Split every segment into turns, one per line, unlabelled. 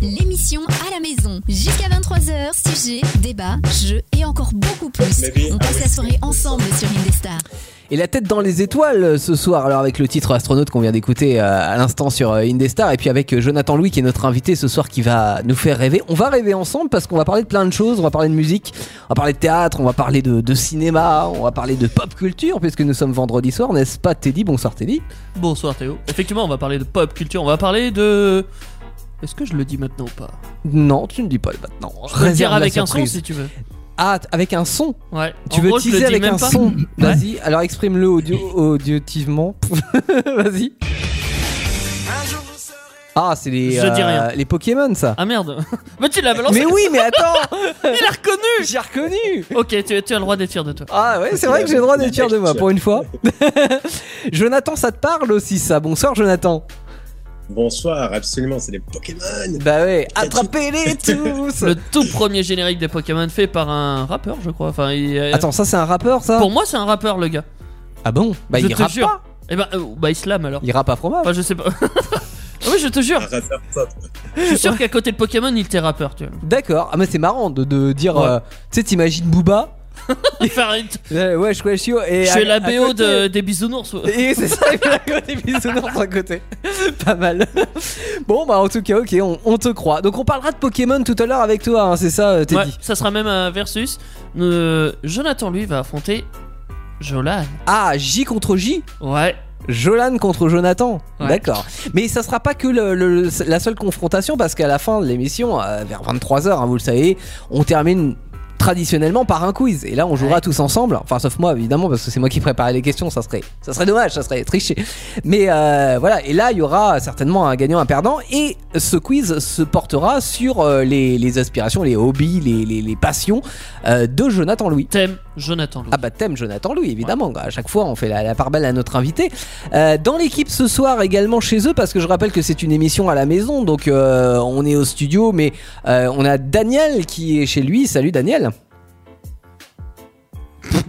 l'émission à la maison. Jusqu'à 23h, sujets, débats, jeux et encore beaucoup plus. On passe la soirée ensemble sur Indestar.
Et la tête dans les étoiles euh, ce soir, alors avec le titre astronaute qu'on vient d'écouter euh, à l'instant sur euh, Indestar, et puis avec euh, Jonathan Louis qui est notre invité ce soir qui va nous faire rêver. On va rêver ensemble parce qu'on va parler de plein de choses, on va parler de musique, on va parler de théâtre, on va parler de, de cinéma, on va parler de pop culture, puisque nous sommes vendredi soir, n'est-ce pas Teddy Bonsoir Teddy.
Bonsoir Théo. Effectivement, on va parler de pop culture, on va parler de. Est-ce que je le dis maintenant ou pas
Non, tu ne dis pas maintenant.
Je peux le dire
Réserve la
avec un son
surprise.
si tu veux.
Ah, t- avec un son
Ouais.
Tu
En
veux
gros, je le
teaser
dis
avec
même
un
pas.
son
Ouais.
Vas-y, alors exprime-le audio, audiotivement. Vas-y. Ah, c'est les,
Je dis rien.
les Pokémon, ça.
Ah merde. mais tu l'as balancé.
mais oui, mais attends
Il a reconnu.
J'ai reconnu
Ok, tu, tu as le droit d'être fier de toi.
Ah ouais, c'est vrai que j'ai le droit d'être fier de moi, pour une fois. Jonathan, ça te parle aussi, ça. Bonsoir, Jonathan.
Bonsoir, absolument, c'est des Pokémon.
Bah ouais, attrapez-les tous
Le tout premier générique des Pokémon fait par un rappeur, je crois. Enfin, il- euh,
Attends, ça, c'est un rappeur, ça
pour moi, c'est un rappeur, le gars.
Ah bon Bah,
je
il
te
rappe
jure.
pas
Eh ben, euh, bah, Islam alors.
Il rappe à fromage
Enfin, je sais pas. Ah oui, je te jure.
Un rappeur pop.
Je suis sûr qu'à côté de Pokémon, il était rappeur, tu vois.
D'accord, ah mais c'est marrant de, de dire...
Ouais.
euh, tu sais, t'imagines Booba
Il fait un-
Euh, Ouais, je connais Chio et...
Je
à-
fais la
à
BO
côté-
de, des bisounours. ouais.
Et c'est ça, il fait la côté bisounours à côté. Pas mal. Bon, bah en tout cas, ok, on, on te croit. Donc on parlera de Pokémon tout à l'heure avec toi, hein, c'est ça, euh, Teddy
Ouais, ça sera même un versus. Euh, Jonathan, lui, va affronter Jolan.
Ah, J contre J
Ouais.
Jolan contre Jonathan.
Ouais.
D'accord. Mais ça sera pas que le- le- la seule confrontation, parce qu'à la fin de l'émission, euh, vers 23h, vous le savez, on termine traditionnellement par un quiz. Et là, on jouera
Ouais.
tous ensemble. Enfin, sauf moi, évidemment, parce que c'est moi qui préparais les questions. Ça serait, ça serait dommage, ça serait triché. Mais euh, voilà, et là, il y aura certainement un gagnant, un perdant. Et ce quiz se portera sur euh, les, les aspirations, les hobbies, les, les- les passions euh, de Jonathan Louis.
Thème Jonathan. Louis.
Ah bah thème Jonathan Louis évidemment quoi. à chaque fois on fait la, la part belle à notre invité Euh, dans l'équipe ce soir également chez eux parce que je rappelle que c'est une émission à la maison donc euh, on est au studio mais euh, on a Daniel qui est chez lui salut Daniel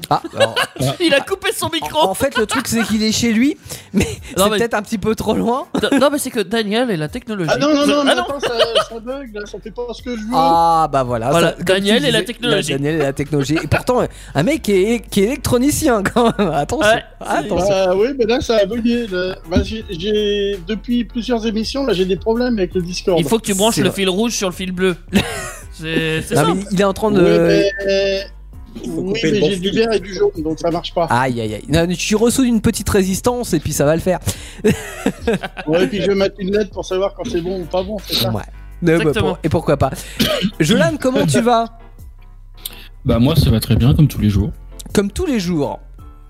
ah, alors,
Il a coupé son
en, en
micro.
fait le truc c'est qu'il est chez lui mais
Non,
c'est
mais-
peut-être un petit peu trop loin
non, mais c'est que Daniel et la technologie.
Ah non, non, non, mais
Ah non.
attends, ça, ça bug, là, ça fait pas ce que je veux.
ah bah voilà,
Voilà,
comme
Daniel
tu
et la
disais,
technologie.
Daniel et la technologie et pourtant un mec qui est, qui est électronicien quand même attention
Ouais, c'est-
attention
Ah oui, mais là, ça a bugué. là. Bah, j'ai- j'ai- depuis plusieurs émissions, là, j'ai des problèmes avec le Discord.
Il faut que tu branches
C'est
le
vrai.
fil rouge sur le fil bleu. c'est c'est
Non,
ça.
mais il est en train
Oui,
de
mais,
faut
oui,
couper le
mais
bon
j'ai du
fil.
vert et du jaune, donc ça marche pas.
Aïe aïe aïe. Non, je suis reçu d'une petite résistance et puis ça va le faire. Ah.
Ouais, puis je vais mettre une lettre pour savoir quand c'est bon ou pas bon, c'est ça
Ouais. Ne- bah,
Exactement.
pour- et pourquoi pas. Jolan, comment tu vas
Bah moi ça va très bien comme tous les jours.
Comme tous les jours.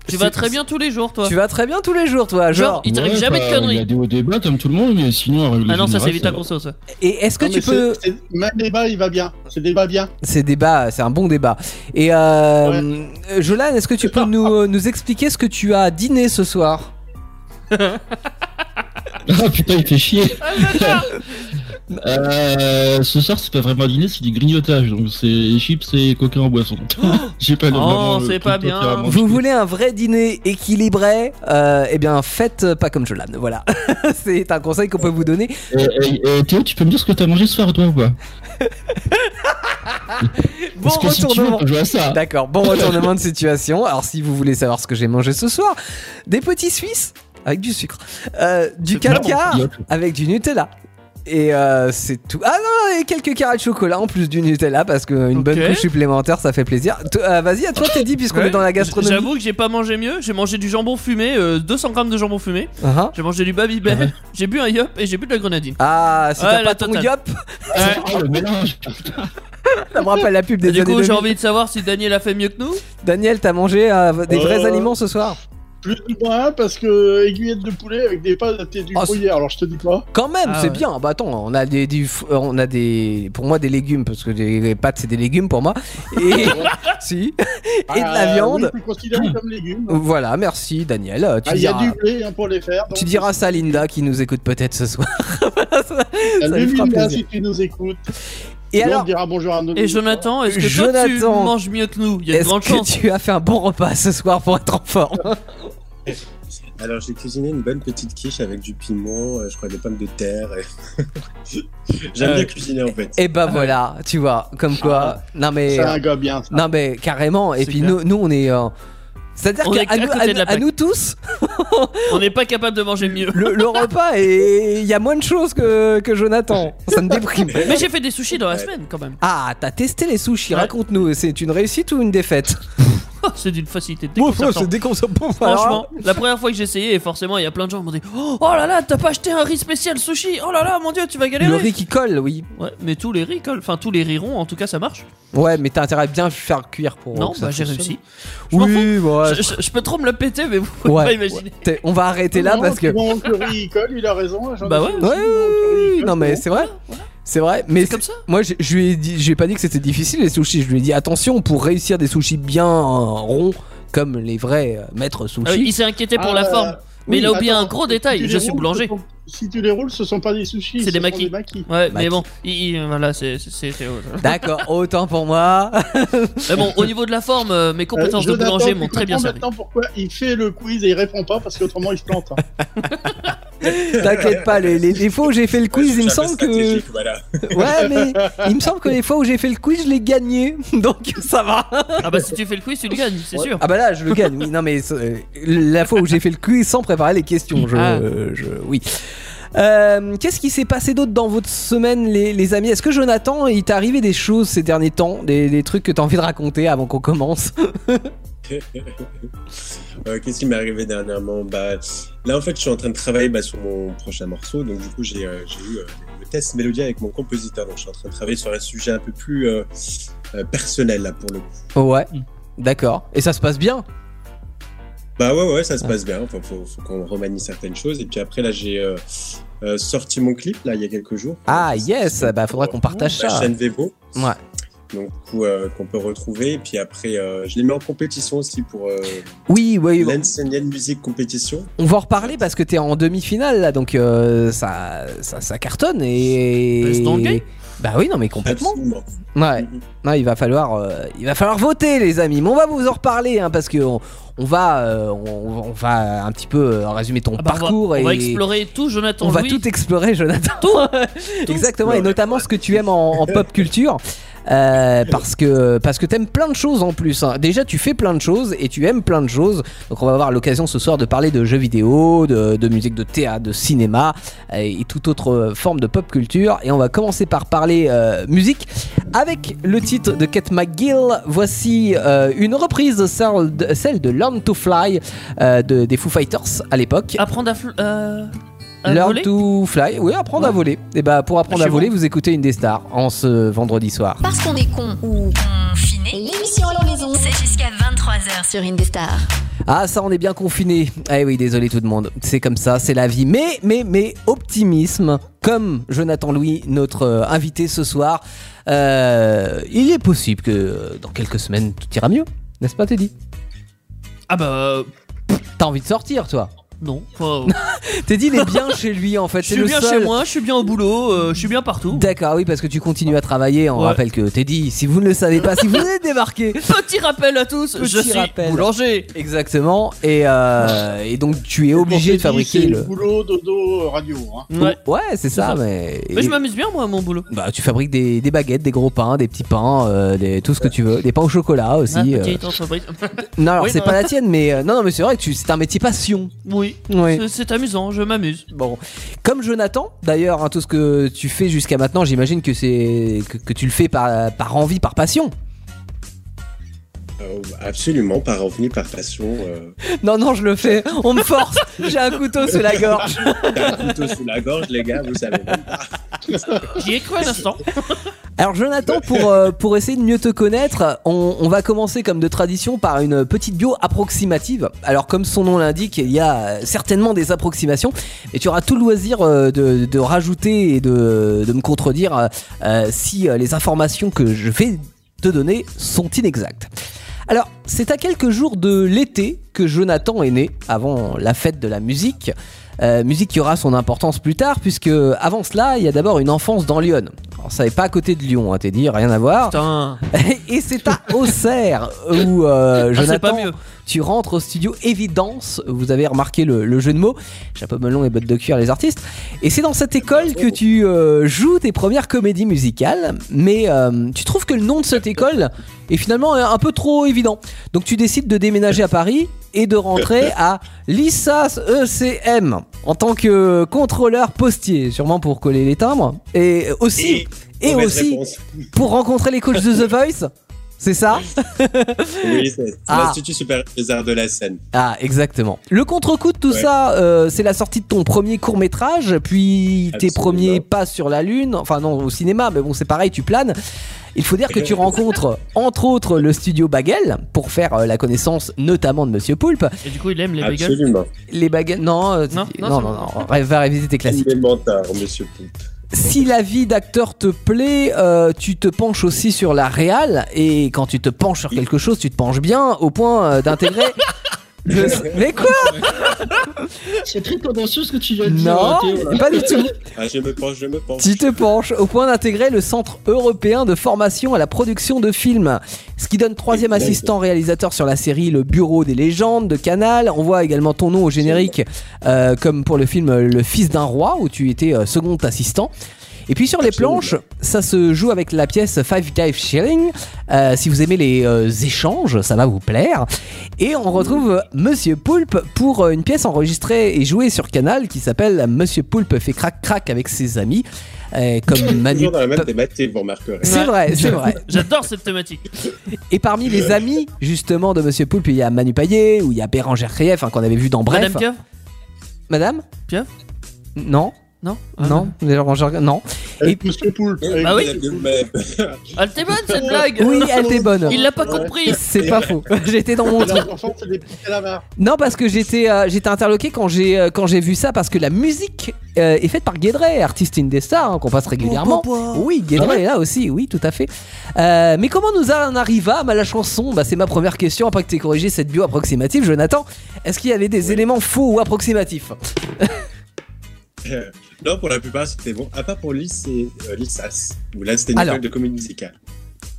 Tu
C'est-
vas très bien tous les jours, toi.
Tu vas très bien tous les jours, toi. Genre.
Genre, Il t'arrive jamais de conneries.
bah, Il y a des hauts débats comme tout le monde, mais sinon euh, à règle
Ah non, ça c'est
générale,
vite à
va.
conso, ça.
Et est-ce que
Non,
tu
mais
peux.
c'est- c'est- Même débat, il va bien. C'est débat bien.
C'est débat, c'est un bon débat. Et euh, euh, Jolan, est-ce que tu peux nous, euh, nous expliquer ce que tu as dîné ce soir
Ah putain il fait chier. euh, ce soir c'est pas vraiment dîner, c'est du grignotage, donc c'est chips et coca en boisson. J'ai pas le
Oh,
vraiment le
c'est
truc
pas
coca à
bien.
manger.
Vous voulez un vrai dîner équilibré euh, Eh bien, faites euh, pas comme Jolan. Voilà. c'est un conseil qu'on peut vous donner.
Eh, eh, eh, Théo tu peux me dire ce que t'as mangé ce soir toi ou pas
Bon
Parce que si tu veux
retournement. Bah,
on peut jouer à
Ah.
ça.
D'accord, bon retournement de situation. Alors, si vous voulez savoir ce que j'ai mangé ce soir, des petits Suisses avec du sucre, euh, du
C'est
caca
vraiment
avec du Nutella. Et euh, c'est tout. Ah non, et quelques carrés de chocolat en plus du Nutella parce qu'une
Ok.
bonne couche supplémentaire, ça fait plaisir. T- euh, Vas-y, à toi, Teddy, puisqu'on
Ouais.
est dans la gastronomie.
J'avoue que j'ai pas mangé mieux. J'ai mangé du jambon fumé, euh, 200 grammes de jambon fumé.
Hein
J'ai mangé du babybel. J'ai bu un yop et j'ai bu de la grenadine.
Ah, si
Ouais,
t'as
la
pas ton
totale.
yop,
Ouais.
Oh le mélange
ça me rappelle la pub des
Et du
années
coup, j'ai
2000.
envie de savoir si Daniel a fait mieux que nous.
Daniel, t'as mangé euh, des vrais
Euh,
aliments ce soir
Plus ou moins, parce que aiguillette de poulet avec des pâtes et du
Oh,
gruyère, alors je te dis pas.
Quand même,
Ah
c'est
ouais.
bien. Bah attends, on a des, du f- euh, on a des, pour moi des légumes parce que des- les pâtes c'est des légumes pour moi. Et
Ah
si. Et de la viande.
Ah, Oui, c'est considéré comme légumes.
Voilà, merci Daniel. Euh, Tu
Ah, Il y a
diras,
du blé hein, pour les faire. donc
tu diras ça à Linda qui nous écoute peut-être ce soir.
Salut,
Ça lui fera
Linda,
plaisir.
si tu nous écoutes.
Et
Nous,
alors,
on dira bonjour à nos
Et Jonathan, est-ce que toi tu
Jonathan,
manges mieux que nous Il y a de
est-ce
grandes
que
chances.
tu as fait un bon repas ce soir pour être en forme
Euh, Alors j'ai cuisiné une bonne petite quiche avec du piment, euh, je crois des pommes de terre. et- J'aime
Euh,
bien cuisiner en fait.
Et
Ah
bah voilà, tu vois, comme quoi. Non mais,
C'est un gars bien. ça.
non mais carrément. Et
C'est
puis
clair.
nous, nous, on est. euh, C'est-à-dire
On
qu'à
est à
nous,
côté de
à
la
nous- à
plaque.
nous tous,
On n'est pas capable de manger mieux.
le, le repas et il y a moins de choses que, que Jonathan. Ça me déprime.
Mais j'ai fait des sushis dans la
Ouais.
semaine quand même.
Ah, t'as testé les sushis,
Ouais.
raconte-nous, c'est une réussite ou une défaite
Oh, c'est d'une facilité
Bon, ça
déconcertante. Franchement, la première fois que j'ai essayé, et forcément, il y a plein de gens qui m'ont dit Oh là là, t'as pas acheté un riz spécial sushi Oh là là, mon dieu, tu vas galérer
le riz qui colle, oui.
Ouais, mais tous les riz collent, enfin tous les riz ronds, en tout cas, ça marche.
Ouais, mais t'as intérêt à bien le faire cuire pour.
non,
que ça
bah j'ai
fonctionne.
réussi. Je m'en fous.
Oui, ouais.
Je, je- je peux trop me le péter, mais vous pouvez
Ouais.
pas imaginer.
T'es- On va arrêter là
Non,
parce que.
puis Mon curry, il colle, il a raison. hein, j'en ai
Bah
fait
ouais.
Ouais,
aussi, mon curry, il
oui,
colle,
non mais
bon.
c'est vrai. C'est vrai, mais
C'est comme ça.
moi je, je lui ai dit, j'ai pas dit que c'était difficile les sushis. Je lui ai dit attention pour réussir des sushis bien euh, ronds comme les vrais euh, maîtres
Ah oui,
sushis.
il s'est inquiété pour
Ah,
la
euh,
forme, mais
oui,
il a oublié
attends,
un gros
si tu
détail
les
je suis
roules,
boulanger.
ce sont- Si tu les roules, ce sont pas des sushis.
C'est
ce
des
sont
maquis.
Des maquis.
Ouais, mais
Maquis.
bon, il- il- voilà, c'est. c'est- c'est- c'est-
D'accord, autant pour moi.
Mais bon, au niveau de la forme, euh, mes compétences de
Euh, Jonathan,
boulanger
tu
m'ont très bien
comprends
servi.
maintenant pourquoi il fait le quiz et il répond pas parce qu'autrement il se plante. hein.
T'inquiète pas, les, les, les fois où j'ai fait le
Ouais, je
quiz,
suis
il
un
me
peu
semble que
stratégique, voilà.
ouais, mais il me semble que les fois où j'ai fait le quiz, je l'ai gagné, donc ça va.
Ah bah si tu fais le quiz, tu le gagnes, c'est sûr.
Ah bah là, je le gagne. Oui, non mais euh, la fois où j'ai fait le quiz sans préparer les questions, je,
Ah.
euh, je oui. Euh, Qu'est-ce qui s'est passé d'autre dans votre semaine, les, les amis Est-ce que Jonathan, il t'est arrivé des choses ces derniers temps, des, des trucs que t'as envie de raconter avant qu'on commence
Euh, Qu'est-ce qui m'est arrivé dernièrement bah, Là, en fait, je suis en train de travailler bah, sur mon prochain morceau. Donc, du coup, j'ai euh, j'ai eu euh, le test mélodie avec mon compositeur. Donc, je suis en train de travailler sur un sujet un peu plus euh, euh, personnel, là, pour le coup.
Ouais, d'accord. Et ça se passe bien
Bah, ouais, ouais, ça
Ah.
se passe bien. Enfin, faut, faut qu'on remanie certaines choses. Et puis après, là, j'ai euh, euh, sorti mon clip, là, il y a quelques jours. euh,
Ah yes, bah faudra qu'on partage
La
ça.
chaîne Vevo.
Ouais.
Donc, du coup, euh, qu'on peut retrouver. Et puis après, euh, je l'ai mis en compétition aussi pour euh,
Oui, oui, oui.
l'Enseignel Music Compétition.
on va en reparler parce que t'es en demi-finale là, donc euh, ça, ça, ça cartonne
Reste dans le game.
et... Bah oui, non mais complètement.
Absolument.
Ouais.
Mhm.
Non, il va falloir, euh, il va falloir voter, les amis. Mais on va vous en reparler hein, parce que on, on va, euh, on, on va un petit peu euh, résumer ton
Ah bah, on va-
parcours
on va,
et
explorer tout Jonathan
on va
Louis.
tout explorer, Jonathan. Exactement, et
explorer.
notamment ce que tu aimes en, en pop culture. euh, parce que parce que t'aimes plein de choses en plus. hein. Déjà, tu fais plein de choses et tu aimes plein de choses. Donc, on va avoir l'occasion ce soir de parler de jeux vidéo, de, de musique de théâtre, de cinéma euh, et toute autre euh, forme de pop culture. Et on va commencer par parler euh, musique avec le titre de Kate McGill. Voici euh, une reprise celle de, celle de Learn to Fly euh, de- des Foo Fighters à l'époque.
Apprendre à, fl- euh, à
Learn
voler
to fly, oui, apprendre à voler. Et bah pour apprendre
Chez
à voler, vous écoutez une des stars en ce vendredi soir.
Parce qu'on est con ou confiné, l'émission à la maison, c'est jusqu'à 23h sur Indestar.
Ah ça, on est bien confiné. Ah oui, désolé tout le monde. C'est comme ça, c'est la vie. Mais mais mais optimisme, comme Jonathan Louis, notre euh, invité ce soir. euh, il est possible que euh, dans quelques semaines tout ira mieux, n'est-ce pas Teddy
Ah bah euh,
T'as envie de sortir, toi
non. Enfin,
Teddy, il est bien chez lui en fait.
je
c'est
suis
le
bien
seul.
chez moi, je suis bien au boulot, euh, je suis bien partout.
D'accord, oui, parce que tu continues à travailler. On
Ouais.
rappelle que Teddy, si vous ne le savez pas, si vous êtes débarqué,
Petit rappel à tous,
Petit
je suis
rappel.
boulanger.
Exactement, et, euh, et donc tu es
Pour te
obligé de
dire, c'est
fabriquer le.
boulot, dodo, euh, radio. hein.
Oh,
Ouais.
Ouais, c'est ça,
ça.
mais.
Mais je m'amuse bien moi à mon boulot.
Bah, tu fabriques des, des baguettes, des gros pains, des petits pains, euh, des, tout ce que tu veux, des pains au chocolat aussi.
Ah,
euh.
petite entreprise.
Non, alors
Oui,
c'est
non.
pas la tienne, mais euh, non, non, mais c'est vrai que tu- c'est un métier passion.
oui,
Oui.
c'est- c'est amusant, je m'amuse.
Bon, comme Jonathan, d'ailleurs, hein, tout ce que tu fais jusqu'à maintenant, j'imagine que c'est que, que tu le fais par, par envie, par passion.
Euh, absolument, par revenu, par passion. Euh,
Non, non, je le fais. On me force. J'ai un couteau sous la gorge.
t'as un couteau sous la gorge, les gars, vous savez. même pas.
J'y ai cru un instant.
Alors Jonathan, pour, euh, pour essayer de mieux te connaître, on, on va commencer comme de tradition par une petite bio approximative. Alors comme son nom l'indique, il y a euh, certainement des approximations, et tu auras tout le loisir euh, de, de rajouter et de, de me contredire euh, euh, si euh, les informations que je vais te donner sont inexactes. Alors, c'est à quelques jours de l'été que Jonathan est né, avant la fête de la musique. Euh, musique qui aura son importance plus tard, puisque avant cela, il y a d'abord une enfance dans Lyon. Alors, ça n'est pas à côté de Lyon, hein, t'es dit, rien à voir.
Putain.
Et c'est à Auxerre où euh,
Ah, c'est pas
Jonathan,
mieux.
tu rentres au studio Evidence. Vous avez remarqué le, le jeu de mots, chapeau melon et bottes de cuir les artistes. Et c'est dans cette école que tu euh, joues tes premières comédies musicales. Mais euh, tu trouves que le nom de cette école est finalement un peu trop évident. Donc tu décides de déménager à Paris et de rentrer à l'ISAS ECM en tant que contrôleur postier, sûrement pour coller les timbres. Et aussi, et,
Mauvaise
aussi
réponse.
pour rencontrer les coachs de The Voice c'est ça
Oui, c'est c'est
Ah.
l'Institut supérieur des arts de la scène.
Ah, exactement. Le contre-coup de tout
Ouais.
ça, euh, c'est la sortie de ton premier court-métrage, puis tes
Absolument.
premiers pas sur la Lune, enfin non, au cinéma, mais bon, c'est pareil, tu planes. Il faut dire que tu rencontres, entre autres, le studio Bagel, pour faire euh, la connaissance notamment de Monsieur Poulpe.
Et du coup, il aime les bagels.
Absolument.
Les Bagel... Non, euh,
Non,
t-
non,
non, non,
c'est bon.
non, ré- va réviser tes classiques.
Mes mentors, monsieur Poupe.
Si la vie d'acteur te plaît, euh, tu te penches aussi sur la réal et quand tu te penches sur quelque chose, tu te penches bien au point euh, d'intégrer. le- Mais quoi
C'est très tendancieux ce que tu viens de dire.
Non,
Théo, là.
pas du tout.
Ah, je me penche, je me penche.
Tu te penches au point d'intégrer le Centre européen de formation à la production de films, ce qui donne troisième
Exact.
assistant réalisateur sur la série Le Bureau des légendes de Canal. On voit également ton nom au générique, euh, comme pour le film Le Fils d'un roi, où tu étais euh, second assistant. Et puis sur les
Absolument.
planches, ça se joue avec la pièce Five Dive Shilling. Euh, si vous aimez les euh, échanges, ça va vous plaire. Et on retrouve euh, Monsieur Poulpe pour euh, une pièce enregistrée et jouée sur Canal qui s'appelle Monsieur Poulpe fait crac crac avec ses amis, euh, comme Manu.
Toujours dans la même
Pe-
thématique, vous remarquerez.
C'est
Ouais.
vrai, c'est vrai.
J'adore cette thématique.
Et parmi les amis justement de Monsieur Poulpe, il y a Manu Payet ou il y a Bérangère Krief, hein, qu'on avait vu dans Bref.
Madame Piaf
Madame
Piaf
Non,
Non
non, Bérangère- non. Et-
Et Monsieur Poulpe. avec-
Ah oui.
oui
Elle était bonne cette blague
Oui, elle était bonne.
Euh, Il l'a pas
Ouais.
compris
C'est pas faux. J'étais dans mon
Et
truc.
leurs enfants, c'est des petits calamars.
Non, parce que j'étais euh, j'étais interloqué quand j'ai euh, quand j'ai vu ça parce que la musique euh, est faite par Guédré, artiste Indestar hein, qu'on passe régulièrement. Oh. Oui, Guédré est là aussi, oui, tout à fait. Euh, mais comment nous en arrivâmes à la chanson Bah, c'est ma première question. Après que t'aies corrigé cette bio approximative, Jonathan, est-ce qu'il y avait des éléments faux ou approximatifs
Non, pour la plupart, c'était bon. À part pour l'IS et euh, l'ISAS, où là, c'était une
Alors.
école de comédie musicale.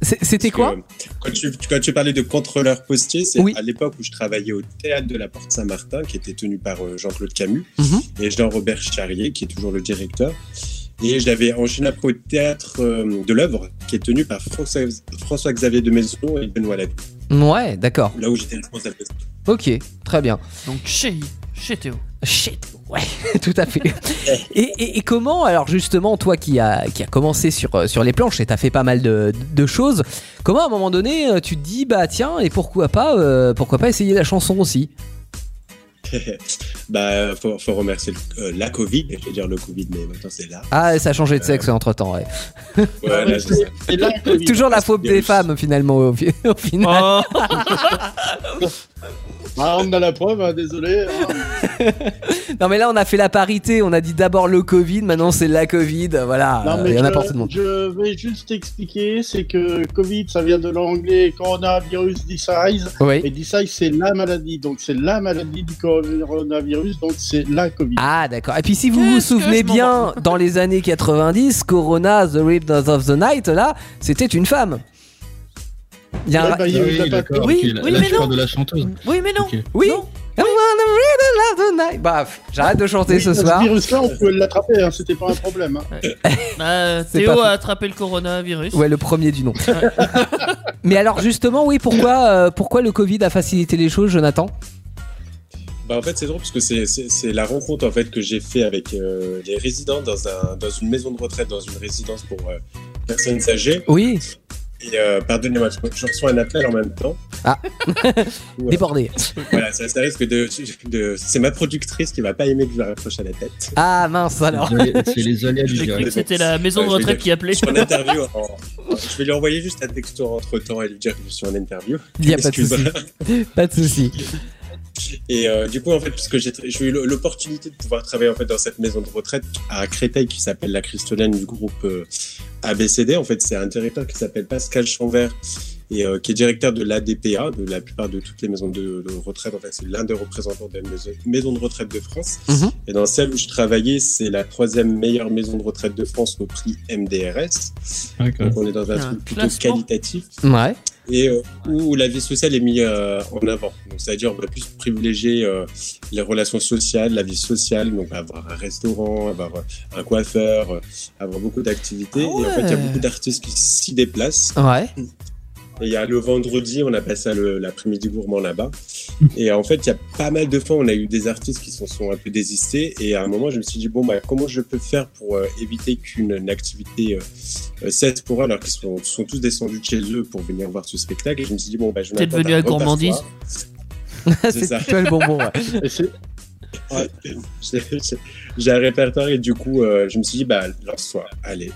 C'est- C'était
Parce
quoi
que, euh, quand tu, tu- quand tu parlais de contrôleur postier, c'est
Oui.
à l'époque où je travaillais au théâtre de la Porte Saint-Martin, qui était tenu par euh, Jean-Claude Camus
Mhm.
et Jean-Robert Charrier, qui est toujours le directeur. Et je l'avais enchaîné après au théâtre euh, de l'œuvre, qui est tenu par François- François-Xavier de Maison et Benoît Labbé,
Ouais, d'accord.
là où j'étais responsable.
Ok, très bien.
Donc chez, chez Théo.
Shit, ouais, tout à fait. Et, et- et comment, alors justement, toi qui as qui a commencé sur, euh, sur les planches et t'as fait pas mal de, de choses, comment à un moment donné euh, tu te dis, bah tiens, et pourquoi pas, euh, pourquoi pas essayer la chanson aussi
Bah, faut, faut remercier le- euh, la Covid, je vais dire le Covid, mais maintenant c'est là.
Ah, ça a changé de sexe entre temps, ouais.
Voilà,
Ouais,
c'est ça.
Et là, Covid.
Toujours la faute des
virus.
femmes, finalement, au, fi- au final.
Oh,
Ah, on a la preuve, hein, désolé. hein.
Non, mais là, on a fait la parité, on a dit d'abord le Covid, maintenant c'est la Covid, voilà,
Non,
il
mais
y en a
je-
pour tout le monde.
Je vais juste t'expliquer, c'est que Covid, ça vient de l'anglais coronavirus disease.
Oui.
Et disease, c'est la maladie. Donc, c'est la maladie du coronavirus. Donc, c'est la Covid.
Ah d'accord. Et puis si vous vous
Qu'est-ce que
souvenez
je m'en
bien, dans les années 90, Corona, The Rhythm of the Night, là, c'était une femme. Il y a un-
Ouais, bah, il y a eu
Oui,
la
d'accord.
patate.
Oui,
ok, la-
oui,
là,
mais
tu parles
non.
de la chanteuse.
oui mais non
Ok.
Oui.
Non.
I wanna rhythm of the night. Bah, pff, j'arrête de chanter
Oui,
ce soir.
virus-là, on pouvait l'attraper, hein, c'était pas un problème. hein.
Bah,
C'est
Théo
pas
a attrapé le coronavirus.
Ouais, le premier du nom. Mais alors justement, oui, pourquoi, euh, pourquoi le Covid a facilité les choses, Jonathan
Bah en fait c'est drôle parce que c'est- c'est c'est la rencontre en fait que j'ai fait avec euh, les résidents dans un dans une maison de retraite dans une résidence pour euh, personnes âgées
Oui.
et euh, pardonnez-moi je, je reçois un appel en même temps Ouais.
Débordé.
voilà ça, ça risque de, de- c'est ma productrice qui va pas aimer que je la rapproche à la tête
Ah mince alors.
C'est les- C'est les aléas du
J'ai cru que
direct.
c'était la maison de
Ouais, je vais
retraite
dire.
qui appelait.
je suis en interview en- je vais lui envoyer juste un texto entre temps et lui dire que je suis en interview
Il y a pas de
Excuse-moi.
souci. Pas de souci.
Et euh, du coup, en fait, parce que j'ai j'ai eu l'opportunité de pouvoir travailler en fait dans cette maison de retraite à Créteil qui s'appelle la Cristolaine du groupe euh, ABCD. En fait, c'est un directeur qui s'appelle Pascal Chanvert et euh, qui est directeur de l'ADPA, de la plupart de toutes les maisons de, de retraite. En fait, c'est l'un des représentants des maisons, maisons de retraite de France.
Mhm.
Et dans celle où je travaillais, c'est la troisième meilleure maison de retraite de France au prix MDRS.
D'accord.
Donc, on est dans un
Ah,
truc plutôt
classement.
qualitatif
Ouais.
et euh, où la vie sociale est mise euh, en avant. Donc, c'est-à-dire, on va plus privilégier euh, les relations sociales, la vie sociale, donc avoir un restaurant, avoir un coiffeur, euh, avoir beaucoup d'activités.
Ah
Et en fait, il y a
ouais.
beaucoup d'artistes qui s'y déplacent.
Ouais.
Et il y a le vendredi, on appelle ça le- l'après-midi gourmand là-bas. Et en fait, il y a pas mal de fois, on a eu des artistes qui se sont un peu désistés. Et à un moment, je me suis dit, bon, bah, comment je peux faire pour euh, éviter qu'une une activité euh, euh, cesse pour eux, alors qu'ils sont, sont tous descendus de chez eux pour venir voir ce spectacle. Et je me suis dit, bon, bah, je
T'es devenu
un
un gourmandise.
repas soir. C'est ça.
c'est toi le bonbon. ouais.
Et c'est-
Ouais. J'ai- j'ai- J'ai un répertoire et du coup, euh, je me suis dit, bah, lance-toi, allez.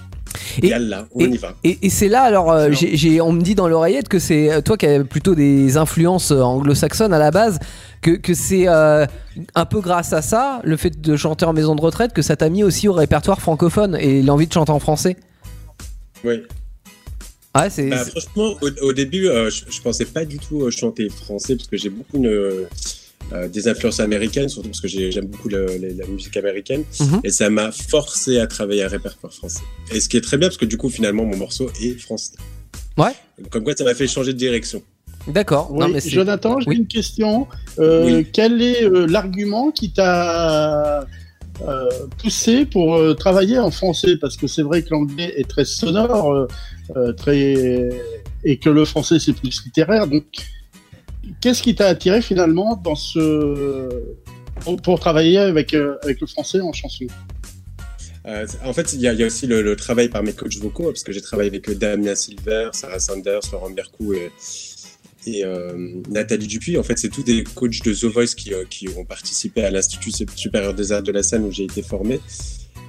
Et-
Yalla, on y va.
Et, et c'est là, alors, euh,
C'est
j'ai- j'ai- on me dit dans l'oreillette que c'est euh, toi qui as plutôt des influences euh, anglo-saxonnes à la base, que, que c'est euh, un peu grâce à ça, le fait de chanter en maison de retraite, que ça t'a mis aussi au répertoire francophone et l'envie de chanter en français.
Oui.
Ouais, c'est.
Bah,
c'est-
franchement, au, au début, euh, je, je pensais pas du tout euh, chanter français parce que j'ai beaucoup une, euh, des influences américaines, surtout parce que j'ai- j'aime beaucoup le- le- la musique américaine.
Mhm.
Et ça m'a forcé à travailler un répertoire français. Et ce qui est très bien parce que du coup, finalement, mon morceau est français.
Ouais.
Comme quoi, ça m'a fait changer de direction.
D'accord.
Oui,
Non, mais c'est-
Jonathan, j'ai
Oui.
une question. Euh, Quel est euh, l'argument qui t'a euh, poussé pour euh, travailler en français Parce que c'est vrai que l'anglais est très sonore, euh, euh, très et que le français c'est plus littéraire. Donc, qu'est-ce qui t'a attiré finalement dans ce pour, pour travailler avec euh, avec le français en chanson
Euh, en fait, il y, a- il y a aussi le, le travail par mes coachs vocaux, parce que j'ai travaillé avec euh, Damien Silver, Sarah Sanders, Laurent Bercou et, et, euh, Nathalie Dupuis. En fait, c'est tous des coachs de The Voice qui, euh, qui ont participé à l'Institut supérieur des arts de la scène où j'ai été formé.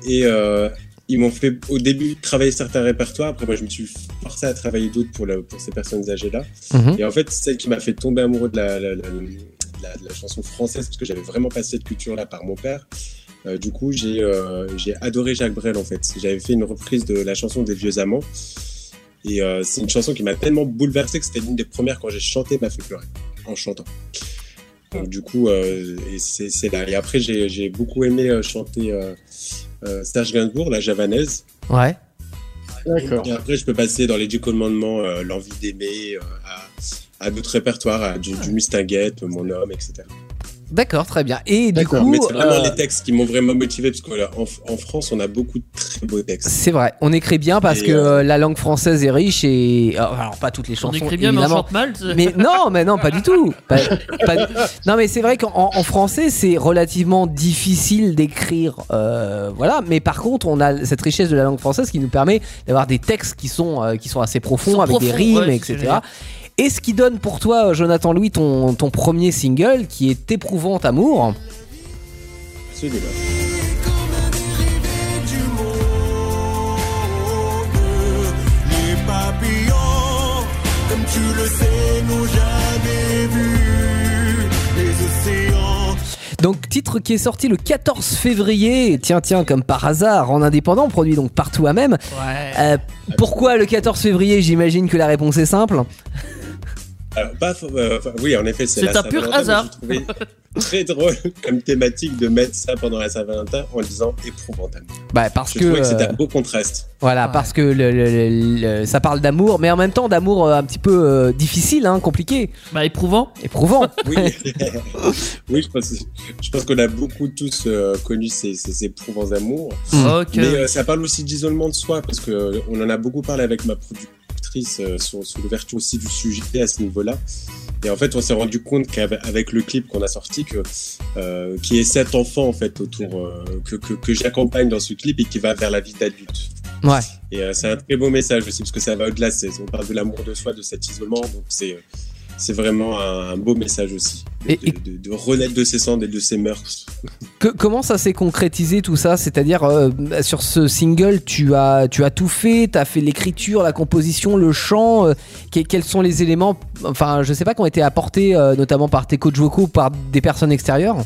Et euh, ils m'ont fait au début travailler certains répertoires. Après, moi, je me suis forcé à travailler d'autres pour, la- pour ces personnes âgées-là.
Mhm.
Et en fait, celle qui m'a fait tomber amoureux de la, la- la- la- de la chanson française, parce que j'avais vraiment pas cette culture-là par mon père. Euh, du coup, j'ai euh, j'ai adoré Jacques Brel en fait. J'avais fait une reprise de la chanson des vieux amants. Et euh, c'est une chanson qui m'a tellement bouleversé que c'était l'une des premières quand j'ai chanté m'a fait pleurer en chantant. Donc, du coup, euh, et c'est c'est là. Et après, j'ai j'ai beaucoup aimé euh, chanter euh, euh, Serge Gainsbourg, la javanaise.
Ouais.
D'accord.
Et après, je peux passer dans les dix commandements, euh, l'envie d'aimer, euh, à, à d'autres répertoires, à du, du Mistinguette, mon homme, etc.
D'accord, très bien. Et du
D'accord,
coup.
Mais c'est vraiment
euh,
les textes qui m'ont vraiment motivé parce qu'en en France, on a beaucoup de très beaux textes.
C'est vrai, on écrit bien parce
Et,
que
euh,
euh, la langue française est riche et alors, alors, pas toutes les
On
chansons
écrit bien, mais on
évidemment.
chante mal. c'est-
Mais non, mais non, pas du tout. Pas- pas du- Non, mais c'est vrai qu'en en- en français, c'est relativement difficile d'écrire. euh, voilà, mais par contre, on a cette richesse de la langue française qui nous permet d'avoir des textes qui sont, euh, qui sont assez profonds,
sont
avec des
profonds,
rimes,
ouais, c'est
etc.
génial.
Et ce qui donne pour toi, euh, Jonathan Louis, ton, ton premier single qui est Éprouvant Amour.
Absolument.
du monde. Les papillons, comme tu le sais, n'ont jamais vu les océans.
Donc, titre qui est sorti le 14 février, tiens, tiens, comme par hasard, en indépendant, produit donc par toi-même.
Ouais.
Euh, pourquoi le 14 février J'imagine que la réponse est simple.
Alors, bah, f- euh, enfin, oui, en effet, c'est
C'est
la
un pur
Saint-Valentin, mais j'ai
hasard.
trouvé très drôle comme thématique de mettre ça pendant la Saint-Valentin en disant éprouvantable.
Bah, parce
Je
que.
trouvais que c'était
euh,
un beau contraste.
Voilà,
Ouais.
parce que le- le- le- le- ça parle d'amour, mais en même temps d'amour euh, un petit peu euh, difficile, hein, compliqué,
Bah, éprouvant.
éprouvant.
Oui, oui je pense, je pense qu'on a beaucoup tous euh, connu ces, ces éprouvants amours.
Hmm.
Ok.
Mais euh, ça parle aussi d'isolement de soi, parce que euh, on en a beaucoup parlé avec ma productrice euh, sur, sur l'ouverture aussi du sujet à ce niveau-là. Et en fait, on s'est rendu compte qu'avec avec le clip qu'on a sorti, que euh, qui est cet enfant en fait autour euh, que, que, que j'accompagne dans ce clip et qui va vers la vie d'adulte.
Ouais.
Et euh, c'est un très beau message aussi parce que ça va au-delà. c'est- On parle de l'amour de soi, de cet isolement, donc c'est euh, c'est vraiment un, un beau message aussi de,
Et- et-
de, de renaître de ses cendres et de ses mœurs.
Que- comment ça s'est concrétisé tout ça C'est-à-dire euh, sur ce single, tu as, tu as tout fait, tu as fait l'écriture, la composition, le chant. euh, que- quels sont les éléments, enfin, je sais pas, qui ont été apportés euh, notamment par tes coachs vocaux, ou par des personnes extérieures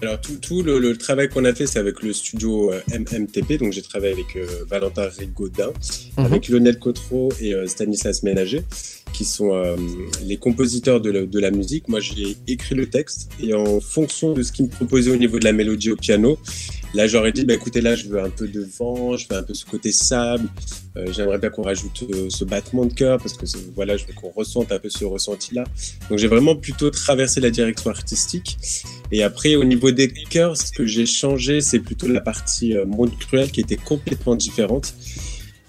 Alors tout, tout le, le travail qu'on a fait, c'est avec le studio euh, MMTP. Donc j'ai travaillé avec euh, Valentin Rigaudin,
Mhm.
avec Lionel Cotreau et euh, Stanislas Ménager, qui sont euh, les compositeurs de la, de la musique. Moi j'ai écrit le texte et en fonction de ce qu'ils me proposaient au niveau de la mélodie au piano, là j'aurais dit bah, écoutez là je veux un peu de vent, je veux un peu ce côté sable, euh, j'aimerais bien qu'on rajoute euh, ce battement de cœur parce que c'est- voilà je veux qu'on ressente un peu ce ressenti là. Donc j'ai vraiment plutôt traversé la direction artistique. Et après, au niveau des chœurs, ce que j'ai changé, c'est plutôt la partie euh, monde cruel qui était complètement différente.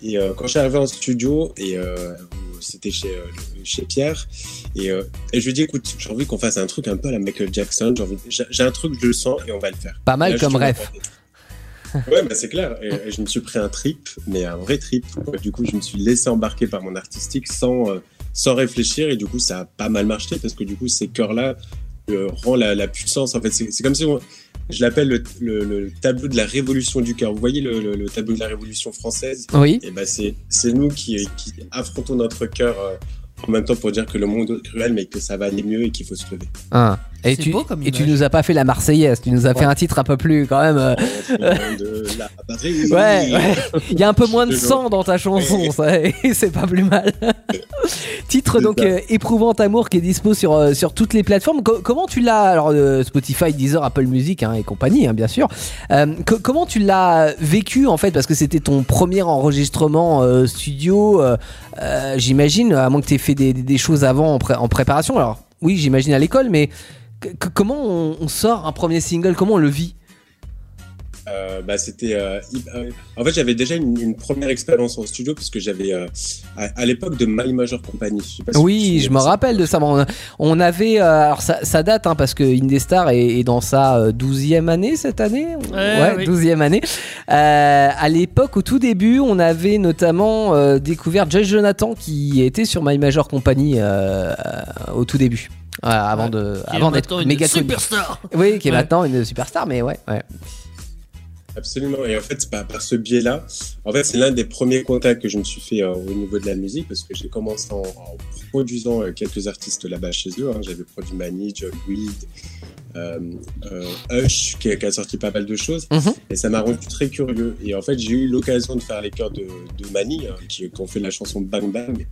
Et euh, quand je suis arrivé en studio, et euh, c'était chez, euh, chez Pierre, et, euh, et je lui ai dit, écoute, j'ai envie qu'on fasse un truc un peu à la Michael Jackson, j'ai envie- j'ai j'ai un truc, je le sens, et on va le faire.
Pas mal
Là, je
comme
suis
ref.
content. Ouais, bah, c'est clair. Et- et je me suis pris un trip, mais un vrai trip. quoi. Du coup, je me suis laissé embarquer par mon artistique sans, euh, sans réfléchir. Et du coup, ça a pas mal marché parce que du coup, ces cœurs-là euh, rend la, la puissance. En fait, c'est c'est comme si on- je l'appelle le, le- le tableau de la révolution du cœur. Vous voyez le, le- le tableau de la révolution française
Oui.
Et ben, c'est c'est nous qui, qui affrontons notre cœur euh, en même temps pour dire que le monde est cruel, mais que ça va aller mieux et qu'il faut se lever.
Hein. Et,
C'est
tu,
beau comme
et tu
image.
nous as pas fait la Marseillaise, tu nous as fait un titre un peu plus quand même. euh,
De la patrie.
Ouais, ouais. Il y a un peu moins de
Toujours.
sang dans ta chanson, ça, et c'est pas plus mal. Titre
C'est
donc
ça.
euh, Éprouvant Amour qui est dispo sur, euh, sur toutes les plateformes. Co- comment tu l'as Alors euh, Spotify, Deezer, Apple Music hein, et compagnie, hein, bien sûr. Euh, co- comment tu l'as vécu en fait Parce que c'était ton premier enregistrement euh, studio, euh, euh, j'imagine, à moins que tu aies fait des, des- des choses avant en, pré- en préparation. Alors oui, j'imagine à l'école, mais c- c- comment on, on sort un premier single Comment on le vit
Euh, bah, c'était. euh, hyp- euh, en fait, j'avais déjà une, une première expérience en studio parce que j'avais euh, à, à l'époque de My Major Company. Je sais pas si vous vous
Oui, je me
souvenez de ça.
rappelle de ça. On on avait. euh, alors, ça, ça date, hein, parce que Indestar est, est dans sa euh, 12e année cette année.
Ouais, oui.
12e année. Euh, à l'époque, au tout début, on avait notamment euh, découvert Josh Jonathan qui était sur My Major Company euh, euh, au tout début. Voilà, avant
Ouais.
de,
Qui est
avant d'être
maintenant une
méga connu.
superstar.
Oui, qui est
Ouais.
maintenant une superstar, mais ouais, ouais.
Absolument. Et en fait, c'est par, par ce biais-là, en fait, c'est l'un des premiers contacts que je me suis fait euh, au niveau de la musique parce que j'ai commencé en, en produisant euh, quelques artistes là-bas chez eux. hein. J'avais produit Manny, John Weed, euh, euh, Hush, qui, a- qui a sorti pas mal de choses.
Mhm.
Et ça m'a rendu très curieux. Et en fait, j'ai eu l'occasion de faire les chœurs de, de Manny, hein, qui, qui ont fait la chanson Bang Bang.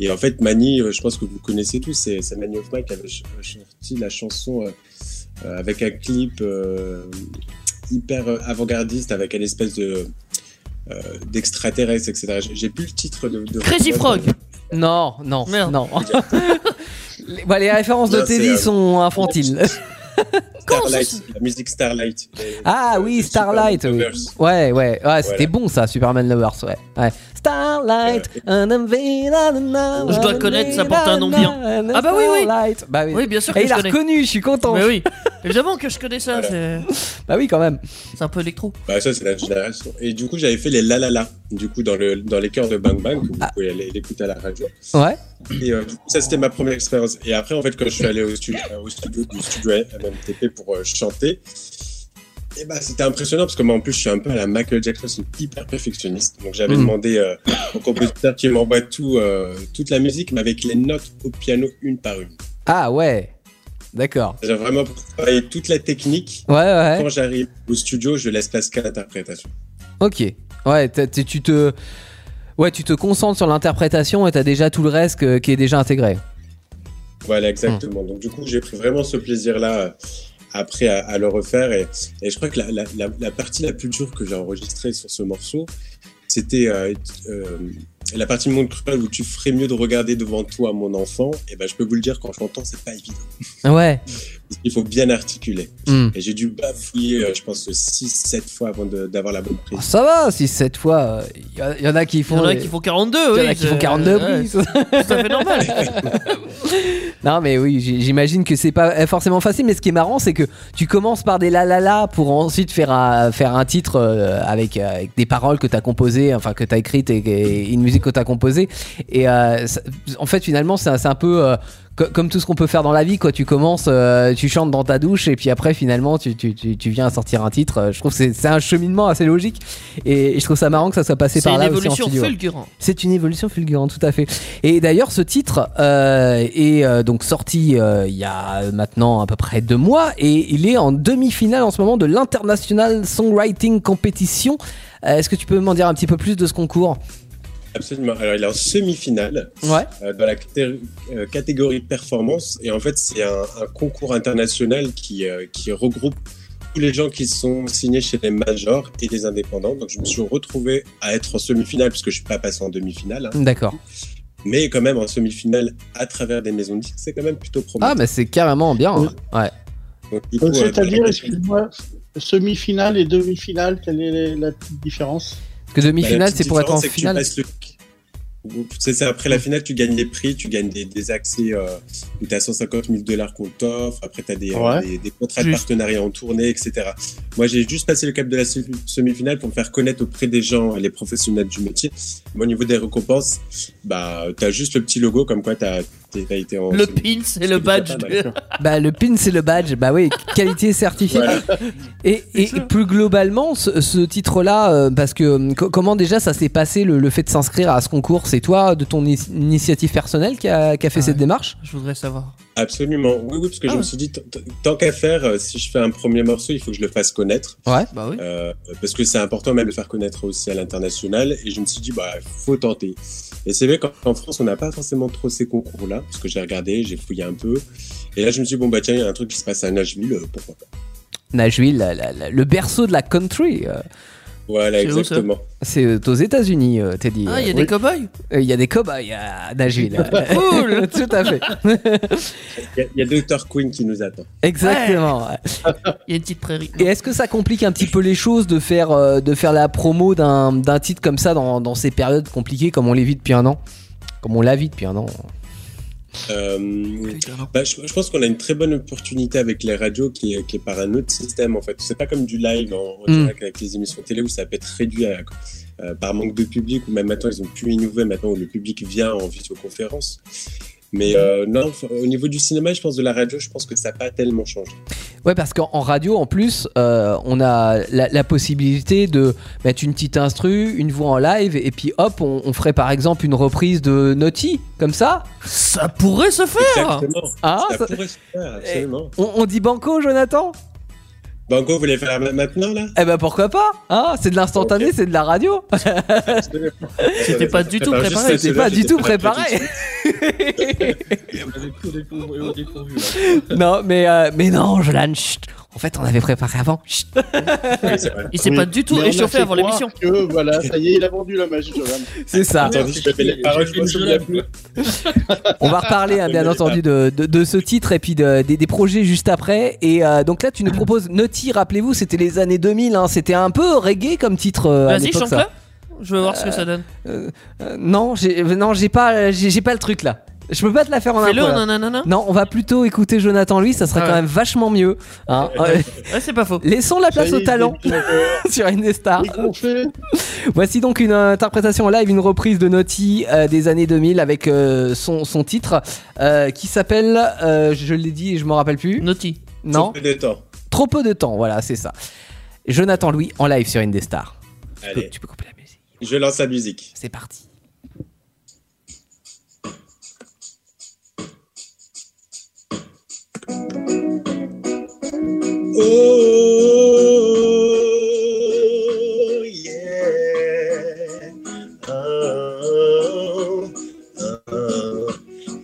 Et en fait, Manny, euh, je pense que vous connaissez tous, c'est c'est Manny Hoffman qui avait ch- sorti la chanson euh, euh, avec un clip euh, hyper euh, avant-gardiste, avec une espèce de euh, d'extraterrestre, etc. J'ai- J'ai plus le titre de. de-
Crazy Frog.
Non, non,
Merde.
non. les, bah, les références de
Non, c'est,
Teddy
euh,
sont infantiles.
Starlight, la musique Starlight. Les-
Ah
euh,
oui,
les
Starlight.
Superman
oui.
Lovers.
Ouais, ouais, ouais, Ah, c'était bon ça, Superman Lovers, ouais. ouais. Starlight. Je
Je dois connaître, ça porte un nom bien. Ah bah oui, oui.
Bah oui.
Oui, bien sûr
Et
que
il
je
a
connais.
reconnu, je suis content.
Mais oui, évidemment que je connais ça.
Voilà.
c'est-
Bah oui, quand même.
C'est un peu électro.
Bah ça c'est la génération. Et du coup j'avais fait les la la la. Du coup dans le dans les chœurs de Bang Bang que vous
Ah.
pouvez aller l'écouter à la radio.
Ouais.
Et euh, du coup, ça c'était ma première expérience. Et après en fait quand je suis allé au studio au studio du studio MMTP pour euh, chanter. Et bah c'était impressionnant parce que moi en plus je suis un peu à la Michael Jackson hyper perfectionniste. Donc j'avais
Mm.
demandé euh, au compositeur qui m'envoie tout euh, toute la musique mais avec les notes au piano une par une.
Ah ouais. D'accord.
J'ai vraiment travaillé toute la technique.
Ouais, ouais.
Quand j'arrive au studio, je laisse place qu'à l'interprétation.
Ok. Ouais, t'as- tu tu te. Ouais, tu te concentres sur l'interprétation et t'as déjà tout le reste que- qui est déjà intégré.
Voilà, exactement. Donc, du coup, j'ai pris vraiment ce plaisir-là euh, après à, à le refaire. Et, et je crois que la, la- la- la partie la plus dure que j'ai enregistrée sur ce morceau, c'était euh, euh, la partie de Monde Cruel où tu ferais mieux de regarder devant toi mon enfant. Et ben, je peux vous le dire, quand je l'entends, c'est pas évident.
Ouais.
Il faut bien articuler.
Hmm.
Et j'ai dû bafouiller, euh, je pense, 6-7 fois avant de- d'avoir la bonne
Oh,
prise.
ça va, si cette fois, il y, en a qui
Il
font.
y en a
les-
qui font 42,
y
oui.
en a qui
c'est-
font 42
ouais,
oui,
c'est tout à fait normal.
Non mais oui, j- j'imagine que c'est pas euh, forcément facile, mais ce qui est marrant c'est que tu commences par des la la la pour ensuite faire un, faire un titre euh, avec, euh, avec des paroles que t'as composées, enfin que t'as écrites et, et une musique musique que t'as composée. Et euh, ça- en fait, finalement, c'est un- c'est un peu euh, co- comme tout ce qu'on peut faire dans la vie, quoi. Tu commences, euh, tu chantes dans ta douche, et puis après, finalement, tu, tu, tu, tu viens à sortir un titre. Euh, Je trouve que c'est c'est un cheminement assez logique. Et, et je trouve ça marrant que ça soit passé
C'est
par
une
là aussi en
évolution
studio.
fulgurante.
C'est une évolution fulgurante, tout à fait. Et d'ailleurs, ce titre euh, est euh, donc sorti euh, il y a maintenant à peu près deux mois et il est en demi-finale en ce moment de l'International Songwriting Competition. Euh, Est-ce que tu peux m'en dire un petit peu plus de ce concours
Absolument. Alors, il est en semi-finale
Ouais.
euh, dans la caté- euh, catégorie performance. Et en fait, c'est un, un concours international qui, euh, qui regroupe tous les gens qui sont signés chez les majors et les indépendants. Donc, je me suis retrouvé à être en semi-finale, puisque je suis pas passé en demi-finale. hein.
D'accord.
mais quand même, en semi-finale, à travers des maisons de disques, c'est quand même plutôt
Ah,
prometteur.
mais c'est carrément bien. hein. Ouais.
Donc, du coup,
Donc,
euh,
C'est-à-dire,
bah,
excuse-moi, semi-finale et demi-finale, quelle est la petite différence
Parce que
Bah,
demi-finale, c'est pour être en
c'est que tu
finale.
passes le- C'est c'est après la finale, tu gagnes des prix, tu gagnes des, des accès euh, où tu as 150 000 dollars qu'on t'offre, après tu as des, euh,
Ouais.
des, des contrats de
Juste.
partenariat en tournée, etc. Moi j'ai juste passé le cap de la se- semi-finale pour me faire connaître auprès des gens, les professionnels du métier. Moi au niveau des récompenses, bah, tu as juste le petit logo comme quoi tu as, été en...
Le
semi-
pin, c'est le badge.
Pas
de-
mal.
Bah, le pin, c'est le badge. Bah oui, qualité certifiée.
Voilà.
Et, et
ça.
plus globalement, ce, ce titre-là, euh, parce que euh, co- comment déjà ça s'est passé le, le fait de s'inscrire à ce concours C'est toi, de ton i- initiative personnelle, qui a, qui a fait
Ah
cette
ouais.
démarche
Je voudrais savoir.
Absolument, oui, oui, parce que
Ah.
je me suis dit, t- t- tant qu'à faire, euh, si je fais un premier morceau, il faut que je le fasse connaître.
Bah oui.
Euh, parce que c'est important même de le faire connaître aussi à l'international. Et je me suis dit, bah, faut tenter. Et c'est vrai qu'en en France, on n'a pas forcément trop ces concours-là, parce que j'ai regardé, j'ai fouillé un peu. Et là, je me suis dit, bon, bah, tiens, il y a un truc qui se passe à Nashville, euh, pourquoi pas.
Nashville, la- la- la- le berceau de la country. euh,
Voilà,
C'est où, ça
exactement.
C'est euh, aux États-Unis, euh, Teddy.
Ah, il y a
Euh,
des cow-boys
oui, il y a des cobayes à Nashville.
Cool
Tout à fait.
Il y a- il y a, Dr. Queen qui nous attend.
Exactement.
Il y a une petite prairie.
Et est-ce que ça complique un petit peu les choses de faire, euh, de faire la promo d'un d'un titre comme ça dans, dans ces périodes compliquées comme on les vit depuis un an Comme on la vit depuis un an.
Euh, bah, je, je pense qu'on a une très bonne opportunité avec les radios qui est, qui est par un autre système en fait. C'est pas comme du live en, en
Mm.
direct avec les émissions télé où ça peut être réduit à- euh, par manque de public ou même maintenant ils ont pu innover maintenant où le public vient en visioconférence. Mais euh, non, f- au niveau du cinéma, je pense de la radio, je pense que ça n'a pas tellement changé.
Ouais, parce qu'en en radio, en plus, euh, on a la, la possibilité de mettre une petite instru, une voix en live, et puis hop, on, on ferait par exemple une reprise de Naughty, comme ça.
Ça pourrait se faire
Exactement.
Ah,
ça,
ça-
pourrait se faire, absolument.
On, on dit banco, Jonathan
Banco, vous voulez faire ma- maintenant là
Eh ben pourquoi pas hein C'est de l'instantané,
Ok.
c'est de la radio.
Absolument.
C'était pas du tout
Attends, juste
préparé,
la
c'était
cela,
pas du
j'étais
tout
prêt tout de
préparé.
suite.
non, mais, euh, mais non, Jolan, chut. En fait, on avait préparé avant. chut.
Oui, c'est vrai.
Il s'est
Oui.
pas du tout
Mais on a
échauffé
fait Bah,
avant
croire
l'émission.
que, Voilà, ça y est, il a vendu la magie, Jolan.
C'est ça.
Attendez, je vais les paroles, je me souviens plus.
On va reparler hein, bien entendu de, de- de ce titre et puis de- des, des projets juste après. Et euh, donc là, tu nous proposes Naughty, rappelez-vous, c'était les années 2000, hein, c'était un peu reggae comme titre. euh, à
Vas-y,
l'époque,
chante-le.
ça.
Je veux voir ce que ça donne.
Euh, non, j'ai euh, non, j'ai pas, j'ai j'ai pas le truc là. Je peux pas te la faire en un
Fais-le
coup,
en
là.
nanana.
Non, on va plutôt écouter Jonathan lui, ça sera
Ah
quand
ouais.
même vachement mieux. hein. Euh,
Ouais, c'est pas faux.
Laissons la place
Ça y
au
est,
talent Ah.
il est-
sur Indestar.
il est gonflé.
Voici donc une interprétation en live, une reprise de Naughty euh, des années 2000 avec euh, son, son titre euh, qui s'appelle, euh, je l'ai dit et je m'en rappelle plus.
Naughty.
Non,
Peu de temps.
trop peu de temps, voilà, c'est ça. Jonathan Louis en live sur Indestar. Tu peux,
Allez,
tu peux couper la musique,
je lance la musique.
c'est parti.
Oh, yeah. Oh, oh.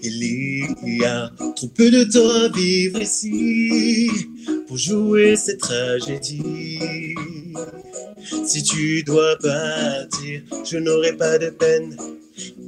Il y a trop peu de temps à vivre ici pour jouer cette tragédie. Si tu dois partir, je n'aurai pas de peine.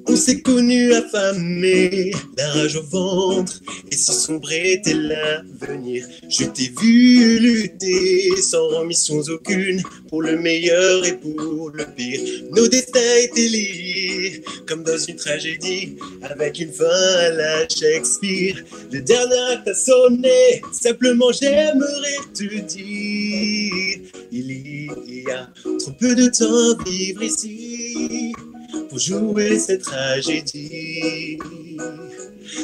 On s'est connus affamés, la rage au ventre, et si sombre était l'avenir. Je t'ai vu lutter sans remission aucune, pour le meilleur et pour le pire. Nos destins étaient liés, comme dans une tragédie, avec une fin à la Shakespeare. Le dernier acte a sonné, simplement j'aimerais te dire, il y a trop peu de temps à vivre ici.
pour jouer cette tragédie.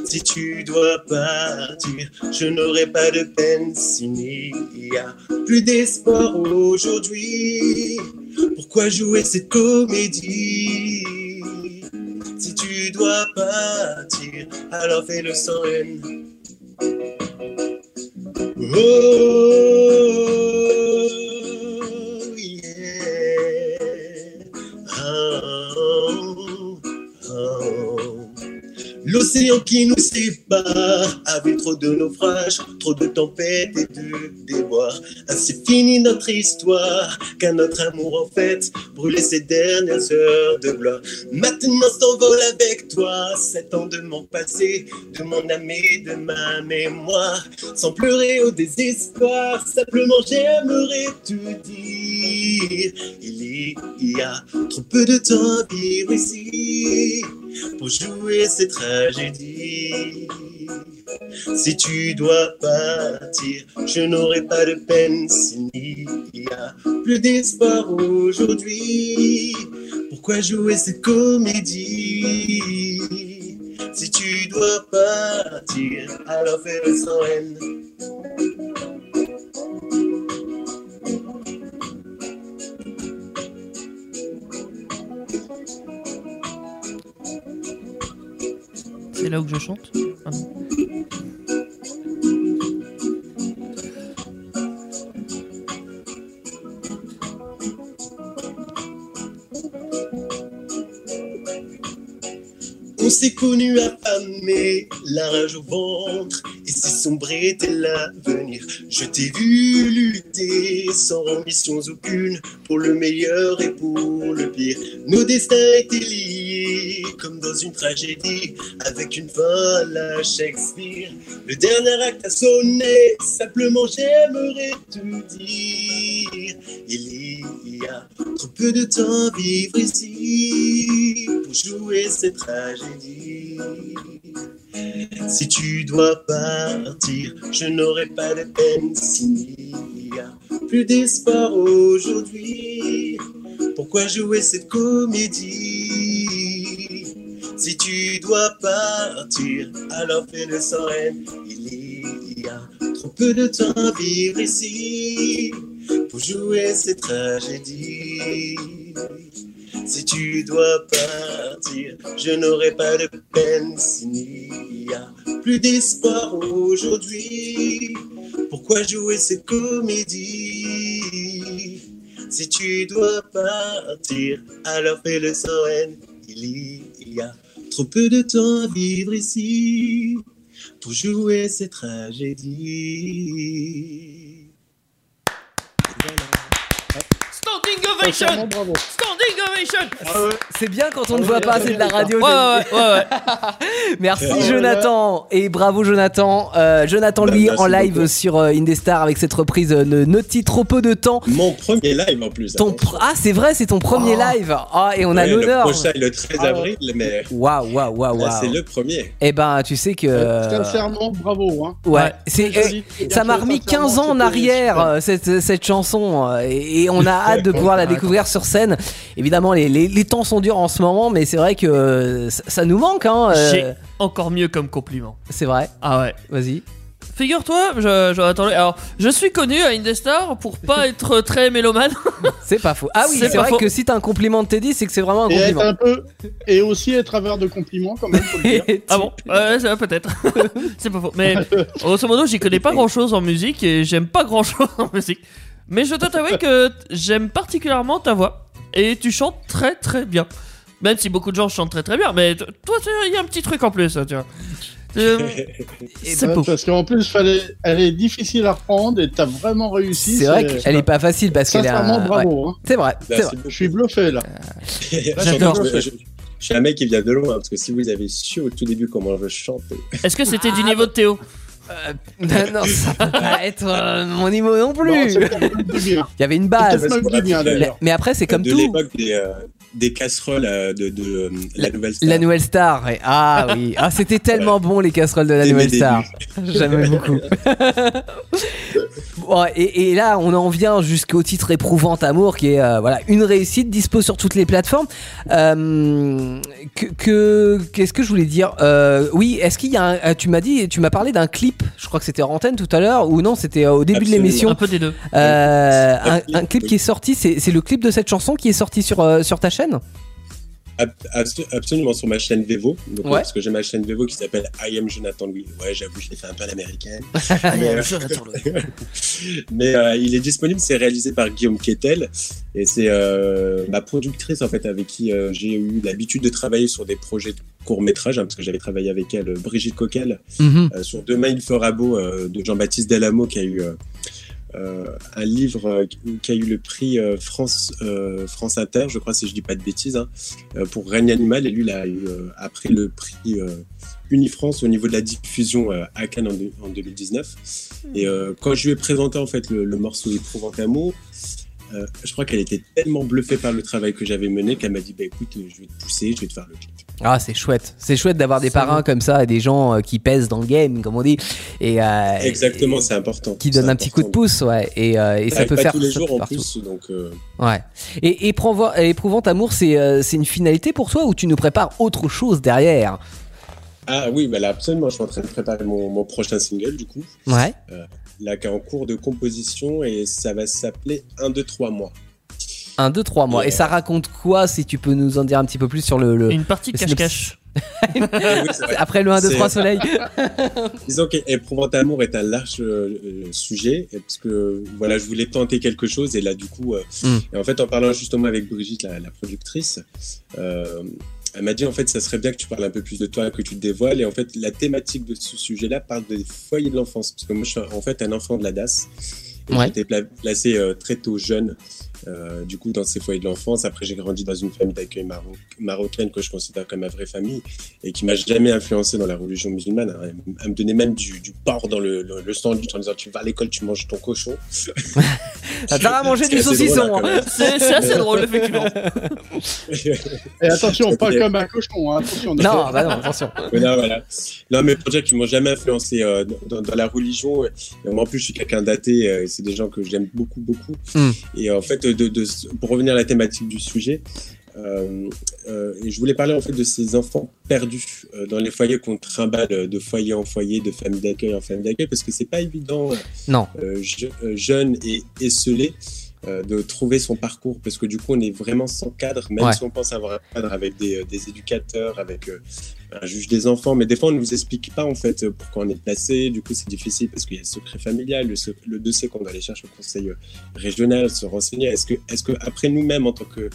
Si tu dois partir, je n'aurai pas de peine s'il n'y a plus d'espoir aujourd'hui. Pourquoi jouer cette comédie Si tu dois partir, alors fais-le sans haine. Oh, yeah. Ah, Oh, oh. L'océan qui nous sépare avait trop de naufrages, trop de tempêtes et de déboires. Ainsi finit notre histoire, car notre amour en fait brûlait ses dernières heures de gloire. Maintenant s'envole avec toi, sept ans de mon passé, de mon âme et de ma mémoire. Sans pleurer au désespoir, simplement j'aimerais te dire, il y a trop peu de temps à vivre ici pour jouer ces tragédies. Si tu dois partir, je n'aurai pas de peine s'il n'y a plus d'espoir aujourd'hui. Pourquoi jouer cette comédie Si tu dois partir, alors fais-le sans haine.
C'est là où je chante. Ah non.
On s'est connus affamés, la rage au ventre, et si sombre était l'avenir. Je t'ai vu lutter sans ambitions aucune, pour le meilleur et pour le pire. Nos destins étaient liés, comme dans une tragédie, avec une fin à la Shakespeare. Le dernier acte a sonné, simplement j'aimerais te dire, il y a trop peu de temps à vivre ici pour jouer cette tragédie. Si tu dois partir, je n'aurai pas de peine s'il n'y a plus d'espoir aujourd'hui. Pourquoi jouer cette comédie Si tu dois partir, alors fais-le sans haine. Il y a trop peu de temps à vivre ici pour jouer ces tragédies. Si tu dois partir, je n'aurai pas de peine s'il n'y a plus d'espoir aujourd'hui. Pourquoi jouer cette comédie Si tu dois partir, alors fais-le sans haine. Il y a trop peu de temps à vivre ici pour jouer ces tragédies.
Standing
Sincèrement,
ovation
bravo. Ah
Standing ovation
C'est bien quand on ne voit pas assez de la radio.
Ah, Ouais, ouais, ouais, ouais.
Merci
Ouais.
Jonathan et bravo Jonathan. Euh, Jonathan
Bah,
lui
merci
en live
beaucoup.
sur euh, Indestar avec cette reprise euh, Ne notis trop peu de temps.
Mon premier live en plus.
Ton
attention.
pr- ah c'est vrai c'est ton premier live. Ah et on a
Bah, Ouais,
l'honneur.
Le prochain est le 13
Ah
avril, mais
Waouh waouh waouh.
là,
waouh.
c'est le premier.
Eh ben tu sais que
Sincèrement, bravo. Hein.
ouais c'est eh,
Je dis-
Ça m'a remis 15 ans en arrière euh, cette, cette chanson euh, et, et on a hâte de pouvoir la découvrir sur scène. Évidemment, les, les- les temps sont durs en ce moment, mais c'est vrai que euh, ça, ça nous manque. Hein, euh,
J'ai encore mieux comme compliment.
C'est vrai,
Ah ouais.
vas-y.
Figure-toi, je, je- attendez, alors, je suis connu à Indestar pour pas être très mélomane.
C'est pas faux. Ah oui,
C'est
c'est
pas
vrai
faux.
que si t'as un compliment de Teddy, c'est que c'est vraiment un
Et être
Ah, compliment.
un peu, et aussi être à travers de compliments quand même. Faut le dire.
Ah bon Ouais, ça va peut-être. c'est pas faux. Mais grosso modo, j'y connais pas grand-chose en musique et j'aime pas grand-chose en musique. Mais je dois t'avouer que t- j'aime particulièrement ta voix et tu chantes très très bien. Même si beaucoup de gens chantent très très bien, mais t- toi, tu- il y a un petit truc en plus, hein, tu vois. Euh, c'est
Ouais,
beau.
Parce qu'en plus, fallait, elle est difficile à reprendre et t'as vraiment réussi.
C'est vrai qu'elle est pas facile parce qu'elle est
Sincèrement,
un... ouais.
bravo. hein.
C'est vrai,
Bah,
c'est vrai.
Merci beaucoup.
Je suis bluffé là.
J'adore.
Je, je- je suis un mec qui vient de loin, parce que si vous avez su au tout début comment je euh, chante,
Est-ce que c'était du niveau de Théo
Non, non, ça peut pas être euh, mon niveau non
Non,
plus.
c'est peut-être du bien.
Il y avait une base.
C'est peut-être même du bien
Mais,
d'ailleurs.
mais après, c'est comme
de
tout.
l'époque des, euh, des casseroles euh, de, de, euh, la, nouvelle star.
La nouvelle star. ouais. Ah oui. Ah, c'était tellement bon les casseroles de la
Dès mes
nouvelle star.
débuts.
J'aimais beaucoup. Bon, et, et là, on en vient jusqu'au titre Éprouvant Amour, qui est euh, voilà, une réussite, dispo sur toutes les plateformes. Euh, que- que- Qu'est-ce que je voulais dire Euh, Oui, est-ce qu'il y a un- euh, Tu m'as dit, tu m'as parlé d'un clip, je crois que c'était en antenne tout à l'heure, ou non, c'était euh, au début de
Absolument.
l'émission.
Un peu des deux.
Euh, un,
Absolument.
un clip qui est sorti, c'est c'est le clip de cette chanson qui est sorti sur, euh, sur ta chaîne
Ab- abso- absolument sur ma chaîne Vevo. Donc,
Ouais.
Parce que j'ai ma chaîne Vevo qui s'appelle I am Jonathan Louis. Ouais, j'avoue, je l'ai fait un peu à l'américaine.
Ah,
mais euh, mais, euh, il est disponible, c'est réalisé par Guillaume Kettel. Et c'est euh, ma productrice, en fait, avec qui euh, j'ai eu l'habitude de travailler sur des projets de court-métrage, hein, parce que j'avais travaillé avec elle, euh, Brigitte Coquel, euh, sur Demain il fera beau euh, de Jean-Baptiste Delamo qui a eu euh, euh, un livre euh, qui a eu le prix euh, France, euh, France Inter, je crois si je dis pas de bêtises, hein, euh, pour Règne Animal. Et lui, il a eu euh, après le prix euh, Unifrance au niveau de la diffusion euh, à Cannes en, deux- en 2019. Et euh, quand je lui ai présenté en fait le, le morceau Éprouvant Amour, euh, je crois qu'elle était tellement bluffée par le travail que j'avais mené qu'elle m'a dit bah, écoute, euh, je vais te pousser, je vais te faire le clip.
Ah, c'est chouette. C'est chouette d'avoir des
C'est vrai.
parrains comme ça, et des gens euh, qui pèsent dans le game, comme on dit. Et, euh,
Exactement,
et-
c'est important.
qui donne
C'est
un petit coup de
important.
pouce, ouais. Et, euh, et ça
arrive
peut
pas
faire
tous les
ça
jours en
partout.
plus, donc. euh,
Ouais. Et, et Provo- et éprouvant amour, c'est euh, c'est une finalité pour toi ou tu nous prépares autre chose derrière
Ah oui, bah là, absolument. Je suis en train de préparer mon, mon prochain single, du coup,
Ouais.
là, qui est en cours de composition et ça va s'appeler 1, 2, 3 mois.
Un, deux, trois mois.
Ouais.
Et ça raconte quoi si tu peux nous en dire un petit peu plus sur le. le-
Une partie
le synopsis.
cache-cache.
Ah oui, c'est vrai.
Après le 1, 2,
C'est-
3 soleil
Disons qu'Éprouvant Amour est un large euh, euh, sujet, et parce que voilà, je voulais tenter quelque chose, et là, du coup, euh,
Mm.
et en fait, en parlant justement avec Brigitte, la, la productrice, euh, elle m'a dit en fait, ça serait bien que tu parles un peu plus de toi, que tu te dévoiles, et en fait, la thématique de ce sujet-là parle des foyers de l'enfance, parce que moi, je suis en fait un enfant de la DAS, et
Ouais.
j'ai été pla- placé euh, très tôt jeune. euh, du coup, dans ces foyers de l'enfance, après j'ai grandi dans une famille d'accueil maro- marocaine que je considère comme ma vraie famille et qui m'a jamais influencé dans la religion musulmane. hein. Elle- Elle me donnait même du, du porc dans le, le, le sandwich en disant tu vas à l'école, tu manges ton cochon.
T'as à manger
C'est
du
assez
saucisson
drôle,
hein.
hein,
C'est c'est assez drôle, effectivement.
Et attention, pas comme un cochon, hein, attention. d'accord
Non, bah non, attention.
Mais non, voilà. non, mais pour dire qu'ils m'ont jamais influencé euh, dans, dans la religion. Et en plus, je suis quelqu'un d'athée. euh, et c'est des gens que j'aime beaucoup, beaucoup.
Mm.
Et en fait, de, de, pour revenir à la thématique du sujet, euh, euh, et je voulais parler en fait de ces enfants perdus euh, dans les foyers qu'on trimballe euh, de foyer en foyer, de famille d'accueil en famille d'accueil, parce que c'est pas évident, euh,
Non.
euh, je- euh, jeune et esselé, euh, de trouver son parcours, parce que du coup on est vraiment sans cadre, même
Ouais.
si on pense avoir un cadre avec des, euh, des éducateurs, avec euh, un juge des enfants, mais des fois on ne nous explique pas en fait euh, pourquoi on est placé, du coup c'est difficile parce qu'il y a le secret familial, le, sec- le dossier qu'on doit aller chercher au conseil euh, régional, se renseigner, est-ce que, est-ce que après nous-mêmes en tant que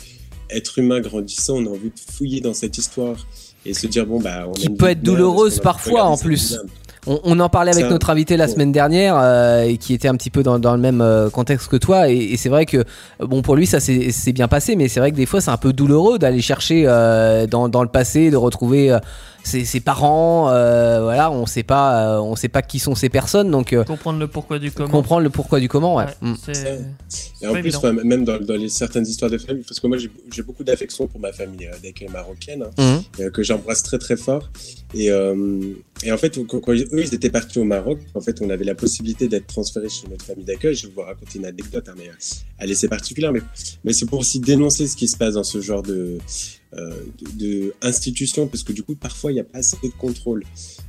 être humain grandissant, on a envie de fouiller dans cette histoire et se dire bon bah on a
Qui
une
peut
vie
être
de merde,
douloureuse
est-ce qu'on a envie de
parfois, en
regarder cette
plus.
vie-là
On, on en parlait avec
Ça-
notre invité la
ouais.
semaine dernière euh, et qui était un petit peu dans, dans le même euh, contexte que toi. Et, et c'est vrai que, euh, bon, pour lui, ça s'est s'est bien passé, mais c'est vrai que des fois, c'est un peu douloureux d'aller chercher euh, dans, dans le passé, de retrouver euh, ses, ses parents. euh, voilà, on sait pas, euh, on sait pas qui sont ces personnes, donc euh,
Comprendre le pourquoi du comment.
comprendre le pourquoi du comment, ouais.
Ouais,
Mm.
c'est-
Et en
Pas
plus,
évident.
enfin, même dans, dans les, certaines histoires de famille, parce que moi j'ai j'ai beaucoup d'affection pour ma famille euh, d'accueil marocaine, hein,
Mhm.
euh, que j'embrasse très très fort. Et, euh, et en fait, quand, quand eux ils étaient partis au Maroc, en fait, on avait la possibilité d'être transférés chez notre famille d'accueil. Je vais vous raconter une anecdote, hein, mais euh, elle est assez particulière, mais, mais c'est pour aussi dénoncer ce qui se passe dans ce genre de, euh, de, de institution, parce que du coup, parfois, il n'y a pas assez de contrôle.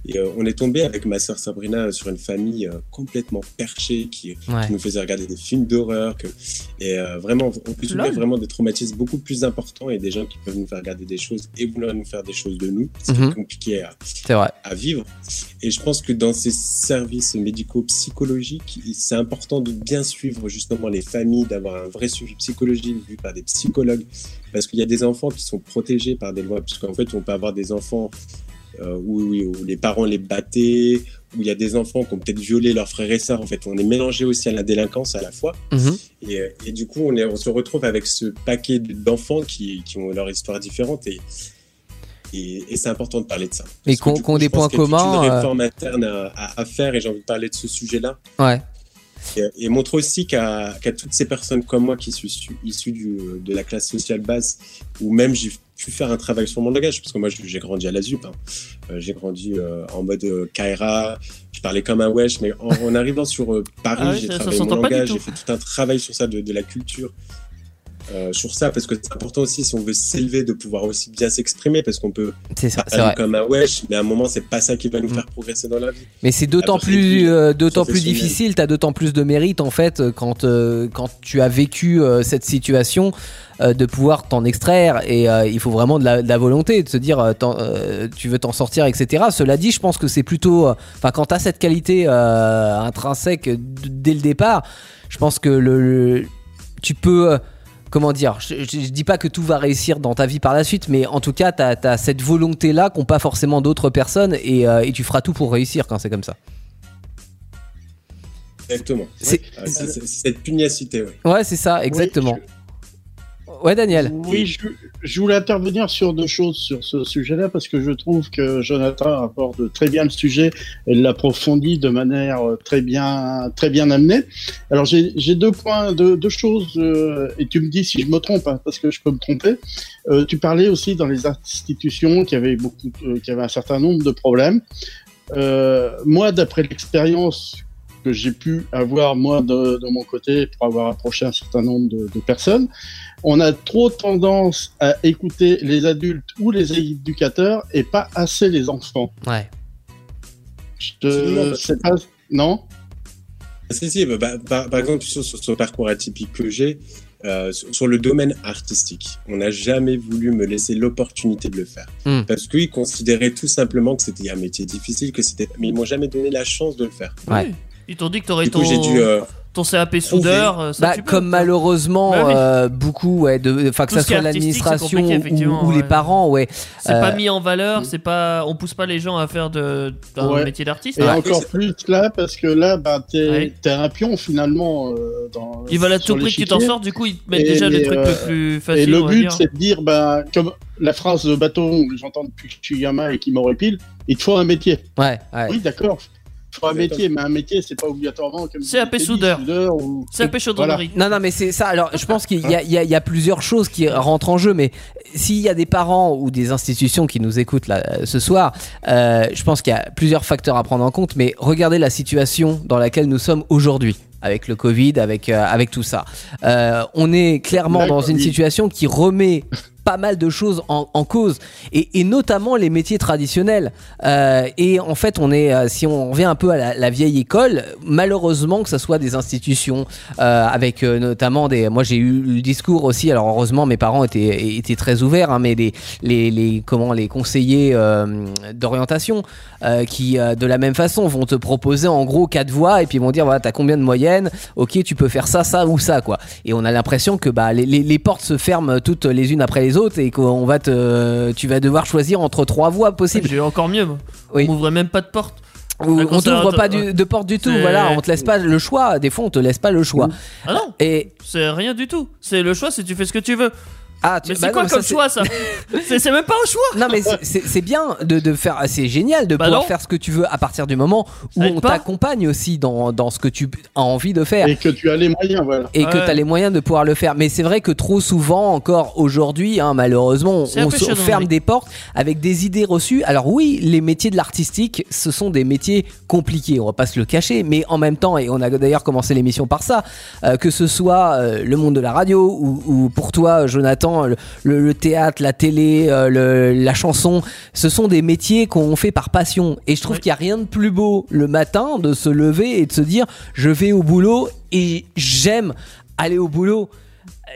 Et euh, on est tombé avec ma sœur Sabrina euh, sur une famille euh, complètement perchée qui
Mm, Ouais.
qui nous faisait regarder des films d'horreur. Que... Et euh, vraiment, on peut subir
Lol.
vraiment des traumatismes beaucoup plus importants et des gens qui peuvent nous faire regarder des choses et vouloir nous faire des choses de nous. C'est
Mhm.
compliqué à,
C'est vrai.
à vivre. Et je pense que dans ces services médicaux psychologiques, il- c'est important de bien suivre justement les familles, d'avoir un vrai suivi psychologique vu par des psychologues, parce qu'il y a des enfants qui sont protégés par des lois, puisqu'en fait, on peut avoir des enfants euh, où, où- où les parents les battaient, où il y a des enfants qui ont peut-être violé leurs frères et sœurs. En fait, on est mélangé aussi à la délinquance à la fois.
Mhm.
Et, euh, et du coup, on, est- on se retrouve avec ce paquet d'enfants qui, qui ont leur histoire différente et, et, et c'est important de parler de ça.
Et
Parce que
qu'on-
du
qu'on
coup,
des
je pense
points
qu'il y a toute
communs,
une
euh.
réforme interne à, à- à faire et j'ai envie de parler de ce sujet-là.
Ouais.
Et, et montre aussi qu'à qu'à toutes ces personnes comme moi qui sont issues, issues du- de la classe sociale basse, ou même j'ai pu faire un travail sur mon langage, parce que moi, j'ai grandi à la ZUP. hein. Euh, j'ai grandi euh, en mode euh, Kaira, je parlais comme un Wesh, mais en, en arrivant sur euh, Paris,
Ah ouais,
j'ai
ça- ça
travaillé mon
s'entend pas du
langage,
tout.
j'ai fait tout un travail sur ça, de, de la culture. euh, sur ça, parce que c'est important aussi, si on veut s'élever, de pouvoir aussi bien s'exprimer, parce qu'on peut
C'est ça, c'est
parler
vrai.
comme un wesh, mais à un moment, c'est pas ça qui va nous
Mm.
faire progresser dans la vie.
Mais c'est d'autant
Après, c'est
plus,
une
euh, d'autant plus
professionnelle.
difficile, t'as d'autant plus de mérite en fait euh, quand, euh, quand tu as vécu euh, cette situation euh, de pouvoir t'en extraire et euh, il faut vraiment de la, de la volonté de se dire euh, t'en- euh, tu veux t'en sortir etc. Cela dit, je pense que c'est plutôt, euh, enfin quand t'as cette qualité euh, intrinsèque d- dès le départ, je pense que le, le- tu peux euh, Comment dire je, je- je dis pas que tout va réussir dans ta vie par la suite, mais en tout cas, t'as as cette volonté-là qu'ont pas forcément d'autres personnes et, euh, et tu feras tout pour réussir quand c'est comme ça.
Exactement.
C'est-
Euh, c'est- c'est- c'est cette pugnacité, oui.
Ouais, c'est ça, exactement. Ouais, Daniel.
Oui, je, je voulais intervenir sur deux choses sur ce sujet-là parce que je trouve que Jonathan aborde très bien le sujet et l'approfondit de manière euh, très bien, très bien amenée. Alors j'ai j'ai deux points, deux, deux choses euh, et tu me dis si je me trompe hein, parce que je peux me tromper. Euh, tu parlais aussi dans les institutions qui avaient beaucoup, euh, qui avaient un certain nombre de problèmes. Euh, moi, d'après l'expérience que j'ai pu avoir moi de, de mon côté pour avoir approché un certain nombre de- de personnes on a trop tendance à écouter les adultes ou les éducateurs et pas assez les enfants.
Ouais.
Je te- sais pas. Non
Si, si, bah, bah, par, par exemple, sur, sur ce parcours atypique que j'ai, euh, sur, sur le domaine artistique, on n'a jamais voulu me laisser l'opportunité de le faire.
Hmm.
Parce qu'ils considéraient tout simplement que c'était un métier difficile, que c'était... mais ils m'ont jamais donné la chance de le faire.
Ouais.
Oui. Ils t'ont dit que t'aurais
Du
ton,
coup, j'ai dû... euh,
ton CAP soudeur. euh, Ça,
Bah,
tu peux,
comme
ça.
malheureusement
Bah oui.
euh, beaucoup, ouais, de, enfin que
Tout
ça
ce qui
soit
est artistique, c'est
l'administration
compliqué,
ou,
effectivement,
ou les
ouais.
parents, ouais.
C'est
euh,
pas mis en valeur, c'est pas, on pousse pas les gens à faire de, un
Ouais.
métier d'artiste.
Et
Ah,
encore plus là, parce que là, bah, t'es
Ouais.
t'es un pion finalement. euh, dans,
Ils veulent à
sur
tout prix que tu t'en
l'échiquier.
sortes, du coup ils te mettent
Et
déjà des
les,
trucs
euh,
le plus
Et
faciles.
le
on va
but,
dire.
c'est de dire, bah, comme la phrase de Bâton que j'entends depuis que je suis gamin et qui m'horripile, il te faut un métier.
Ouais, ouais.
Oui, d'accord. Il te faut un
Exactement.
métier, mais un métier, c'est pas obligatoirement comme
C'est un
tu dis,
soudeur.
ou-
C'est un péché
Voilà.
Non, non, mais c'est ça. Alors, je pense qu'il y, a- il y a- il y a plusieurs choses qui rentrent en jeu, mais s'il y a des parents ou des institutions qui nous écoutent là, euh, ce soir, euh, je pense qu'il y a plusieurs facteurs à prendre en compte, mais regardez la situation dans laquelle nous sommes aujourd'hui. Avec le Covid, avec, euh, avec tout ça. Euh, on est clairement
La
dans une
Covid.
situation qui remet pas mal de choses en, en cause, et, et notamment les métiers traditionnels. Euh, et en fait, on est, euh, si on revient un peu à la, la vieille école, malheureusement que ce soit des institutions, euh, avec euh, notamment des. Moi, j'ai eu le discours aussi. Alors heureusement, mes parents étaient étaient très ouverts, hein, mais des les, les comment les conseillers euh, d'orientation euh, qui euh, de la même façon vont te proposer en gros quatre voies et puis vont dire voilà t'as combien de moyenne, ok tu peux faire ça ça ou ça quoi. Et on a l'impression que bah les, les, les portes se ferment toutes les unes après les autres et qu'on va te tu vas devoir choisir entre trois voies possibles.
J'ai encore mieux. moi.
Oui.
On m'ouvrait même pas de porte.
Ou-
La
on t'ouvre
conservateur-
pas du- de porte du tout.
C'est-
Voilà on te laisse pas le choix. Des fois on te laisse pas le choix.
Ah non,
Et
c'est rien du tout. C'est le choix, c'est tu fais ce que tu veux.
ah tu-
Mais
bah
c'est quoi
non, ça,
comme
c'est-
choix ça C'est c'est même pas un choix.
Non mais c'est- c'est c'est bien de, de faire, c'est génial de
Bah
pouvoir
non.
faire ce que tu veux à partir du moment où
aide
on
pas.
t'accompagne aussi dans, dans ce que tu as envie de faire
Et que tu as les moyens, voilà.
et que
Ouais.
tu as les moyens de pouvoir le faire. Mais c'est vrai que trop souvent, encore aujourd'hui, hein, malheureusement,
C'est un
on
peu
se
chiant,
on ferme
oui.
des portes avec des idées reçues. Alors oui, les métiers de l'artistique, ce sont des métiers compliqués, on va pas se le cacher, mais en même temps, et on a d'ailleurs commencé l'émission par ça, euh, que ce soit euh, le monde de la radio ou, ou pour toi, Jonathan, le, le- le théâtre, la télé, euh, le- la chanson, ce sont des métiers qu'on fait par passion. Et je trouve
Ouais.
qu'il n'y a rien de plus beau le matin de se lever et de se dire je vais au boulot et j'aime aller au boulot.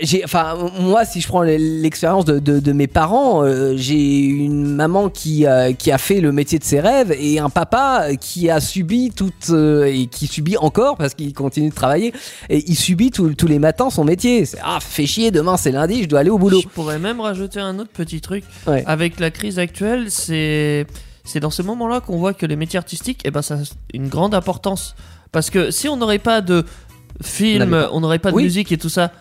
J'ai, enfin, moi, si je prends l'expérience de, de- de mes parents, euh, j'ai une maman qui, euh, qui a fait le métier de ses rêves et un papa qui a subi toute euh, et qui subit encore parce qu'il continue de travailler et il subit tout- tous les matins son métier. C'est, ah, fais chier, demain c'est lundi, je dois aller au boulot.
Je pourrais même rajouter un autre petit truc.
Ouais.
Avec la crise actuelle, c'est c'est dans ces moments-là qu'on voit que les métiers artistiques, eh ben, ça a une grande importance. Parce que si on n'aurait pas de
On
films,
n'avait
on n'aurait pas de
Oui.
musique et tout ça,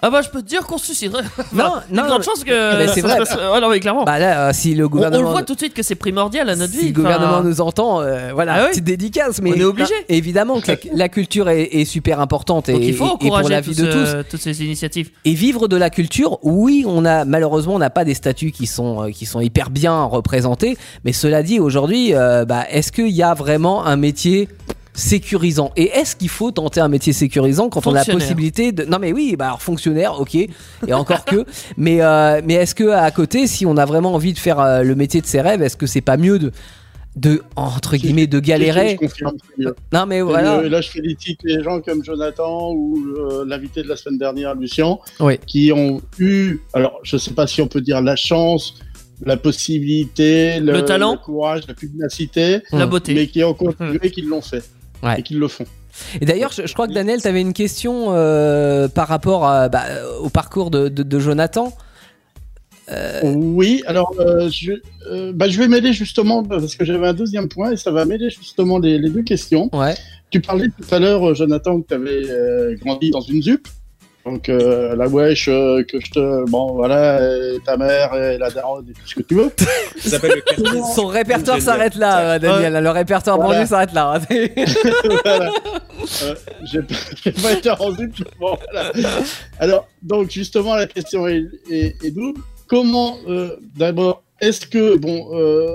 Ah bah je peux te dire qu'on se suiciderait.
Non,
Voilà. Il y a
non,
de chance que.
mais c'est
ça
vrai.
se passe- Ouais, non, mais clairement.
Bah là, euh, si le
on, on le
gouvernement.
voit tout de suite que c'est primordial à notre
si
vie.
le gouvernement
enfin,
nous entend, euh, voilà,
Ah oui.
petite dédicace. Mais
On est obligé.
Bah, évidemment que la, la culture est, est super importante et,
Donc il faut
et- et pour
encourager
la vie
tous,
de tous.
euh, toutes ces initiatives.
Et vivre de la culture, oui, on a malheureusement on n'a pas des statuts qui sont euh, qui sont hyper bien représentés. Mais cela dit, aujourd'hui, euh, bah, est-ce qu'il y a vraiment un métier sécurisant Et est-ce qu'il faut tenter un métier sécurisant quand on a la
Fonctionnaire.
possibilité de Non, mais oui, bah alors fonctionnaire, ok, et encore que. Mais euh, mais est-ce que à côté, si on a vraiment envie de faire euh, le métier de ses rêves, est-ce que c'est pas mieux de de entre guillemets de
Je
galérer
confirme, c'est mieux.
Non, mais
Et,
voilà.
euh, là, je félicite les gens comme Jonathan ou euh, l'invité de la semaine dernière, Lucien,
Oui.
qui ont eu, alors je ne sais pas si on peut dire la chance, la possibilité, le,
Le talent.
le courage, la pugnacité,
Hum.
La beauté. Mmh.
mais qui ont continué, qui l'ont fait
Ouais.
et qui le font.
Et d'ailleurs, je, je crois que Daniel, t'avais une question euh, par rapport à, bah, au parcours de, de- de Jonathan.
Oui, alors euh, je, euh, bah, je vais mêler justement, parce que j'avais un deuxième point et ça va mêler justement les, les deux questions.
Ouais.
Tu parlais tout à l'heure, euh, Jonathan, que tu avais grandi dans une ZUP. Donc euh, la wesh euh, que je te... Bon voilà, euh, ta mère et la daronne et tout ce que tu veux.
Ça s'appelle le quartier.
Son répertoire
Génial.
s'arrête là, euh, Daniel. Le répertoire
Voilà.
banlieue s'arrête là. hein.
Voilà. Euh, J'ai pas, j'ai pas été rendu plus bon, voilà. Alors, donc justement, la question est, est- est double. Comment, euh, d'abord, est-ce que, bon, euh,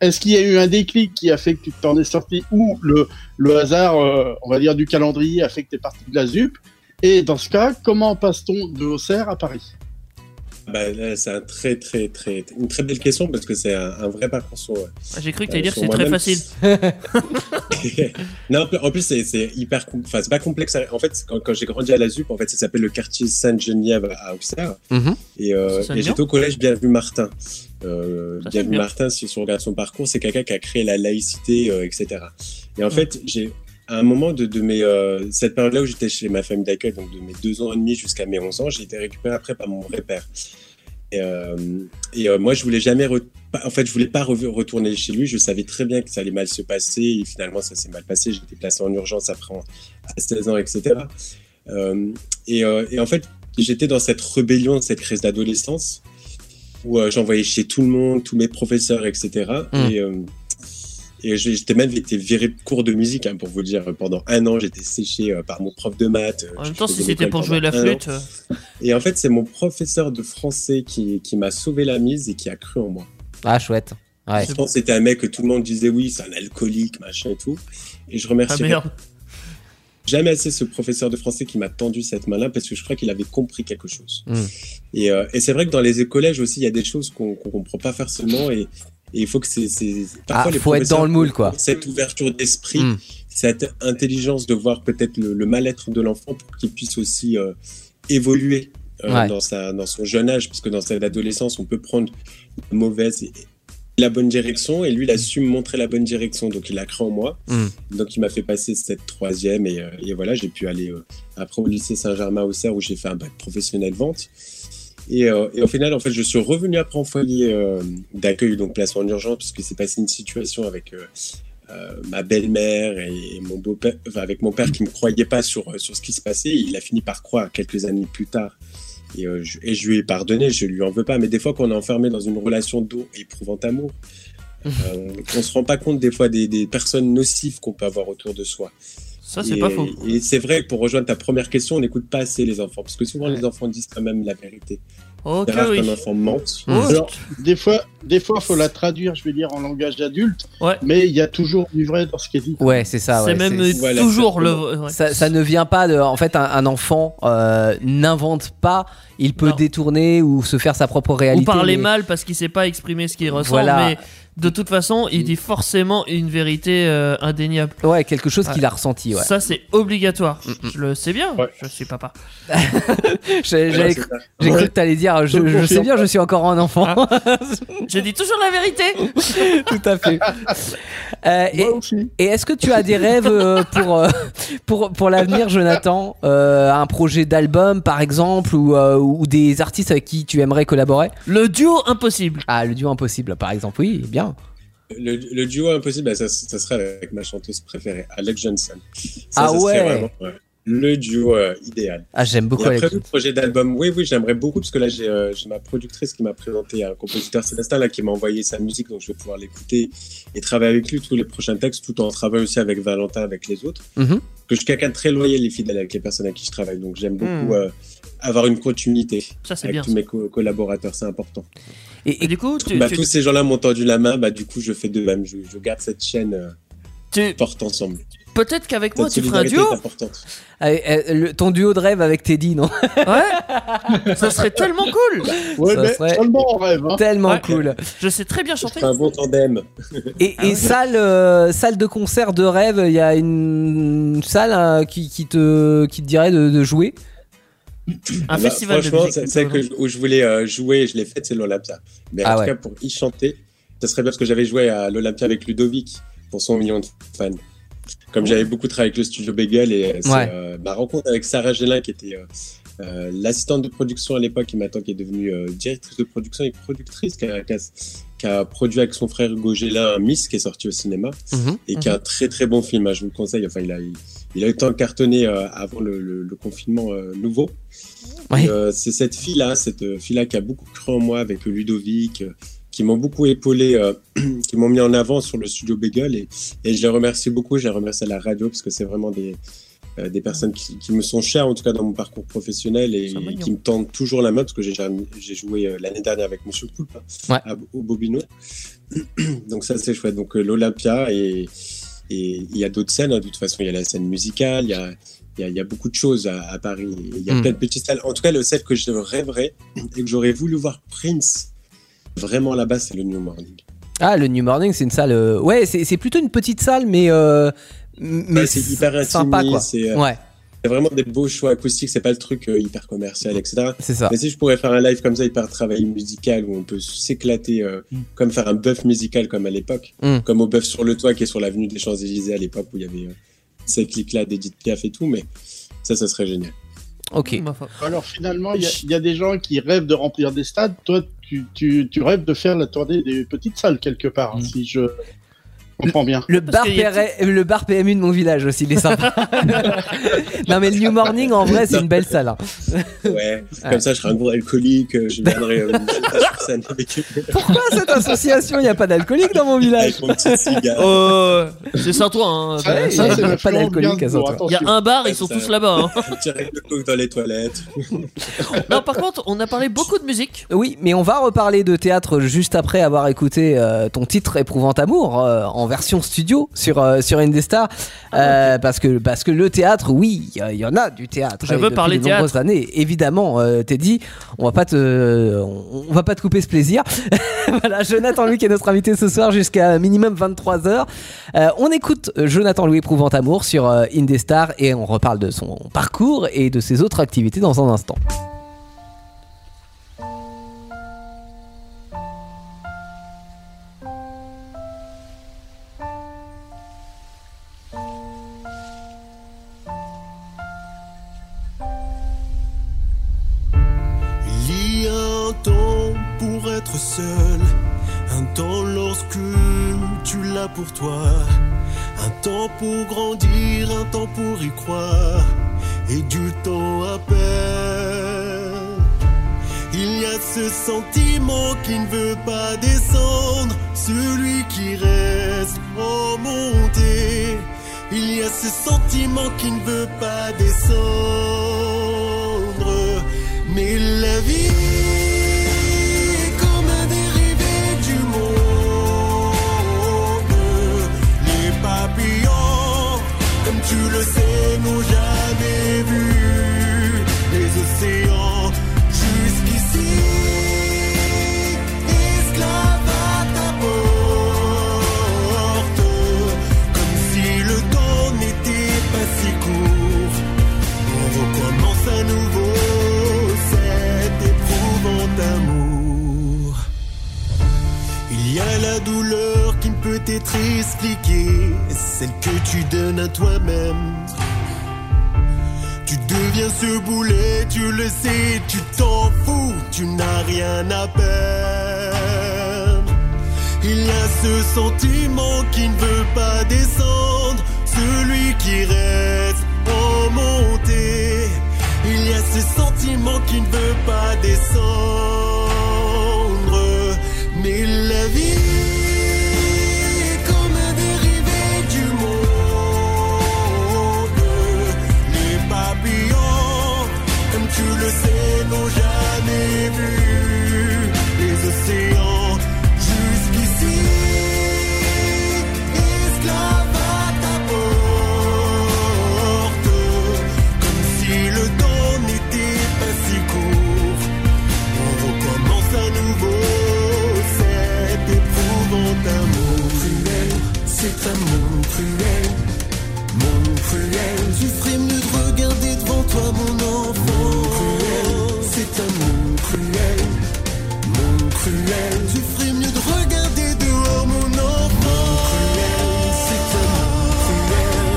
est-ce qu'il y a eu un déclic qui a fait que tu t'en es sorti ou le, le hasard, euh, on va dire, du calendrier a fait que tu es parti de la ZUP Et dans ce cas, comment passe-t-on de Auxerre à Paris
Bah, là, c'est un très, très, très, une très belle question parce que c'est un, un vrai parcours sur,
J'ai cru que
euh,
t'allais dire que
sur
c'est très
moi-même.
facile.
non, en plus, c'est- c'est hyper. com- Enfin, c'est pas complexe. à- En fait, c'est quand, quand j'ai grandi à la ZUP, en fait, ça s'appelle le quartier Sainte-Geneviève à Auxerre.
Mhm.
Et, euh,
Ça sonne
et
bien.
j'étais au collège Bienvenue Martin. Euh,
Ça sonne
Bienvenue
bien.
Martin, si on regarde son parcours, c'est quelqu'un qui a créé la laïcité, euh, etc.
Mm.
Et en fait, j'ai. À un moment de, de mes, euh, cette période-là où j'étais chez ma famille d'accueil, donc de mes deux ans et demi jusqu'à mes 11 ans, j'ai été récupéré après par mon vrai père. Et, euh, et euh, moi, je voulais jamais. re- pas- En fait, je voulais pas re- retourner chez lui. Je savais très bien que ça allait mal se passer. Et finalement, ça s'est mal passé. J'ai été placé en urgence après en- à 16 ans, etc. Euh, et, euh, et en fait, j'étais dans cette rébellion, cette crise d'adolescence où euh, j'envoyais chez tout le monde, tous mes professeurs, etc.
Mm.
Et, euh, et j'ai- j'étais même été viré de cours de musique, hein, pour vous dire. Pendant un an, j'étais séché euh, par mon prof de maths.
En
Je
même temps,
faisais
si c'était
l'école
pour jouer
pendant
la
un an.
flûte, euh,
Et en fait, c'est mon professeur de français qui, qui m'a sauvé la mise et qui a cru en moi.
Ah, chouette. Ouais.
Je pense que c'était un mec que tout le monde disait oui, c'est un alcoolique, machin et tout. Et je
ah
remercie
merde.
jamais assez ce professeur de français qui m'a tendu cette main-là parce que je crois qu'il avait compris quelque chose.
Mm.
Et, euh, et c'est vrai que dans les collèges aussi, il y a des choses qu'on qu'on comprend pas forcément et et il faut que c'est c'est-
Ah,
parfois les
faut être
professeurs
dans le moule, quoi.
cette ouverture d'esprit,
Mm.
cette intelligence de voir peut-être le, le mal-être de l'enfant pour qu'il puisse aussi euh, évoluer euh,
Ouais.
dans, sa, dans son jeune âge, parce que dans cette adolescence, on peut prendre la mauvaise et la bonne direction, et lui, il a su me montrer la bonne direction, donc il a cru en moi.
Mm.
Donc il m'a fait passer cette troisième, et, euh, et voilà, j'ai pu aller euh, après au lycée Saint-Germain-Auxerre où j'ai fait un bac professionnel vente. Et, euh, et au final, en fait, je suis revenu après en foyer euh, d'accueil, donc placement en urgence, parce qu'il s'est passé une situation avec euh, euh, ma belle-mère et, et mon beau-père, enfin, avec mon père qui ne me croyait pas sur, euh, sur ce qui se passait. Et il a fini par croire quelques années plus tard. Et, euh, je, et je lui ai pardonné, je lui en veux pas. Mais des fois, qu'on est enfermé dans une relation d'eau éprouvant amour, euh, on se rend pas compte des fois des, des personnes nocives qu'on peut avoir autour de soi.
Ça, c'est
Et-
pas faux.
Et c'est vrai que pour rejoindre ta première question, on n'écoute pas assez les enfants, parce que souvent
Ouais.
les enfants disent quand même la vérité.
Ok,
C'est rare
oui.
qu'un enfant mente.
Oh,
Alors,
je-
Des fois, des fois, faut la traduire, je vais dire, en langage d'adulte,
Ouais.
mais il y a toujours du vrai dans ce qui est dit.
Ouais, c'est ça.
c'est
ouais,
même
c'est-
euh,
Voilà,
toujours le. ouais.
Ça, ça ne vient pas de. En fait, un, un enfant euh, n'invente pas. Il peut
Non.
détourner ou se faire sa propre
Ou
réalité.
parler
mais-
mal parce qu'il sait pas exprimer ce qu'il ressent,
Voilà.
mais de toute façon, il dit forcément une vérité euh, indéniable.
Ouais, quelque chose
Ouais.
qu'il a ressenti. Ouais. Mm,
Ça, c'est obligatoire. Je le sais bien,
Ouais.
je suis papa.
J'ai
Voilà,
j'ai-
c'est ça.
j'ai cru que t'allais dire. Je, je sais bien, je suis encore un enfant.
Je dis toujours la vérité.
Tout à fait. Euh, et-
Moi aussi.
Et est-ce que tu as des rêves euh, pour, euh, pour, pour l'avenir, Jonathan Euh, Un projet d'album, par exemple, ou, euh, ou des artistes avec qui tu aimerais collaborer
Le duo impossible.
Ah, le duo impossible, par exemple, oui, bien.
Le, le duo impossible, bah, ça, ça serait avec ma chanteuse préférée, Alex Johnson. Ça,
Ah
ça serait
ouais.
vraiment, ouais. le duo euh, idéal.
Ah, j'aime beaucoup
Et après,
Alex.
le projet d'album, oui, oui, j'aimerais beaucoup parce que là, j'ai euh, j'ai ma productrice qui m'a présenté un compositeur Célestin là, qui m'a envoyé sa musique, donc je vais pouvoir l'écouter et travailler avec lui tous les prochains textes, tout en travaillant aussi avec Valentin, avec les autres.
Mhm.
Que je suis quelqu'un de très loyal et fidèle avec les personnes avec qui je travaille, donc j'aime beaucoup
Hmm.
Mhm.
euh, avoir une continuité
Ça, c'est
avec
bien.
tous mes co- collaborateurs, c'est important.
Et du coup, tu,
Bah,
tu-
tous ces gens-là m'ont tendu la main, bah, du coup, je fais de même, je, je garde cette chaîne euh,
tu-
forte ensemble.
peut-être qu'avec moi,
Cette
tu feras un
solidarité
duo.
est importante.
Ah, euh, le- ton duo de rêve avec Teddy, non
Ouais. Ça serait tellement cool.
Ouais,
Ça
mais
serait-
seulement en rêve. Hein.
Tellement
Ouais.
cool.
Je sais très bien
Je
chanter.
ferai un bon tandem.
Et, et salle, euh, salle de concert de rêve, il y a une salle euh, qui, qui te, qui te dirait de, de jouer
Un
Bah,
Ah, festival de
franchement,
musique.
c'est- celle que je- où je voulais euh, jouer, je l'ai faite, c'est l'Olympia. Mais
Ah
en
ouais.
tout cas, pour y chanter, ça serait bien parce que j'avais joué à l'Olympia avec Ludovic pour son million de fans. Comme j'avais beaucoup travaillé avec le studio Bagel et euh, c'est,
Ouais.
euh, ma rencontre avec Sarah Gélin, qui était euh, euh, l'assistante de production à l'époque, qui maintenant qui est devenue euh, directrice de production et productrice, qui a, qui a- qui a produit avec son frère Hugo Gélin Miss, qui est sorti au cinéma et qui est un
Mhm.
très très bon film. hein, je vous le conseille. Enfin, il a, il, il a eu le temps de cartonner euh, avant le, le- le confinement euh, nouveau.
Ouais.
Et, euh, c'est cette fille-là, cette euh, fille-là qui a beaucoup cru en moi avec le Ludovic, euh, qui m'ont beaucoup épaulé, euh, qui m'ont mis en avant sur le studio Beagle. Et, et je les remercie beaucoup. Je les remercie à la radio parce que c'est vraiment des, euh, des personnes qui, qui me sont chères, en tout cas dans mon parcours professionnel, et,
C'est mignon.
qui me tendent toujours la main parce que j'ai jamais- j'ai joué euh, l'année dernière avec Monsieur Poulpe hein, à- au Bobino. Donc ça c'est chouette. Donc euh, l'Olympia et et il y a d'autres scènes. hein. De toute façon, il y a la scène musicale, il y a il y a, il y a beaucoup de choses à, à Paris. Et Il y a
Mm.
plein de petites salles. En tout cas, le set que je rêverais et que j'aurais voulu voir Prince vraiment là-bas, c'est le New Morning.
Ah, le New Morning, c'est une salle. euh, Ouais, c'est c'est plutôt une petite salle, mais. euh, mais
Ouais, c'est hyper intime,
sympa, quoi.
C'est euh,
Ouais,
c'est vraiment des beaux choix acoustiques. C'est pas le truc euh, hyper commercial, etc.
c'est ça.
Mais si je pourrais faire un live comme ça, hyper travail musical, où on peut s'éclater, euh,
Hmm.
Mm.
comme faire un bœuf musical comme à l'époque,
Mm.
comme au bœuf sur le toit qui est sur l'avenue des Champs-Élysées à l'époque où il y avait euh, cette clique-là d'Edith Piaf et tout, mais ça, ça serait génial.
Ok.
Ma foi.
Alors finalement, il y a- il y, a des gens qui rêvent de remplir des stades. Toi, tu, tu, tu rêves de faire la tournée des petites salles quelque part, hein,
Mm.
si je comprends bien.
Le
Parce
bar,
qu'il y a
PRL euh, le bar PMU de mon village aussi, il est sympa. non, mais le New Morning, en vrai, c'est une belle salle. hein.
Ouais, comme ça, je serais un gros alcoolique, euh, je viendrais euh, je serais sur scène avec,
Pourquoi cette association Il n'y a pas d'alcoolique dans mon village
avec mon petit cigare.
Euh, c'est ça toi. hein.
Ouais,
Ça,
il y a
c'est
pas
le flanc
d'alcoolique à
Gainsbourg,
ça, toi.
Il y a
attention.
un bar, ils sont
Ça-
tous là-bas. hein.
Un petit règle de coke dans les toilettes.
Non, par contre, on a parlé beaucoup de musique.
Oui, mais on va reparler de théâtre juste après avoir écouté euh, ton titre Éprouvant Amour euh, en version studio sur, euh, sur Indestar. Euh, parce, que, parce que le théâtre, oui, il y a- il y en a du théâtre.
Ah, Je
Et
veux
depuis
parler
de
théâtre.
nombreuses années, évidemment, euh, Teddy, on va pas te, on, on va pas te couper ce plaisir. voilà, Jonathan Louis qui est notre invité ce soir jusqu'à minimum 23h. on écoute Jonathan Louis Éprouvant Amour sur euh, Indestar et on reparle de son parcours et de ses autres activités dans un instant.
Il y a un temps pour être seul, un temps lorsque tu l'as pour toi, un temps pour grandir, un temps pour y croire, et du temps à perdre. Il y a ce sentiment qui ne veut pas descendre, celui qui reste en montée. Il y a ce sentiment qui ne veut pas descendre. Mais la vie est comme un dérivé du monde. Les papillons, comme tu le sais, n'ont jamais vu les océans jusqu'ici. Esclave à ta porte, comme si le temps n'était pas si court. On recommence à nouveau cet éprouvant amour. Il y a la douleur qui ne peut être expliquée, celle que tu donnes à toi-même. Tu deviens ce boulet, tu le sais, tu t'en fous, tu n'as rien à perdre. Il y a ce sentiment qui ne veut pas descendre, celui qui reste en montée. Ces sentiments qui ne veulent pas descendre. Mais la vie est comme un dérivé du monde. Les papillons, comme tu le sais, n'ont jamais vu les océans. Jusqu'ici, esclave à ta porte. Comme si le temps n'était pas si court. On recommence à nouveau cet éprouvant amour cruel. C'est un monde cruel, monde cruel. Tu ferais mieux de regarder devant toi, mon enfant. C'est un monde cruel. Mon cruel, tu ferais mieux de regarder dehors mon enfant. Mon cruel, c'est un monde cruel.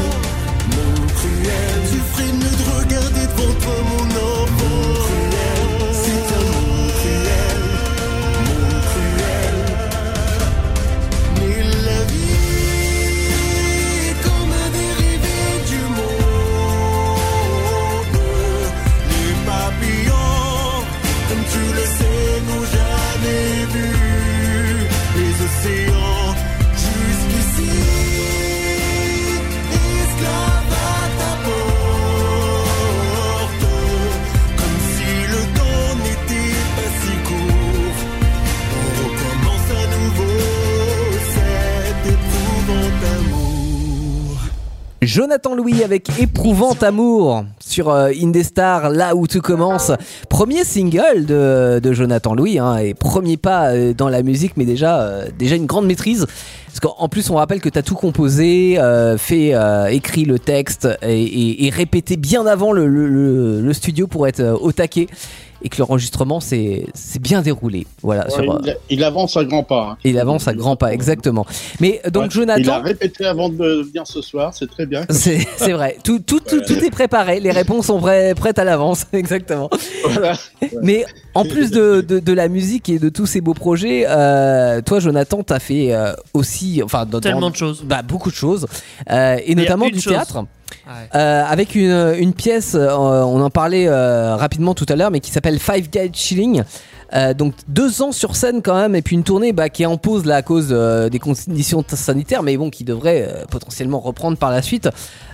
Mon cruel, tu ferais mieux de regarder devant toi mon enfant. Mon cruel, c'est un monde cruel. Mon cruel, mais la vie est comme un dérivé du monde. Les papillons, comme tu le sais, n'ont jamais vu les océans. Jusqu'ici, esclave à ta porte. Comme si le temps n'était pas si court. On recommence à nouveau cet éprouvant amour.
Jonathan Louis avec Éprouvant Amour sur euh, Indestar, là où tout commence. Premier single de, de Jonathan Louis hein, et premier pas euh, dans la musique, mais déjà, euh, déjà une grande maîtrise. Parce qu'en en plus, on rappelle que tu as tout composé, euh, fait, euh, écrit le texte et, et- et répété bien avant le, le- le- le studio pour être euh, au taquet et que l'enregistrement s'est s'est bien déroulé. Voilà, sur, euh,
il, il avance à grands pas. hein.
il avance à grands pas, exactement. Mais euh, donc,
Ouais.
Jonathan.
Il a répété avant de venir ce soir, c'est très bien.
C'est c'est vrai, tout, tout, tout, tout est préparé, les réponses sont prêt- prêtes à l'avance, exactement.
Voilà.
Mais en plus de, de, de la musique et de tous ces beaux projets, euh, toi Jonathan, t'as fait euh, aussi, enfin, dans- dans-
Tellement de choses.
bah, beaucoup de choses, euh, et
y a
notamment
une
du
chose.
théâtre. Euh, avec une, une pièce, euh, on en parlait euh, rapidement tout à l'heure, mais qui s'appelle Five Guys Chilling. Euh, donc deux ans sur scène quand même, et puis une tournée bah, qui est en pause là à cause euh, des conditions t- sanitaires, mais bon, qui devrait euh, potentiellement reprendre par la suite.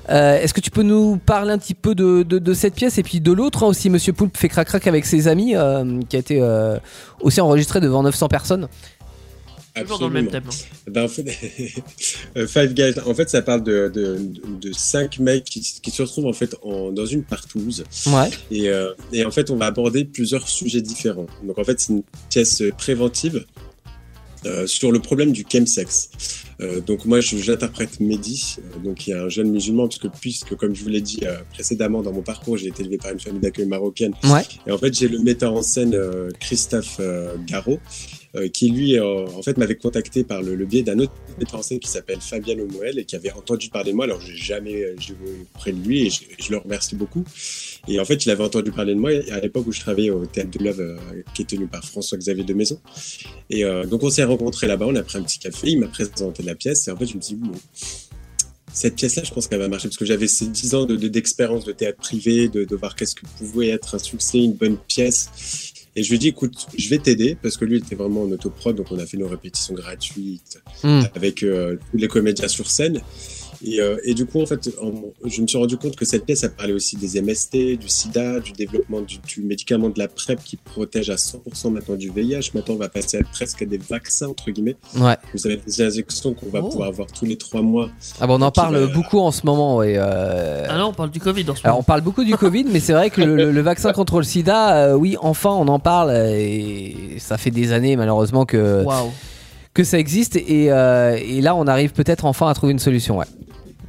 Euh, Est-ce que tu peux nous parler un petit peu de, de- de cette pièce et puis de l'autre hein, aussi, Monsieur Poulpe fait crac-crac avec ses amis, euh, qui a été euh, aussi enregistré devant 900 personnes.
Toujours dans le même thème. hein.
Ben, en fait, euh, Five Guys, en fait, ça parle de, de, de cinq mecs qui, qui se retrouvent en fait en, dans une partouze.
Ouais.
Et, euh, et en fait, on va aborder plusieurs sujets différents. Donc, en fait, c'est une pièce préventive euh, sur le problème du chemsex. Euh, donc, moi, je- j'interprète Mehdi, euh, donc, qui est un jeune musulman, puisque, puisque comme je vous l'ai dit euh, précédemment dans mon parcours, j'ai été élevé par une famille d'accueil marocaine.
Ouais.
Et en fait, j'ai le metteur en scène euh, Christophe euh, Garot, euh, qui lui, euh, en fait, m'avait contacté par le, le biais d'un autre metteur en scène qui s'appelle Fabien Lemoel et qui avait entendu parler de moi. Alors, j'ai jamais euh, joué auprès de lui et je, je le remercie beaucoup. Et en fait, il avait entendu parler de moi à l'époque où je travaillais au Théâtre de l'Oeuvre, euh, qui est tenu par François-Xavier de Maison. Et euh, donc, on s'est rencontrés là-bas, on a pris un petit café, il m'a présenté la pièce et en fait, je me suis dit, bon, cette pièce-là, je pense qu'elle va marcher parce que j'avais ces 10 ans de- de- d'expérience de, théâtre privé, de, de voir qu'est-ce que pouvait être un succès, une bonne pièce. Et je lui ai dit, écoute, je vais t'aider parce que lui était vraiment en autoprod, donc on a fait nos répétitions gratuites
Hmm.
avec euh, tous les comédiens sur scène. Et, euh, et du coup, en fait, en- je me suis rendu compte que cette pièce, elle parlait aussi des MST, du sida, du développement du, du médicament de la PrEP qui protège à 100% maintenant du VIH. Maintenant, on va passer à presque à des vaccins, entre guillemets.
Ouais.
Vous avez des injections qu'on va
Oh.
pouvoir avoir tous les trois mois
Ah bon, on en
Qui va-
parle beaucoup en ce moment, ouais. euh,
Ah non, on parle du Covid en ce
Alors
moment.
on parle beaucoup du Covid, mais c'est vrai que le, le- le vaccin contre le sida, euh, oui, enfin on en parle euh, et ça fait des années malheureusement que,
Waouh.
que ça existe et, euh, et là on arrive peut-être enfin à trouver une solution. Ouais.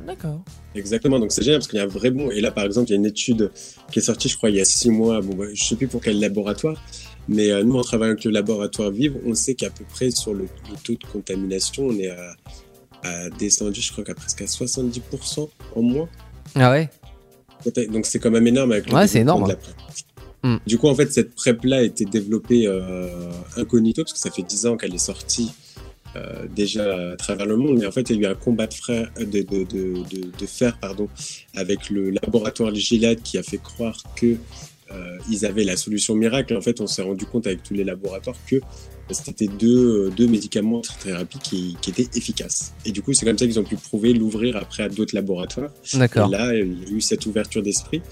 D'accord.
Exactement, donc c'est génial parce qu'il y a un vrai bon. Et là, par exemple, il y a une étude qui est sortie, je crois, il y a six mois. Bon, bah, je sais plus pour quel laboratoire, mais euh, nous, en travaillant avec le laboratoire Vivre, on sait qu'à peu près sur le, le taux de contamination, on est à, à descendu, je crois, qu'à presque à 70% en moins.
Ah ouais
Donc c'est quand même énorme avec le
Ouais, c'est
développement
énorme.
de la
Mm.
PrEP. Du coup, en fait, cette PrEP-là a été développée euh, incognito, parce que ça fait 10 ans qu'elle est sortie euh, déjà à travers le monde. Mais en fait, il y a eu un combat de, frère, de, de, de, de- de fer pardon, avec le laboratoire Gilad qui a fait croire que euh, ils avaient la solution miracle. En fait, on s'est rendu compte avec tous les laboratoires que euh, c'était deux, deux médicaments très, très rapides qui, qui étaient efficaces. Et du coup, c'est comme ça qu'ils ont pu prouver l'ouvrir après à d'autres laboratoires.
D'accord.
Et là, il y a eu cette ouverture d'esprit.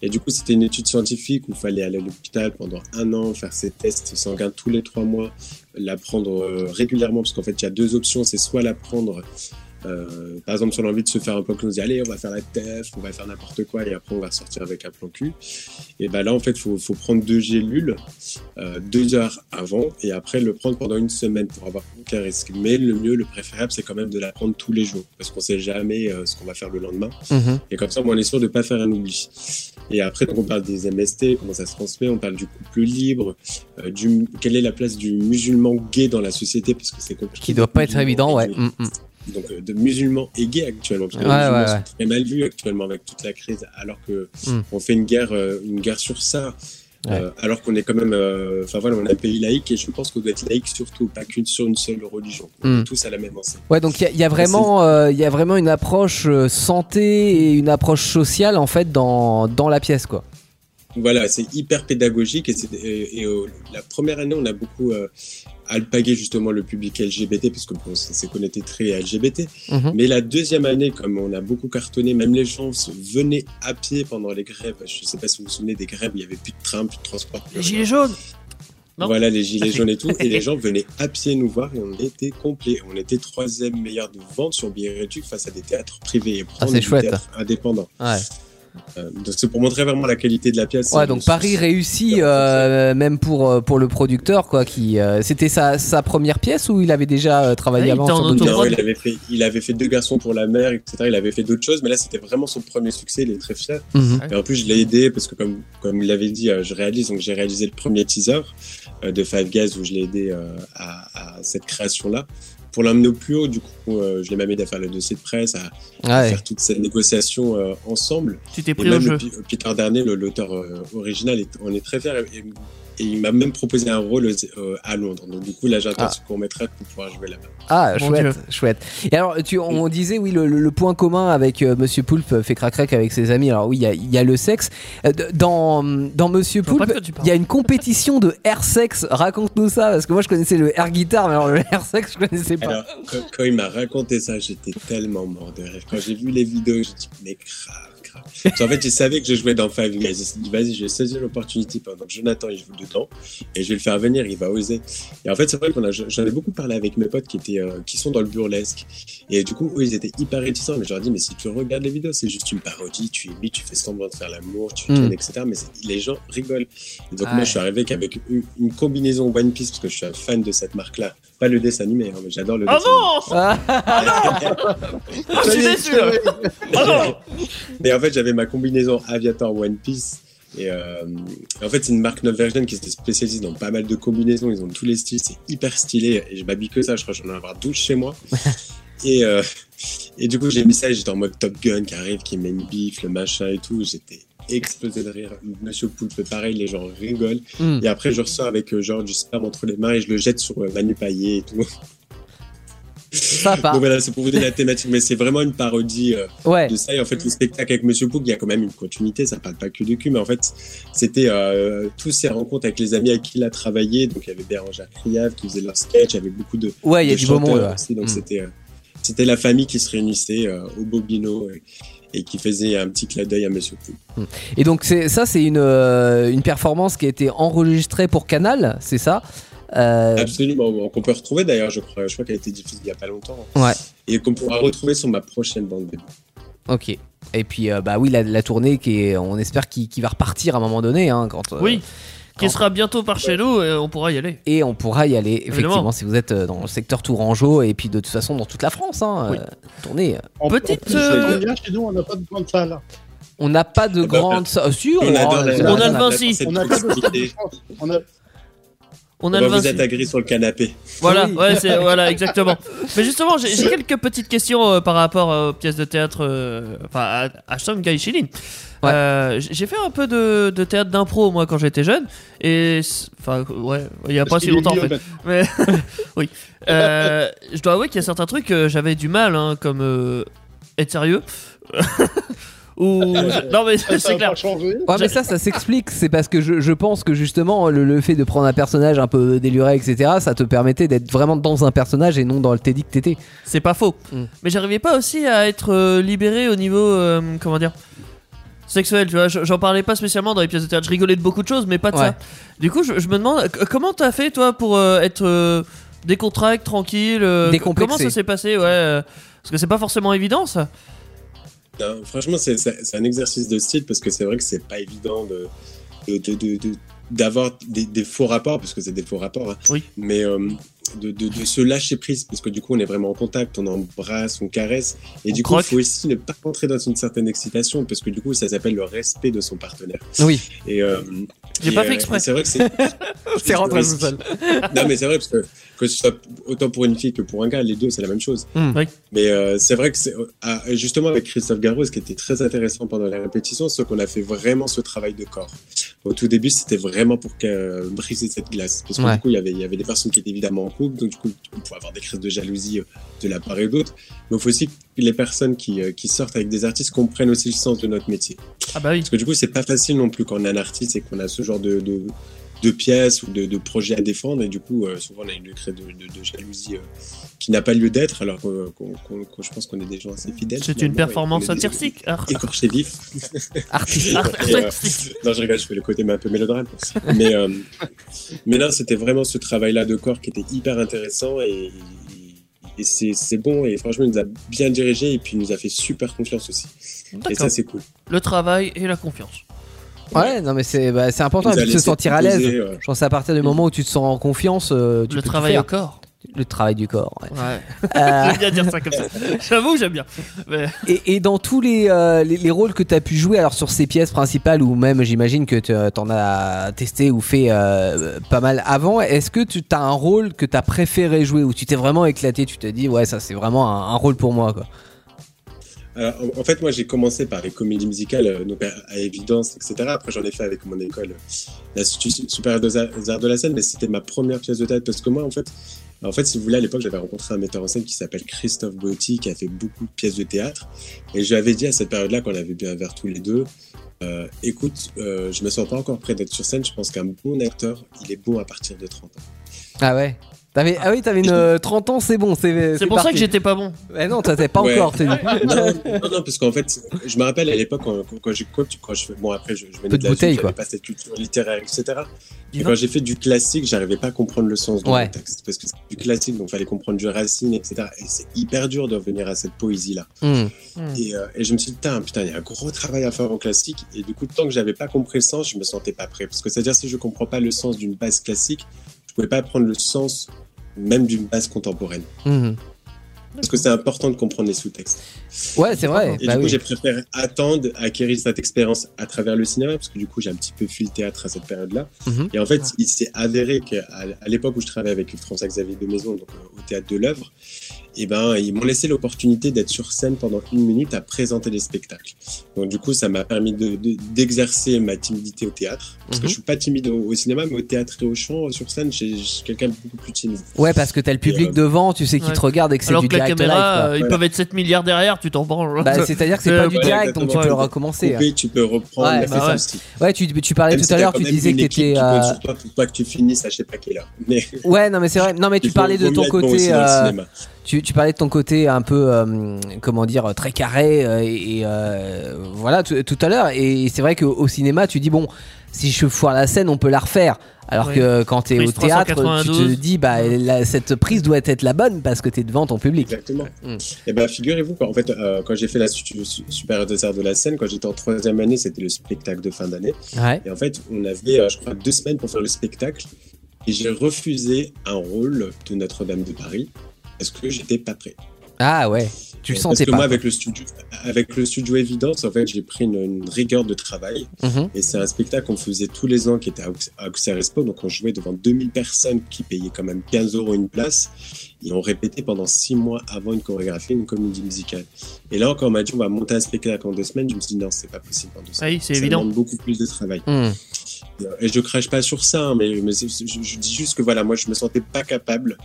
Et du coup, c'était une étude scientifique où il fallait aller à l'hôpital pendant un an, faire ses tests sanguins tous les trois mois, la prendre euh, régulièrement, parce qu'en fait, il y a deux options. C'est soit la prendre, euh, par exemple, si on a envie de se faire un plan cul, on se dit, allez, on va faire la TEF, on va faire n'importe quoi, et après, on va sortir avec un plan cul. Et ben là, en fait, il faut, faut prendre deux gélules euh, deux heures avant, et après, le prendre pendant une semaine pour avoir aucun risque. Mais le mieux, le préférable, c'est quand même de la prendre tous les jours, parce qu'on sait jamais euh, ce qu'on va faire le lendemain.
Mhm.
Et comme ça, moi, on est sûr de ne pas faire un oubli. Et après, donc, on parle des MST, comment ça se transmet, on parle du couple libre, euh, du, quelle est la place du musulman gay dans la société, parce que c'est compliqué.
Qui doit pas être
Musulman
évident, ouais.
gay.
Mm, mm.
Donc, euh, de musulmans et gays actuellement, parce que
Ouais,
les musulmans
ouais,
sont
ouais.
très mal vus actuellement avec toute la crise, alors que
Mm.
on fait une guerre, euh, une guerre sur ça.
Ouais.
Euh, alors qu'on est quand même, euh, enfin voilà, on est un pays laïque et je pense qu'on doit être laïque surtout, pas qu'une sur une seule religion. On est
Mm.
Tous à la même enseigne.
Ouais, donc il y a- il y, a vraiment, euh, il y a vraiment une approche euh, santé et une approche sociale en fait dans, dans la pièce, quoi.
Voilà, c'est hyper pédagogique et, c'est- et- et, euh, la première année, on a beaucoup euh, alpagué justement le public LGBT parce que bon, c'est c'est connecté très LGBT.
Mhm.
Mais la deuxième année, comme on a beaucoup cartonné, même les gens se- venaient à pied pendant les grèves. Je sais pas si vous vous souvenez des grèves, il y avait plus de train, plus de transport. plus
Les
rien.
gilets jaunes Non.
Voilà les gilets
Ah, si.
jaunes et tout, et les gens venaient à pied nous voir et on était complet. On était troisième meilleur de vente sur billets réduits face à des théâtres privés et prendre
Ah, c'est
du
chouette.
théâtre indépendant.
Ouais.
Euh, donc c'est pour montrer vraiment la qualité de la pièce.
Ouais, donc Paris réussit euh, même pour euh, pour le producteur, quoi. Qui euh, c'était sa, sa première pièce où il avait déjà euh, travaillé
Ouais, il
avant
était en
sur d'autres
auto-
Non,
pièces
il avait fait, il avait fait deux garçons pour la mer, etc. Il avait fait d'autres choses, mais là c'était vraiment son premier succès. Il est très fier.
Mhm.
Et en plus, je l'ai aidé parce que, comme, comme il l'avait dit, euh, je réalise. Donc, j'ai réalisé le premier teaser euh, de Five Guys où je l'ai aidé euh, à, à cette création-là. Pour l'emmener au plus haut, du coup, euh, je l'ai même aidé à faire le dossier de presse, à, à
Ouais.
faire toute cette négociation euh, ensemble.
Tu t'es
Et
Ah pris au
même
jeu.
le pi- Peter Darnay, le- l'auteur euh, original, est- on est très fiers. Et, et il m'a même proposé un rôle euh, à Londres. Donc, du coup, là, j'attends
Ah.
ce qu'on mettra pour pouvoir jouer là-bas.
Ah,
Mon
chouette,
Dieu.
chouette. Et alors, tu, on disait, oui, le, le- le point commun avec euh, Monsieur Poulpe fait crac-crac avec ses amis. Alors, oui, il y a, il y a le sexe. Euh, d- Dans, dans Monsieur
Je vois pas de
Poulpe,
quoi tu
il y
parles.
a une compétition de air sexe. Raconte-nous ça, parce que moi, je connaissais le air guitare, mais alors le air sexe, je connaissais pas.
Alors, quand, quand il m'a raconté ça, j'étais tellement mort de rêve. Quand j'ai vu les vidéos, j'ai dit, mais grave, grave. Parce qu'en fait, je savais que je jouais dans Five Guys. Je me suis dit, vas-y, je vais saisir l'opportunité pendant que Jonathan il joue dedans et je vais le faire venir, il va oser. Et en fait, c'est vrai qu'on a, j'en ai beaucoup parlé avec mes potes qui étaient, euh, qui sont dans le burlesque. Et du coup, eux, ils étaient hyper réticents. Mais je leur ai dit, mais si tu regardes les vidéos, c'est juste une parodie, tu imites, tu fais semblant de faire l'amour, tu
Mm.
tournes, etc. Mais c'est- les gens rigolent. Et donc,
Ah
moi,
ouais.
je suis arrivé qu'avec une, une combinaison One Piece, parce que je suis un fan de cette marque-là. Pas le dessin animé, hein, mais j'adore le
Ah
dessin animé.
non
Ah,
Ah, Je suis déçu là. Ah non
Mais en fait, j'avais ma combinaison Aviator One Piece. Et euh, en fait, c'est une marque Note Version qui se spécialise dans pas mal de combinaisons. Ils ont tous les styles, c'est hyper stylé. Et je m'habille que ça, je crois que j'en ai avoir 12 chez moi. et, euh, et du coup, j'ai mis ça et j'étais en mode Top Gun qui arrive, qui met une bif, le machin et tout. J'étais explosé de rire. Monsieur Poulpe, pareil, les gens rigolent.
Hmm.
Et après, je ressors avec euh, genre du sperme entre les mains et je le jette sur euh, Manu Paillet et tout.
Sympa.
Donc voilà, c'est pour vous donner la thématique. Mais c'est vraiment une parodie. euh,
Ouais. Mm.
de ça. Et en fait, le spectacle avec Monsieur Pouk, il y a quand même une continuité. Ça parle pas que du cul, mais en fait, c'était euh, tous ces rencontres avec les amis avec qui il a travaillé. Donc, il y avait Bérangère Kriave qui faisait leur sketch avec beaucoup de,
Ouais, il y a
de
du beau monde.
chanteurs
ouais.
aussi. Donc,
Hmm.
c'était, euh, c'était la famille qui se réunissait euh, au Bobino et, et qui faisait un petit clin d'œil à Monsieur Pouk.
Et donc c'est ça, c'est une, euh, une performance qui a été enregistrée pour Canal, c'est ça Euh,
Absolument. Qu'on peut retrouver d'ailleurs, je crois. Je crois qu'elle a été diffusée il y a pas longtemps.
Ouais.
Et qu'on pourra retrouver sur ma prochaine bande dessinée.
Ok. Et puis euh, bah oui, la, la tournée qui est, on espère qu'il qu'il va repartir à un moment donné, hein, quand. euh,
Oui, qui sera bientôt par chez nous et on pourra y aller.
Et on pourra y aller effectivement
Évidemment.
si vous êtes euh, dans le secteur Tourangeau et puis de toute façon dans toute la France. Hein,
Oui.
euh, tournée.
En-
Petite,
en plus,
euh,
ça vient chez nous, on n'a pas de grande salle.
On n'a pas de
Ah bah,
grande. Ah, si,
On adore la-
On a le
la-
Vinci.
la- cette
On n'a pas de
proximité.
On a-
On
On
a le
va vous
26.
attagrer sur le canapé.
Voilà,
Oui.
ouais, c'est voilà, exactement. Mais justement, j'ai j'ai quelques petites questions euh, par rapport euh, aux pièces de théâtre, euh, enfin à, à Shanghai Shilin.
Ouais.
Euh, j- j'ai fait un peu de, de théâtre d'impro moi quand j'étais jeune, et c'est- enfin ouais, il y a pas
Parce ben,
si
qu'il est
longtemps en fait.
vieux,
Mais oui, Euh, je dois avouer qu'il y a certains trucs euh, j'avais du mal, hein, comme euh, être sérieux. Ou... Non, mais c'est clair.
changé.
Ouais, mais ça, ça s'explique. C'est parce que je, je pense que justement, le, le fait de prendre un personnage un peu déluré, etc., ça te permettait d'être vraiment dans un personnage et non dans le Teddy que t'étais.
C'est pas faux.
Mm.
Mais j'arrivais pas aussi à être euh, libéré au niveau. euh, comment dire Sexuel, tu vois. Je- J'en parlais pas spécialement dans les pièces de théâtre. Je rigolais de beaucoup de choses, mais pas de
Ouais.
ça. Du coup, je, je me demande, c- comment t'as fait, toi, pour euh, être euh, décontracté, tranquille euh,
Décomplexé.
Comment ça s'est passé Ouais. euh, parce que c'est pas forcément évident, ça.
Non, franchement, c'est- c'est c'est un exercice de style parce que c'est vrai que c'est pas évident de de- de- de- de- d'avoir des, des faux rapports parce que c'est des faux rapports. hein.
Oui.
Mais euh, de, de- de se lâcher prise parce que du coup, on est vraiment en contact, on embrasse, on caresse et
On
du
croque.
coup, il faut aussi ne pas rentrer dans une certaine excitation parce que du coup, ça s'appelle le respect de son partenaire.
Oui.
Et euh,
J'ai
et,
pas fait
euh,
exprès.
C'est vrai que c'est
C'est rentré tout seul.
non, mais c'est vrai, parce que que ce soit autant pour une fille que pour un gars, les deux, c'est la même chose.
Mm.
Oui.
Mais euh, c'est vrai que c'est ah, justement avec Christophe Garros, ce qui était très intéressant pendant la répétition, c'est qu'on a fait vraiment ce travail de corps. Au tout début, c'était vraiment pour que- euh, briser cette glace. Parce que
Ouais.
du coup, il y, avait, il y avait des personnes qui étaient évidemment en couple, donc du coup, on pouvait avoir des crises de jalousie euh, de la part et d'autre. Mais il faut aussi que les personnes qui, euh, qui sortent avec des artistes comprennent aussi le sens de notre métier.
Ah bah oui.
Parce que du coup, c'est pas facile non plus quand on est un artiste et qu'on a ce genre de, de, de pièces ou de, de projets à défendre. Et du coup, euh, souvent, on a une crée de, de, de jalousie euh, qui n'a pas lieu d'être, alors que qu'on- qu'on- qu'on- je pense qu'on est des gens assez fidèles.
C'est une
finalement, et qu'on
performance Ah.
est des-
artistique. Ar-
Écorché vif.
Artiste.
ar-
Et, euh,
artistique.
non, je rigole, je fais le côté un peu mélodrame. Mais, euh, mais là, c'était vraiment ce travail-là de corps qui était hyper intéressant et, et c'est c'est bon. Et franchement, il nous a bien dirigé et puis il nous a fait super confiance aussi. Et
D'accord.
ça, c'est cool.
Le travail et la confiance.
Ouais, non, mais c'est bah, c'est important
Il nous a
de se
laissé
sentir à l'aise.
proposer, euh,
Je pense que c'est à partir du moment où tu te sens en confiance, euh, tu
le
peux tout
travail
faire.
au corps.
le travail du corps. ouais.
Ouais.
Euh,
J'aime bien dire ça comme ça. J'avoue, j'aime bien. Mais...
Et, et dans tous les, euh, les, les rôles que tu as pu jouer, alors sur ces pièces principales, ou même j'imagine que tu en as testé ou fait euh, pas mal avant, est-ce que tu as un rôle que tu as préféré jouer, où tu t'es vraiment éclaté, tu t'es dit, ouais, ça c'est vraiment un, un rôle pour moi quoi.
Alors, Euh, en- en fait, moi, j'ai commencé par les comédies musicales, euh, donc à, à évidence, etc. Après, j'en ai fait avec mon école, euh, l'Institut supérieur des Arts- des arts de la scène, mais c'était ma première pièce de théâtre parce que moi, en fait, en fait, si vous voulez, à l'époque, j'avais rencontré un metteur en scène qui s'appelle Christophe Gauthier, qui a fait beaucoup de pièces de théâtre, et je lui avais dit à cette période-là, qu'on avait bien vers tous les deux, euh, écoute, euh, je me sens pas encore prêt d'être sur scène. Je pense qu'un bon acteur, il est bon à partir de 30 ans.
Ah ouais T'avais- ah oui, t'avais une euh, 30 ans, c'est bon, c'est
C'est pour ça que
parti.
j'étais pas bon.
Eh non, t'étais pas
Ouais.
encore, t'es dit.
non, non, non, parce qu'en fait, je me rappelle à l'époque quand, quand, quand j'ai quand, quand je fais- bon après je, je venais
Peu de
de la
bouteille,
ville, j'avais
quoi.
pas cette culture littéraire, etc.
Dis
Et
donc.
quand j'ai fait du classique, j'arrivais pas à comprendre le sens de
Ouais.
mon texte parce que c'est du classique, donc fallait comprendre du Racine, etc. Et c'est hyper dur de revenir à cette poésie là.
Hmm.
Et, euh, et je me suis dit, putain, putain, il y a un gros travail à faire en classique. Et du coup, tant que j'avais pas compris le sens, je me sentais pas prêt. Parce que c'est-à-dire, si je comprends pas le sens d'une base classique, je pouvais pas apprendre le sens même d'une base contemporaine.
Hmm.
Parce que c'est important de comprendre les sous-textes.
Ouais, c'est vrai.
Et
bah
du coup,
oui.
j'ai préféré attendre, acquérir cette expérience à travers le cinéma, parce que du coup, j'ai un petit peu fui le théâtre à cette période-là.
Mhm.
Et en fait, il s'est avéré qu'à à l'époque où je travaillais avec François-Xavier de Maison, donc euh, au théâtre de l'œuvre, et ben, ils m'ont laissé l'opportunité d'être sur scène pendant une minute à présenter des spectacles. Donc, du coup, ça m'a permis de- de- d'exercer ma timidité au théâtre, parce
Mhm.
que je suis pas timide au, au cinéma, mais au théâtre et au chant, euh, sur scène, j'ai- je suis quelqu'un de beaucoup plus timide.
Ouais, parce que t'as le public
euh,
devant, tu sais qu'il
ouais.
te regarde et que c'est
Alors
du
que la
direct live.
caméra,
quoi.
euh, ils
Voilà.
peuvent être 7 milliards derrière, tu t'en branles.
Bah, c'est-à-dire que c'est
Euh,
pas du
voilà,
direct, donc tu peux le
exactement.
recommencer. hein.
Couper, tu peux reprendre,
euh, Ouais,
mais
bah
c'est ça
ouais.
aussi.
Ouais, tu, tu parlais
Même
tout
si
à
t'as
l'heure,
quand
tu
même
disais
une
que
équipe
t'étais.
qui
euh,
compte sur toi pour pas que tu finisses à je sais pas quelle heure. Mais
Ouais, non, mais c'est vrai. Non, mais tu
il faut
parlais de
vaut
ton
mieux être bon au
côté.
cinéma, au
euh,
cinéma.
tu, tu parlais de ton côté un peu, euh, comment dire, très carré. euh, et euh, voilà, tout tout à l'heure. Et c'est vrai qu'au au cinéma, tu dis, bon, si je foire la scène, on peut la refaire. Alors
Ouais.
que quand t'es au
Prise
théâtre, tu
392.
te dis, bah, la- cette prise doit être la bonne parce que t'es devant ton public.
Exactement.
Mm.
Et ben figurez-vous, quoi, en fait, euh, quand j'ai fait la su- su- supérieure des arts de la scène, quand j'étais en troisième année, c'était le spectacle de fin d'année.
Ouais.
Et en fait, on avait, euh, je crois, deux semaines pour faire le spectacle. Et j'ai refusé un rôle de Notre-Dame de Paris parce que j'étais pas prêt.
Ah ouais. Tu le
Euh,
sentais
parce que
pas.
moi, avec le studio, avec le studio Évidence, en fait, j'ai pris une- une rigueur de travail.
Mhm.
Et c'est un spectacle qu'on faisait tous les ans qui était à Aux- à Auxerre Expo. Donc on jouait devant 2000 personnes qui payaient quand même 15 euros une place. Et on répétait pendant six mois avant une chorégraphie, une comédie musicale. Et là encore, on m'a dit on va monter un spectacle en deux semaines. Je me suis dit non, c'est pas possible en deux semaines.
Ah Oui, c'est
Ça
évident.
demande beaucoup plus de travail.
Hmm.
Et je crache pas sur ça, hein, mais, mais c'est- je, je dis juste que voilà, moi je me sentais pas capable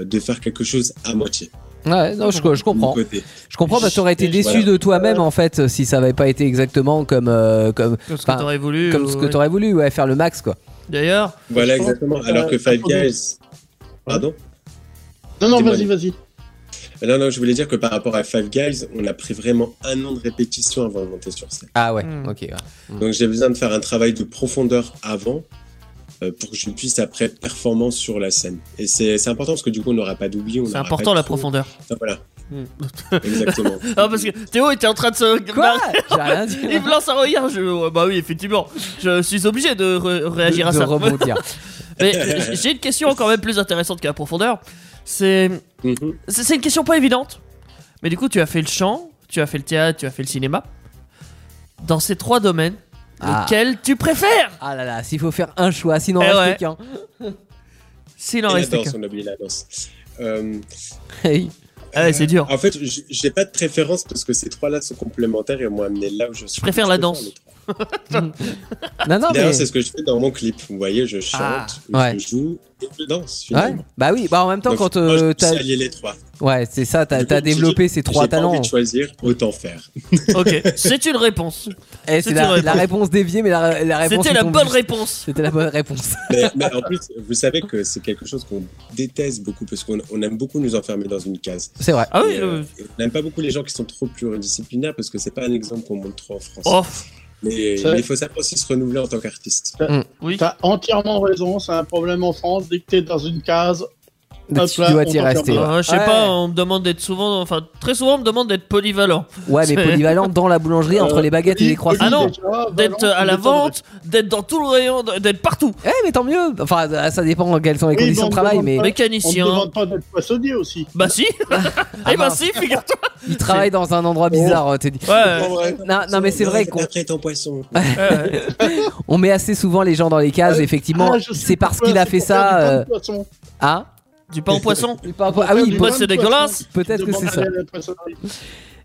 euh, de faire quelque chose à moitié.
Ouais, non, je, je
de mon
comprends.
côté.
Je comprends parce que t'aurais été
Je-
déçu
voilà.
de toi-même en fait si ça avait pas été exactement comme euh, comme
Comme ce
Enfin,
que t'aurais voulu.
comme ce que
ouais.
t'aurais voulu, ouais, faire le max quoi.
D'ailleurs,
Voilà,
Je pense
exactement.
que,
Alors que
euh,
Five
attendez.
Guys. Pardon
Non, non,
Dis-moi.
vas-y, vas-y.
Non, non, je voulais dire que par rapport à Five Guys, on a pris vraiment un an de répétition avant de monter sur scène.
Ah ouais,
Hmm.
ok. ouais.
Donc j'ai besoin de faire un travail de profondeur avant euh, pour que je puisse après être performant sur la scène. Et c'est c'est important parce que du coup, on n'aura pas d'oubli. on
c'est
Bah,
n'aura pas
important
de
la
faux.
profondeur.
Enfin, voilà.
Hmm.
Exactement.
Ah, parce que Théo était en train de se.
Quoi J'ai rien dit.
Il me lance un regard. Je... ouais, Bah oui, effectivement. Je suis obligé de re- réagir à
de
ça.
rebondir.
Mais j- j'ai une question quand même plus intéressante que la profondeur. C'est
Mhm.
c'est c'est une question pas évidente. Mais du coup, tu as fait le chant, tu as fait le théâtre, tu as fait le cinéma. Dans ces trois domaines,
Ah.
lequel tu préfères
Ah là là, s'il faut faire un choix, sinon
Eh
reste
ouais.
qu'un.
S'il
Et
en
la
reste
danse,
qu'un.
on a oublié la danse. Euh,
Hey.
Ah ouais, c'est dur.
En fait, j- j'ai pas de préférence parce que ces trois-là sont complémentaires et m'ont amené là où je suis.
préfère la
peux
danse.
faire les trois.
Non non Ah, mais
D'ailleurs, c'est ce que je fais dans mon clip. Vous voyez, je chante,
Ah,
ouais.
je joue et je danse.
ouais.
Finalement.
Bah oui, bah en même temps
Donc,
quand
moi,
euh,
je
t'as
sais allier les trois.
ouais c'est ça, t'as
Du coup,
t'as
j'ai-
développé ces trois
J'ai pas
talents.
envie de choisir, autant faire.
Ok, c'est une réponse.
Eh,
C'est
c'est la,
une
la réponse déviée, mais la, la réponse.
C'était
qui
la
tombe
bonne
juste.
réponse.
C'était la bonne réponse.
Mais, mais en plus, vous savez que c'est quelque chose qu'on déteste beaucoup parce qu'on on aime beaucoup nous enfermer dans une case.
C'est vrai.
Ah oui,
Et,
euh,
euh, et on n'aime pas beaucoup les gens qui sont trop pluridisciplinaires parce que c'est pas un exemple qu'on montre trop en France.
oh,
mais
Ça-
mais il faut savoir aussi se renouveler en tant qu'artiste.
oui.
T'as entièrement raison, c'est un problème en France. Dès que t'es dans une case, Hop
tu
là,
dois
on
t'y
t'en
rester.
ferme.
Euh, je sais
Ouais.
pas, on me demande d'être souvent, enfin très souvent on me demande d'être polyvalent,
Ouais, mais
C'est-
polyvalent dans la boulangerie entre
Euh,
les baguettes et les croissants.
Ah non,
déjà, Valence,
d'être euh, à la
m'étonnerait.
vente, d'être dans tout le rayon, d'être partout.
Eh, mais tant mieux. Enfin, euh, ça dépend quelles sont les
Oui,
conditions
bon,
de travail,
bon,
mais
bon, bon. On ne
Mécanicien.
demande pas d'être poissonnier aussi.
Bah si.
Ah,
Eh bah
mince.
si, figure-toi.
ils travaillent dans un endroit
Oh.
bizarre. euh, t'es dit.
Ouais.
Non, non, mais c'est vrai qu'on
Après ton poisson.
ouais, ouais.
on met assez souvent les gens dans les cases.
Ah,
Effectivement,
Ah, je sais
c'est parce
pourquoi,
qu'il a
c'est
fait
pour faire
ça.
du pain
euh,
de poisson.
Hein
Du pain au poisson.
Ah
Faire
oui,
du
bah,
pain
c'est
de poisson.
dégueulasse.
peut-être que
Demande
c'est ça.
à la poissonnerie.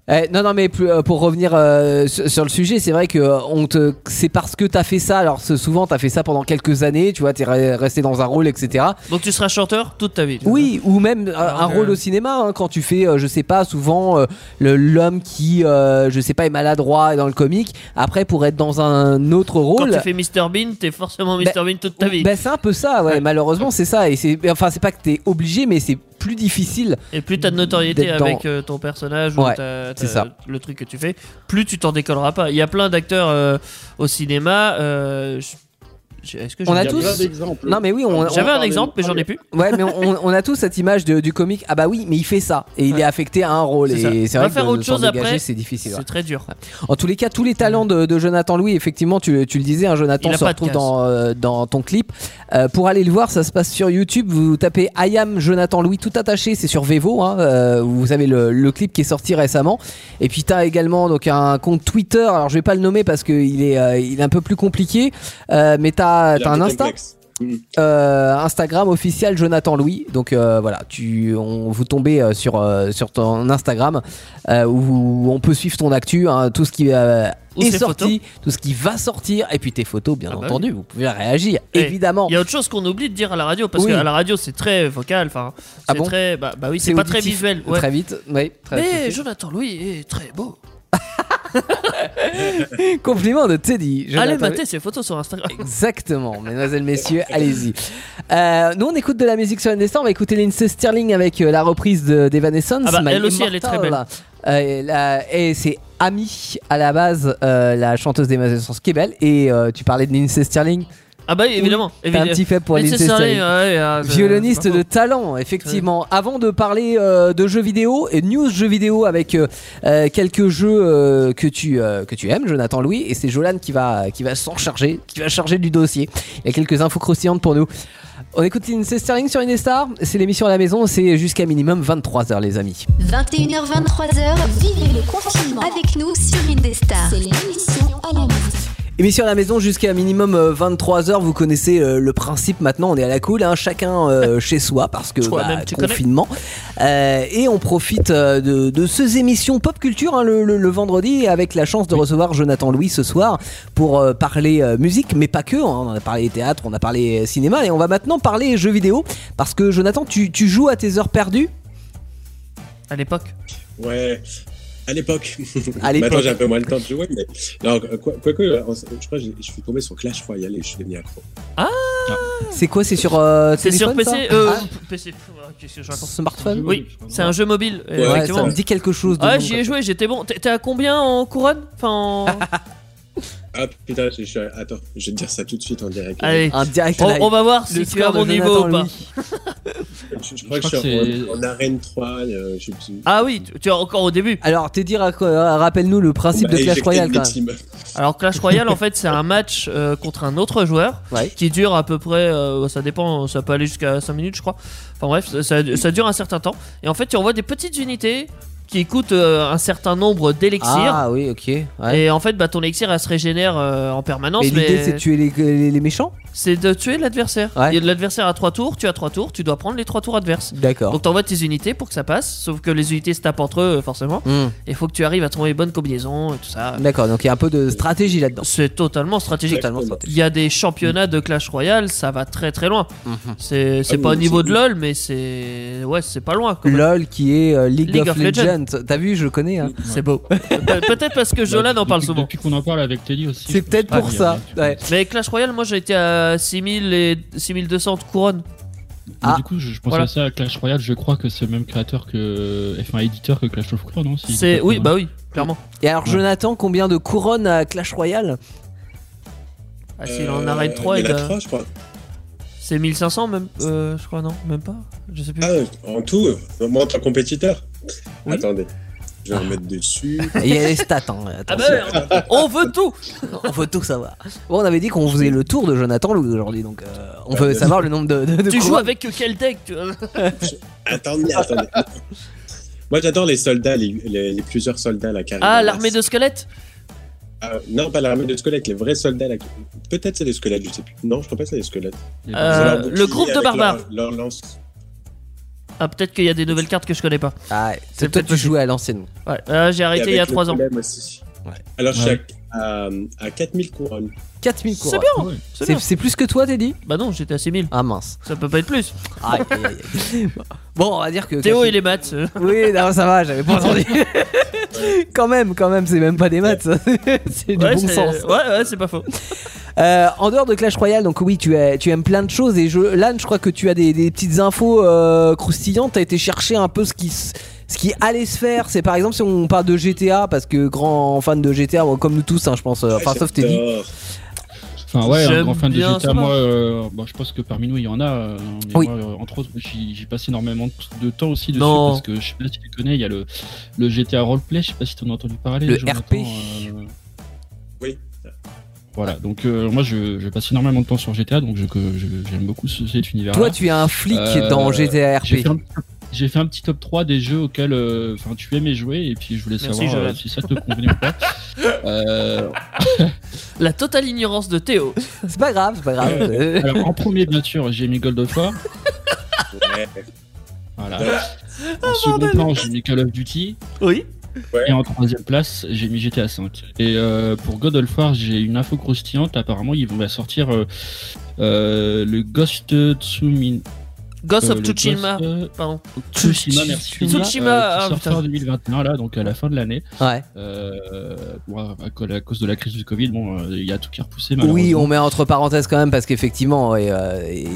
Eh, non, non, mais plus, euh, pour revenir euh, sur sur le sujet, c'est vrai que euh, on te, c'est parce que t'as fait ça. Alors c'est- souvent, t'as fait ça pendant quelques années. Tu vois, t'es re- resté dans un rôle, etc.
Donc tu seras chanteur toute ta vie. tu
Oui, ou même euh, un
que-
rôle au cinéma hein, quand tu fais, euh, je sais pas, souvent euh, le- l'homme qui, euh, je sais pas, est maladroit dans le comique. Après, pour être dans un autre
vois. Quand
rôle,
tu fais Mr Bean, t'es forcément Mr Bean toute ta vie.
ben, c'est un peu ça. Ouais, malheureusement, c'est ça. Et c'est, enfin, c'est pas que t'es obligé, mais c'est plus difficile.
Et plus t'as de notoriété
d'être ben, dans-
avec euh, ton personnage
Ouais,
ou ta- ta-
c'est ça.
le truc que tu fais, plus tu t'en décolleras pas. Il y a plein d'acteurs euh, au cinéma. euh, je- je- Est-ce que je
On
vais
a
dire
Il y
tous-
a plein
des-
d'exemples.
Non, mais oui, on, Ah, on-
J'avais un
parlait-
exemple, mais j'en ai plus.
ouais, mais on, on a tous cette image de- du comique. Ah bah oui, mais il fait ça et il
Ouais.
est affecté à un rôle.
C'est ça.
Et c'est
Va
vrai que
faire
de
autre
s'en
chose
dégager,
après.
c'est difficile. ouais.
C'est très dur.
En tous les cas, tous les talents de, de Jonathan Louis, effectivement, tu, tu le disais, hein, Jonathan
Il a
se
pas de
retrouve
casse.
dans, euh, dans ton clip. Euh, pour aller le voir, ça se passe sur YouTube. Vous tapez I am Jonathan Louis tout attaché, c'est sur Vevo. hein, euh, vous avez le, le clip qui est sorti récemment. Et puis t'as également donc un compte Twitter. Alors je vais pas le nommer parce qu'il est, euh, il est un peu plus compliqué. Euh, mais t'as
Il
t'as
a
un
peu
Insta,
complexe. Mm.
euh, Instagram officiel Jonathan Louis. Donc euh, voilà, tu, on, vous tombez euh, sur euh, sur ton Instagram euh, où on peut suivre ton actu, hein, tout ce qui euh,
Ou
est
ses
sorti, tout ce qui va sortir, et puis tes photos, bien
Ah bah
entendu. Vous pouvez réagir,
Eh,
évidemment.
Il y a autre chose qu'on oublie de dire à la radio parce
Oui.
qu'à la radio c'est très vocal, enfin c'est
Ah bon
très bah, bah oui c'est pas très
auditif,
visuel. Ouais.
Très vite, oui. Très
mais
tout de
Jonathan Louis est très beau.
suite. Compliment de Teddy. Jonathan
Allez
Louis.
mater ses photos sur Instagram.
Exactement, mesdemoiselles, messieurs, allez-y. Euh, nous, on écoute de la musique sur Indestin. On va écouter Lindsay Sterling avec euh, la reprise de- d'Evanescence.
Ah bah,
My
elle aussi, elle est
Immortal.
très belle.
Euh, la- et c'est Ami à la base, euh, la chanteuse d'Evanescence qui est belle. Et euh, tu parlais de Lindsay Sterling.
Ah bah oui, évidemment.
T'as un
évidemment.
petit fait pour
Mais
Lindsay
c'est ça,
Sterling.
ouais, ouais, ah, c'est-
Violoniste
c'est pas
de
faux.
talent, effectivement. Avant de parler euh, de jeux vidéo et news jeux vidéo avec euh, euh, quelques jeux euh, que tu euh, que tu aimes, Jonathan Louis, et c'est Jolan qui va qui va s'en charger, qui va charger du dossier. Il y a quelques infos croustillantes pour nous. On écoute Lindsay Sterling sur Inestar. C'est l'émission à la maison. C'est jusqu'à minimum 23 h les amis.
21h, 23h, vivez le confinement avec nous sur Indestar. C'est l'émission à la maison.
Émission à la maison jusqu'à minimum 23h, vous connaissez euh, le principe maintenant, on est à la cool, hein, chacun euh, chez soi parce que
Toi-même,
bah,
tu connais.
confinement. Euh, et on profite euh, de, de ces émissions pop culture hein, le, le- le vendredi avec la chance de recevoir Jonathan Louis ce soir pour euh, parler euh, musique, mais pas que, hein. on a parlé théâtre, on a parlé euh, cinéma et on va maintenant parler jeux vidéo parce que Jonathan, tu, tu joues à tes heures perdues
à l'époque.
Ouais. À l'époque.
À l'époque.
Maintenant, j'ai un peu moins le temps de jouer, mais. Non, quoi, quoi que, euh, je crois que j'ai- je suis tombé sur Clash Royale et je suis devenu accro.
C'est quoi C'est sur euh,
C'est sur
téléphone, ça
PC. euh,
Ah,
PC. pff, ah, Qu'est-ce que je raconte
Smartphone
Oui, c'est un jeu mobile. euh,
Ouais,
Ouais,
effectivement.
ça me dit quelque chose. de
Ah,
nom,
j'y
quoi.
ai joué, j'étais bon. T'es t'es à combien en couronne Enfin, en-
ah,
Ah putain, je, suis... attends, je vais te dire ça tout de suite en direct.
Allez,
Un direct
on,
live.
on va voir
ah, Le
si tu es
score
à mon
de
niveau
Jonathan
ou pas.
Louis.
Je, je crois que je
Je crois que
suis
c'est-
en, en arène 3. euh, je sais plus.
Ah oui, tu, tu es encore au début.
Alors, t'es dire, à quoi- euh, rappelle-nous le
On
principe
m'a
de Clash
éjecté
Royale
de
quand
mes
même.
teams.
Alors Clash Royale, en fait, c'est un match euh, contre un autre joueur
Ouais.
qui dure à peu près, euh, ça dépend, ça peut aller jusqu'à 5 minutes, je crois. Enfin bref, ça, ça- ça dure un certain temps. Et en fait, tu envoies des petites unités qui coûtent euh, un certain nombre d'élixirs.
Ah oui, ok. ouais.
Et en fait, bah, ton élixir, elle se régénère euh, en permanence.
Et l'idée,
mais-
c'est de tuer les, les- les méchants
c'est de tuer l'adversaire.
Ouais.
Il y a de L'adversaire à 3 tours, tu as 3 tours, tu dois prendre les 3 tours adverses.
D'accord.
Donc t'envoies tes unités pour que ça passe, sauf que les unités se tapent entre eux, euh, forcément.
Hmm,
Et faut que tu arrives à trouver les bonnes combinaisons et tout ça.
D'accord, donc il y a un peu de stratégie là-dedans.
C'est totalement stratégique.
Totalement
Il
stratégique.
y a des championnats de Clash Royale, ça va très très loin.
Mhm.
C'est
Ah
c'est
oui,
pas au
c'est
niveau de
cool.
LoL, mais c'est. Ouais, c'est pas loin. quand même.
LOL qui est euh, League,
League
of,
of
Legends. T'as vu, je connais. hein.
C'est beau. Pe- Peut-être parce que Jolan en parle
Bah, Depuis-
souvent.
Depuis qu'on en parle avec Teddy aussi.
C'est
je pense
peut-être
pas
pour
qu'il y
ça,
a- je pense.
ouais.
Mais Clash Royale, moi j'ai été à 6000 et 6200 de couronne.
Ah.
Mais Du coup, je, je pense
Voilà.
à ça, Clash Royale, je crois que c'est le même créateur que. Enfin, éditeur que Clash of Clans, non si je dis
C'est.
pas de
Oui,
hein.
conneries.
bah oui, clairement.
Et alors, Jonathan, combien de couronnes à Clash Royale
Ah, s'il
Euh,
en arrête 3,
Il
il
y en a
a-
3, je crois.
c'est 1500 même. euh, je crois, non Même pas Je sais plus.
Ah, en tout, euh, moi en tant que compétiteur.
Oui.
Attendez, je vais remettre dessus.
Il y a les stats. Hein,
Ah
attention.
bah, on veut tout
on veut tout savoir. Bon, on avait dit qu'on faisait le tour de Jonathan Louis aujourd'hui, donc euh, on
Ouais,
veut
bien
savoir le nombre de, de- de
Tu joues
couronnes.
avec quel deck tu vois
Attendez, attendez. Moi, j'adore les soldats, les, les- les plusieurs soldats là. qui arrivent
Ah,
en
l'armée
masse.
de squelettes
Ah, non, pas l'armée de squelettes, les vrais soldats là. qui- Peut-être c'est des squelettes, je sais plus. Non, je crois pas que c'est des squelettes.
Les
Ils
Euh,
ont leur
le
bouclier
groupe de
avec leur-
barbares.
Leur, lance.
Ah, peut-être qu'il y a des nouvelles cartes que je connais pas.
Ah,
C'est
c'est peut-être tu
peut-être
jouais à l'ancienne.
Ouais, euh, j'ai arrêté il y a 3 ans.
Ouais.
Alors, je suis
Ouais.
à, à- à 4000 couronnes.
4000
C'est
couronnes.
bien,
Ouais.
c'est
C'est
bien.
c'est plus que toi, t'es dit
Bah non, j'étais à 6000.
Ah mince.
Ça peut pas être plus.
Aïe, aïe, aïe. bon, on va dire que.
Théo et les maths. euh.
Oui, non, ça va, j'avais pas entendu. quand même, quand même, c'est même pas des maths, ça. c'est du
ouais,
bon
c'est-
sens.
Ouais, ouais, c'est pas faux.
Euh, en dehors de Clash Royale, donc oui, tu, as- tu aimes plein de choses. Et je, là, je crois que tu as des, des petites infos euh, croustillantes. T'as été chercher un peu ce qui, s- ce qui allait se faire. C'est par exemple si on parle de GTA, parce que grand fan de GTA, bon, comme nous tous, hein, je pense. euh, Enfin, sauf t'es dit.
J'adore.
Enfin, ouais, un
J'aime
grand fan de
bien
GTA,
ça.
moi, euh, bon, je pense que parmi nous, il y en a. euh, mais
Oui.
moi, euh, entre autres, j'y j'y passe énormément de temps aussi dessus.
Non.
Parce que je sais pas si tu connais, il y a le, le GTA Roleplay, je sais pas si tu en as entendu parler.
Le
Jonathan,
RP.
euh,
Oui.
Voilà, donc euh, moi, je, je passe énormément de temps sur GTA, donc je- que je- j'aime beaucoup ce- cet univers-là.
Toi, tu es un flic
Euh,
dans GTA RP.
J'ai fait, un, j'ai fait un petit top 3 des jeux auxquels euh, enfin, tu aimais jouer et puis je voulais
Merci,
savoir euh,
Jolan.
si ça te convenait ou pas. Euh,
La totale ignorance de Théo.
C'est pas grave, c'est pas grave. Euh,
alors en premier bien sûr j'ai mis God of War.
Ouais.
Voilà. En second plan j'ai mis Call of Duty
Oui.
et en troisième place j'ai mis GTA V. Et euh, pour God of War j'ai une info croustillante apparemment ils vont sortir euh, euh, le Ghost Tsumin.
Ghost
euh,
of
le
Tsushima.
Ghost, euh,
Pardon.
Tsushima, merci.
Tsushima,
Euh, qui
ah,
sortira en
putain.
2021 là donc à la fin de l'année.
ouais.
Euh, bon, à, co- à cause de la crise du Covid, bon, euh, il y a tout qui est repoussé.
Oui,
malheureusement.
on met entre parenthèses quand même parce qu'effectivement, ouais, euh, et-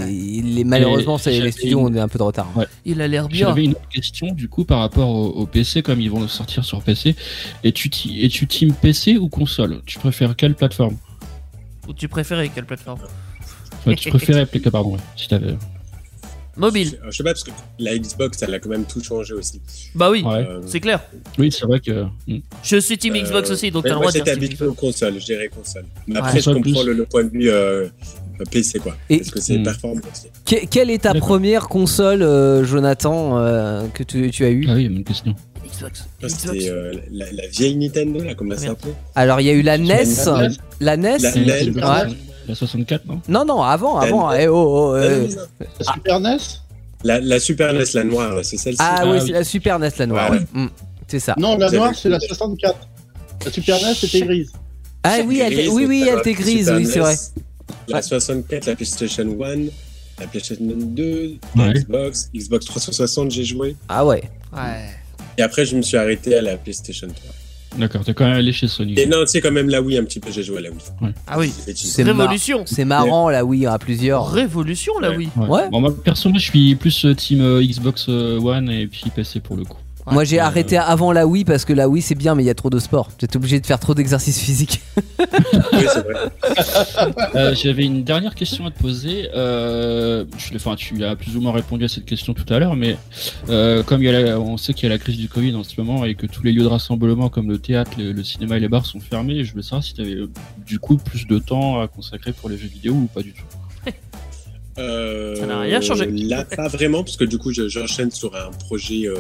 les- malheureusement, c'est- les
j'avais
studios ont
une-
un peu de retard. hein.
Il a l'air bien.
J'avais une autre question du coup par rapport au, au PC, comme ils vont le sortir sur PC. Es-tu ti- es-tu team PC ou console Tu préfères quelle plateforme
Ou tu préférais quelle plateforme
Enfin, Tu préférais Play- pardon, ouais, si t'avais.
Mobile.
Je sais pas, parce que la Xbox, elle a quand même tout changé aussi.
Bah oui,
Ouais.
Euh,
c'est clair.
Oui, c'est vrai que. hmm.
Je suis Team
Euh,
Xbox aussi, donc
mais
t'as le
moi,
droit de
j'étais
dire Team
habitué
Xbox.
aux consoles, je dirais console. Mais
Ouais.
après, je
Console
comprends
plus.
le, le point de vue euh, PC, quoi.
Et-
Parce que c'est
Hmm.
performant aussi.
Que- quelle est ta
D'accord.
première console, euh, Jonathan, euh, que tu, tu as eue
Ah oui, il y a une question.
Xbox.
Ça,
Xbox. Ah,
C'était euh, la, la vieille Nintendo, là, comme ça
Merde.
s'appelait.
Alors, il y a eu la
Sur
NES.
la E NES.
La NES
E La-
C'est
la-
c'est-
ah
la-
la 64, non
Non, non, avant,
La E
avant.
NES.
eh, oh, oh, euh.
Non, non, non.
La Super NES
La, la Super NES, la noire, là, c'est celle-ci.
Ah,
Ah
oui,
oui.
c'est la Super NES, la noire.
Ouais.
oui. Mm, C'est ça.
Non, la
Vous avez
noire,
le
c'est la
coup.
64. La Super NES, c'était grise.
Ah oui, elle,
Grise,
oui, oui,
donc,
elle
E la
était grise,
Super
oui,
NES,
c'est vrai. Ouais.
La 64, la PlayStation 1, la PlayStation 2, la
Ouais.
Xbox, Xbox 360, j'ai joué.
Ah ouais.
Ouais.
Et après, je me suis arrêté à la PlayStation 3.
D'accord, t'es quand même allé chez Sony.
Et non, tu sais, quand même, la Wii, un petit peu, j'ai joué à la Wii.
Ah oui,
C'est bêtise.
C'est mar-
révolution.
C'est marrant là, oui, à plusieurs.
Révolution là,
Ouais.
oui.
Ouais.
Ouais.
Bon, moi, perso, moi, je suis plus euh, team euh, Xbox euh, One et puis PC pour le coup.
Moi j'ai
Euh,
arrêté avant la Wii parce que la Wii c'est bien mais il y a trop de sport. J'étais obligé de faire trop d'exercices physiques.
Oui, c'est vrai.
Bah.
Euh, J'avais une dernière question à te poser. Euh, je l'ai- enfin, tu as plus ou moins répondu à cette question tout à l'heure, mais euh, comme il y a la- on sait qu'il y a la crise du Covid en ce moment et que tous les lieux de rassemblement comme le théâtre, le, le cinéma et les bars sont fermés, je voulais savoir si tu avais du coup plus de temps à consacrer pour les jeux vidéo ou pas du tout.
Euh,
Ça n'a rien changé.
Là, pas vraiment, parce que du coup, je- j'enchaîne sur un projet euh,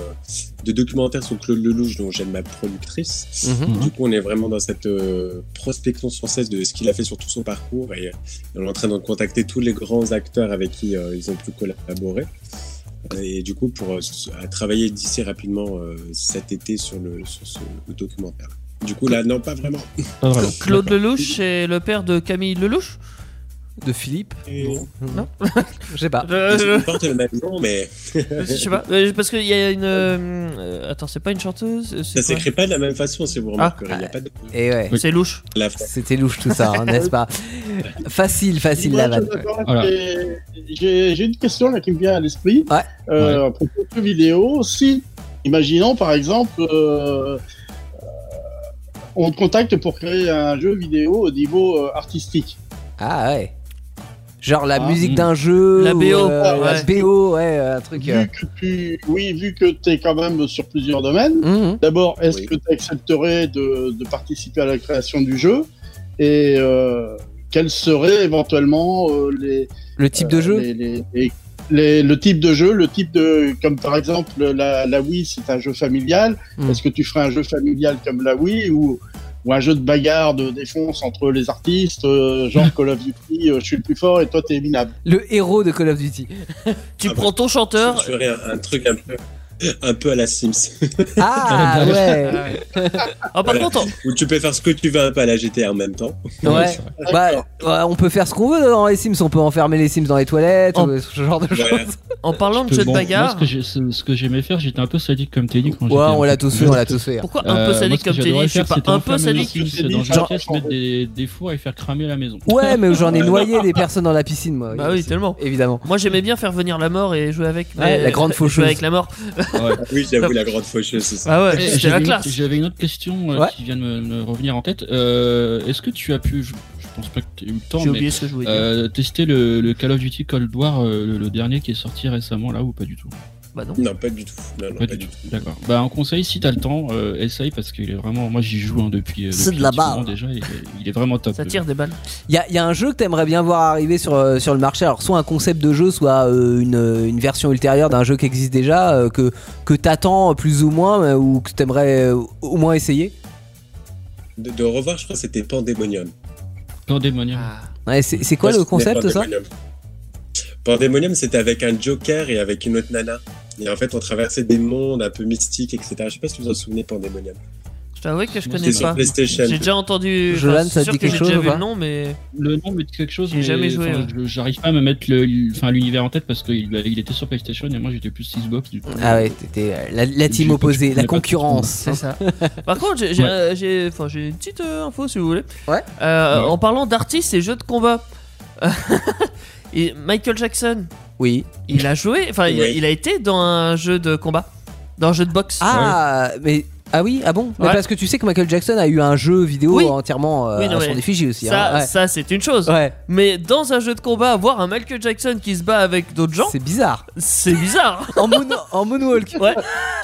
de documentaire sur Claude Lelouch, dont j'aime ma productrice.
Mhm.
Du coup, on est vraiment dans cette euh, prospection sans cesse de ce qu'il a fait sur tout son parcours et, euh, on est en train de contacter tous les grands acteurs avec qui euh, ils ont pu collaborer. Et du coup, pour euh, s- à travailler d'ici rapidement euh, cet été sur le, sur ce- le documentaire. Du coup, là, non, pas vraiment.
Pas vraiment.
Claude Lelouch est le père de Camille Lelouch.
De Philippe
Et-
Non Je sais
Ah.
pas.
Euh,
Ils portent le même nom, mais
je sais pas, Euh, parce qu'il y a une. euh, euh, attends, c'est pas une chanteuse euh,
ça
C'est quoi
s'écrit pas de la même façon,
Ah.
si vous remarquerez. Il y a pas de...
Et ouais.
C'est louche.
La
C'était louche tout ça, hein, n'est-ce pas Facile, facile la
Moi, je
vanne.
suis d'accord,
Voilà.
j'ai- J'ai j'ai une question là qui me vient à l'esprit.
Ouais.
Euh, À propos de jeux vidéo, si, imaginons par exemple, euh, euh, on te contacte pour créer un jeu vidéo au niveau euh, artistique.
Ah ouais. Genre la
Ah,
musique
hmm.
d'un jeu.
La
ou,
BO,
euh, La
ouais.
BO, ouais, euh, un truc. euh.
Vu que tu, oui, vu que tu es quand même sur plusieurs domaines,
Mhm.
d'abord, est-ce
Oui.
que tu accepterais de, de participer à la création du jeu Et euh, quels seraient éventuellement euh, les,
Le type de
Euh,
jeu
les- les- les- les- Le type de jeu, le type de. Comme par exemple, la, la Wii, c'est un jeu familial.
Mm.
Est-ce que tu ferais un jeu familial comme la Wii ou, ou un jeu de bagarre, de défonce entre les artistes, euh, genre Call of Duty, euh, je suis le plus fort et toi t'es minable
Le héros de Call of Duty.
Ah
Tu
bah,
prends ton chanteur.
Je ferais un, un truc un peu, un peu à la Sims.
Ah ouais.
Ah, par contre,
Où tu peux faire ce que tu veux un peu à la GTA en même temps.
Ouais. Bah, ouais, on peut faire ce qu'on veut dans les Sims. On peut enfermer les Sims dans les toilettes,
Oh.
ou ce genre de choses.
Voilà.
en parlant de
Parce que,
jeu de
bon, moi,
bagarre,
ce que j'ai- ce ce que j'aimais faire, j'étais un peu sadique comme Teddy quand Euh,
Ouais, on l'a
tous
tous fait, on l'a tous fait. hein.
pourquoi un peu sadique comme Teddy Je suis pas un peu sadique.
Dans
Genre-
une pièce, mettre des, des fours et faire cramer la maison.
Ouais, mais j'en ai noyé des personnes dans la piscine, moi.
Bah oui, tellement.
Évidemment.
Moi j'aimais bien faire venir la mort et jouer avec.
Ouais,
mais-
la grande faucheuse.
Jouer avec la mort.
Oui, j'avoue, la grande faucheuse, c'est ça.
Ah
Eh,
ouais, c'était la
J'avais une,
classe.
j'avais une autre question euh,
Ouais.
qui vient de me, me revenir en tête. Euh, Est-ce que tu as pu, je, je pense pas que tu aies eu le temps,
J'ai
mais
oublié ce que je voulais dire.
euh, tester le, le Call of Duty Cold War, euh, le, le dernier qui est sorti récemment là ou pas du tout
Bah non.
Non, pas du tout. Non, non,
Pas du tout. D'accord. Bah un conseil, si t'as le temps, euh, essaye parce qu'il est vraiment. Moi j'y joue hein, depuis. euh,
C'est
depuis
de la
un petit moment
balle.
déjà. Il est, il est vraiment top.
Ça tire des balles.
Il y a, y a un jeu que t'aimerais bien voir arriver sur, euh, sur le marché, alors soit un concept de jeu, soit euh, une, euh, une version ultérieure d'un jeu qui existe déjà, euh, que, que t'attends euh, plus ou moins, euh, ou que t'aimerais euh, au moins essayer.
De, de revoir, je crois que c'était Pandemonium.
Pandemonium.
Ah.
Ouais, c'est c'est quoi
Ouais,
le
c'était
concept ça
Pandemonium. Pandemonium, c'était avec un Joker et avec une autre nana. Et en fait, on traversait des mondes un peu mystiques, etc. Je sais pas si vous vous en souvenez, Pandemonium.
Je t'avoue que je
Moi,
connais
c'est sur
pas.
PlayStation.
J'ai déjà entendu.
Jolan,
enfin,
ça te
c'est sûr
dit
que
quelque
j'ai
chose
déjà
ou
vu
pas
le nom, mais.
Le nom me dit quelque chose.
J'ai
mais,
jamais joué, hein.
enfin,
ouais.
je- J'arrive pas à me mettre le, enfin l'univers en tête parce qu'il bah, il était sur PlayStation et moi j'étais plus Xbox. Du coup.
Ah ouais, t'étais euh, la, la
Je-
team
je
opposée,
connais
la
pas
concurrence. hein.
C'est ça. Par contre, j'ai j'ai-
Ouais.
euh, j'ai- enfin, j'ai une petite euh, info si vous voulez.
Ouais.
Euh,
Ouais.
En parlant d'artistes et jeux de combat, et Michael Jackson,
Oui.
il a joué, enfin, il, a-
Ouais.
il a été dans un jeu de combat, dans un jeu de boxe.
Ah, mais. Ah oui, ah bon Mais
Ouais.
Parce que tu sais que Michael Jackson a eu un jeu vidéo
Oui.
entièrement euh,
Oui, non,
à son
mais
effigie aussi.
Ça,
hein, ouais.
ça c'est une chose.
Ouais,
Mais dans un jeu de combat, avoir un Michael Jackson qui se bat avec d'autres gens,
c'est bizarre.
c'est bizarre.
En, mono- en moonwalk,
Ouais.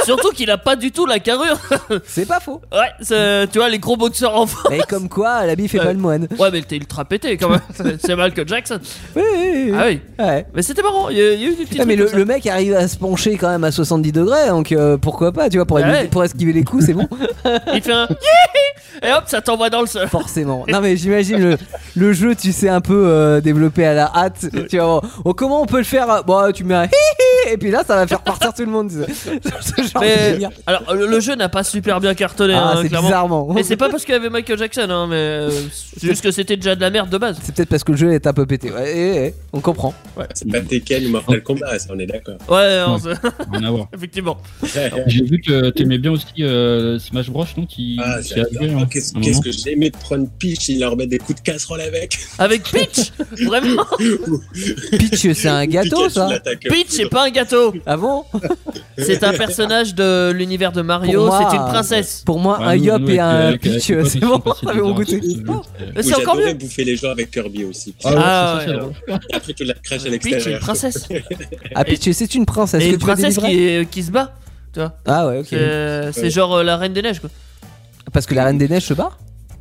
Surtout qu'il a pas du tout la carrure.
c'est pas faux.
Ouais, c'est- tu vois, les gros boxeurs en
Mais comme quoi, l'habit fait
Ouais.
pas le moine.
Ouais, mais t'es ultra pété quand même. C'est- c'est Michael Jackson.
Oui, oui, oui.
Ah oui.
Ouais.
Mais c'était marrant, il y a, il y a eu des petits
Ah, mais
trucs
le,
comme ça.
le mec arrive à se pencher quand même à 70 degrés, donc euh, pourquoi pas, tu vois, pour,
Bah Ouais.
éviter- pour esquiver les coups, c'est bon,
Il fait un Yihi et hop, ça t'envoie dans le sol.
forcément. Non, mais j'imagine le, le jeu, tu sais, un peu euh, développé à la hâte. Tu Bah, vois, oh, comment on peut le faire Bon, tu mets un hi hi, et puis là, ça va faire partir tout le monde. tu sais. genre de
Mais
délire.
alors, le, le jeu n'a pas super bien cartonné,
Ah,
hein,
c'est
clairement.
bizarrement.
Mais c'est pas parce qu'il y avait Michael Jackson, hein, mais euh, c'est juste que c'était déjà de la merde de base.
C'est peut-être parce que le jeu est un peu pété. Ouais, eh, eh, on comprend.
C'est pas Tekken ou Mortal Kombat, ça, on est d'accord.
Ouais, non, c'est-
Rien à voir.
effectivement.
Ah,
J'ai vu que t'aimais bien aussi euh, Smash Bros, non Qui,
Ah,
qui a joué,
j'adore.
hein,
Qu'est-ce
un
qu'est-ce
moment.
que j'ai aimé de prendre Peach, il leur met des coups de casserole avec.
Avec Peach Vraiment
Peach, c'est un gâteau,
Pikachu
ça
l'attaque.
Peach, c'est pas un gâteau
Ah bon
C'est un personnage de l'univers de Mario,
Pour moi,
c'est une princesse.
Pour moi,
Ouais,
Ah, un
nous,
yop
nous,
et
avec, euh,
un
avec- avec
pitch,
les potes,
c'est
ils sont
bon, Ah,
passés
avait mon
dedans,
goûté.
c'est-
Où
C'est encore
J'adorais
mieux
bouffer les gens avec Kirby aussi.
Ah ouais,
Ah
c'est ça,
ouais.
c'est drôle.
Après toute la crèche à
Peach, une
l'extérieur.
princesse.
Ah, Peach, c'est une princesse.
Et
que
une
tu as
princesse
délivrée
qui, est- qui se bat.
Ah ouais, ok.
C'est euh, c'est genre euh, la Reine des Neiges, quoi.
Parce que la Reine des Neiges se bat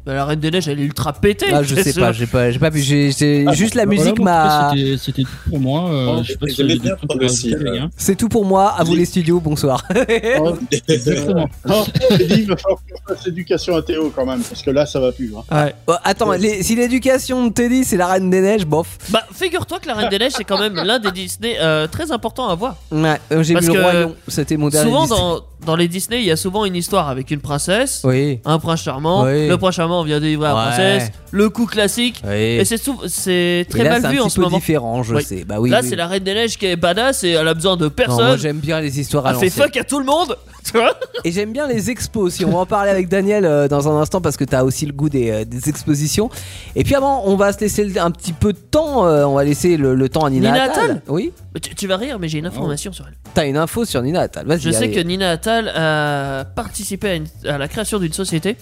Bah, la Reine des Neiges, elle est ultra pétée.
Ah, je sais pas, j'ai pas, j'ai pas vu. j'ai- j'ai-
Ah,
Juste la
voilà,
musique
moi, en tout cas,
m'a.
c'était- C'était tout pour moi. euh,
Oh,
je sais pas
j'aimais
si vous avez
bien
des trucs
prendre
à
aussi,
rajouter, les
euh,
gars.
C'est tout pour moi, à vous les studios, bonsoir.
Oh,
Exactement.
oh, j'ai dit, il va falloir qu'on fasse éducation à Théo quand même, parce que là, ça va plus. hein.
Ouais.
Oh, attends, les- si l'éducation de Teddy c'est la Reine des Neiges, bof.
Bah, figure-toi que la Reine des Neiges, c'est quand même l'un des Disney euh, très important à voir.
Ouais, euh, j'ai vu
Parce
le
que
Roi Lion, c'était mon dernier.
Souvent,
Disney.
dans, dans les Disney, il y a souvent une histoire avec une princesse,
Oui.
un prince charmant.
Oui.
Le prince charmant vient délivrer la
Ouais.
princesse, le coup classique.
Oui.
Et c'est sou- c'est très
Et là,
mal
c'est un
vu en
petit
ce
peu
moment.
différent, je
Oui.
sais. Bah oui.
Là,
oui.
c'est la Reine des Neiges qui est badass et elle a besoin de
Non, moi,
personne. Ah,
j'aime bien les histoires à
elle fait
l'ancienne.
fuck à tout le monde. Tu vois
Et j'aime bien les expos aussi. On va en parler avec Daniel euh, dans un instant parce que t'as aussi le goût des, euh, des expositions. Et puis avant, on va se laisser le- un petit peu de temps. euh, on va laisser le, le temps à Nina,
Nina
Attal.
Attal
Oui.
Mais tu, tu vas rire, mais j'ai une
Oh.
information sur elle.
T'as une info sur Nina Attal. Vas-y.
Je sais
allez.
que Nina Attal a participé à, une- à la création d'une société,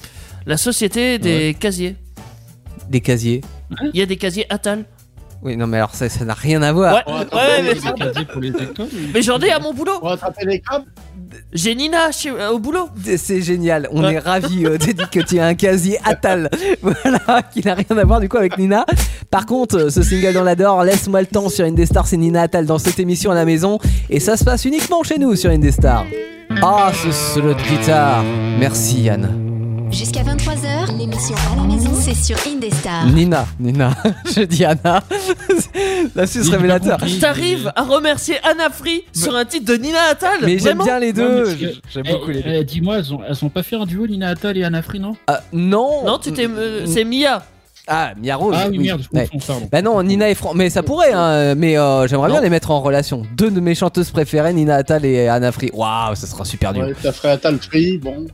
la société des casiers.
des casiers.
Il y a des casiers Attal.
Oui, non, mais alors ça, ça n'a rien à voir.
Ouais,
Oh, attends,
ouais, mais,
Des casiers pour les écoles ou-
mais j'en ai à mon boulot.
Pour attraper les crabes,
J'ai Nina chez- euh, au boulot.
C'est génial, on
Ouais.
est ravis euh, Teddy, que tu aies un casier Atal, voilà, qui n'a rien à voir du coup avec Nina. Par contre, euh, ce single dans la door, laisse-moi le temps sur Indestar, c'est Nina Atal dans cette émission à la maison, et ça se passe uniquement chez nous sur Indestar. Ah, ce solo de guitare, merci Yann.
Jusqu'à 23h, l'émission à la maison, c'est sur
Ah.
Indestar.
Nina, Nina, je dis Anna, là c'est révélateur.
T'arrives à remercier Anna Free sur un titre de Nina Attal
Mais j'aime
Vraiment
bien les
Non,
deux,
mais parce que-
j'aime
Eh,
beaucoup les deux.
eh, Dis-moi, elles ont, elles ont pas fait un duo, Nina Attal et Anna Free, non
Ah, non,
Non, tu t'es.
Mm.
euh, C'est Mia.
Ah, Mia Rose,
Ah oui,
oui.
merde, je
Ouais.
confonds, pardon.
Bah non, Nina et Fran, mais ça pourrait, hein, mais euh, j'aimerais bien
Non.
les mettre en relation. Deux de mes chanteuses préférées, Nina Attal et Anna Free. Waouh, ça sera super dur.
ouais, ça ferait Atal Free, bon.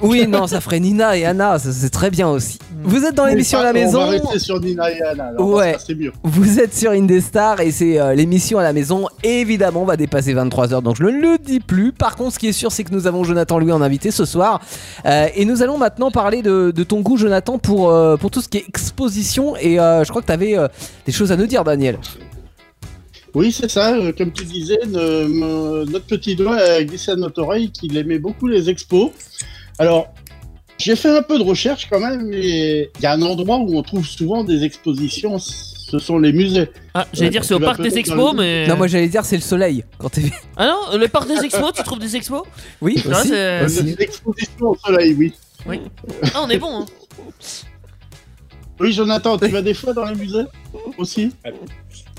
Oui, non, ça ferait Nina et Anna, ça, c'est très bien aussi. Vous êtes dans l'émission à la
Mais ça, Mm. On va
maison,
rester sur Nina et Anna, alors,
Ouais.
parce que c'est mieux.
vous êtes sur Indestar et c'est euh, l'émission à la maison. Évidemment, on va dépasser 23h, donc je ne le dis plus. Par contre, ce qui est sûr, c'est que nous avons Jonathan Louis en invité ce soir. Euh, et nous allons maintenant parler de, de ton goût, Jonathan, pour, euh, pour tout ce qui est exposition. Et euh, je crois que tu avais des choses à nous dire, Daniel.
Oui, c'est ça. euh, comme tu disais, ne- me- notre petit doigt a glissé à notre oreille qu'il aimait beaucoup les expos. Alors, j'ai fait un peu de recherche quand même, et il y a un endroit où on trouve souvent des expositions, ce sont les musées.
Ah, j'allais dire c'est au
tu vas
parc des
peut-être
expos,
dans
mais.
Non, moi j'allais dire, c'est le soleil quand t'es
Ah non, le parc des expos, tu trouves des expos
Oui,
Tu vois,
aussi.
c'est-
Euh, Des expositions au soleil, oui.
Ah, on est bon. hein.
Oui, Jonathan, tu vas des fois dans les musées aussi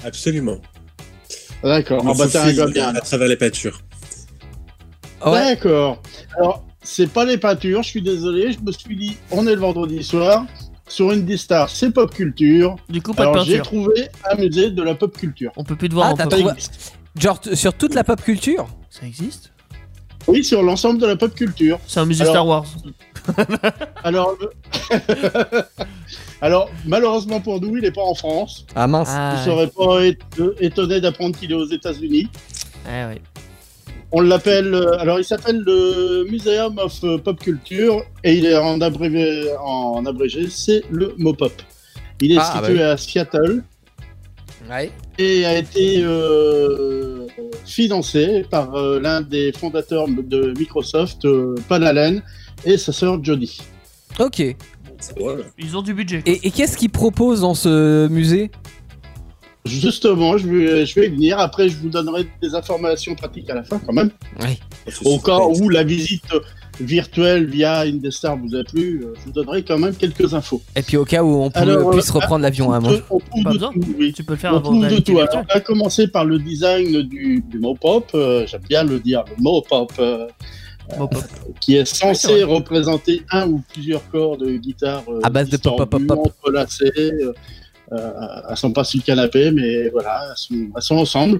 Absolument.
Ah, D'accord. Ah,
Me
bah, t'es un
faufile
gars bien.
à travers les peintures.
Ouais.
D'accord. Alors, c'est pas les peintures, je suis désolé. Je me suis dit, on est le vendredi soir. Sur une des stars, c'est pop culture.
Du coup, pas de
Alors, j'ai
peinture.
trouvé un musée de la pop culture.
On peut plus te voir
Ah,
en
t'as
Ça
photo.
trouvé-
existe.
Genre t- sur toute la pop culture
Ça existe
Oui, sur l'ensemble de la pop culture.
C'est un musée
Alors-
Star Wars.
Alors, le- Alors malheureusement pour nous, il n'est pas en France.
Ah mince.
Ah,
Vous
ouais.
serez pas é- étonné d'apprendre qu'il est aux États-Unis.
Ah, ouais.
On l'appelle. euh, Alors, il s'appelle le Museum of euh, Pop Culture et il est en abrégé, en abrégé c'est le Mopop. Il est
Ah,
situé à Seattle
Ouais.
et a été euh, financé par euh, l'un des fondateurs de Microsoft, euh, Pan Allen, et sa sœur Jody.
Ok. Et,
C'est drôle.
Ils ont du budget.
et qu'est-ce qu'ils proposent dans ce musée
Justement, je vais, je vais y venir. Après, je vous donnerai des informations pratiques à la fin, quand même.
Oui.
Au cas où la visite virtuel via Indestar vous a plu, euh, je vous donnerai quand même quelques infos.
Et puis au cas où on peut-
Alors, euh,
puisse reprendre l'avion à un moment.
Euh, on trouve
Pas
de
besoin.
tout, oui.
Tu peux le faire
On
avant
trouve de
d'aller
tout.
virtuel.
Alors, on va commencer par le design du, du mot pop. euh, J'aime bien le dire, le mot pop, euh,
Bon, pop.
qui est
Oui,
censé
c'est
représenter un ou plusieurs corps de guitare euh,
À base de pop, pop, pop,
distordus,
pop.
entrelacés. euh, euh, elles sont pas sur le canapé, mais voilà, elles sont, elles sont ensemble.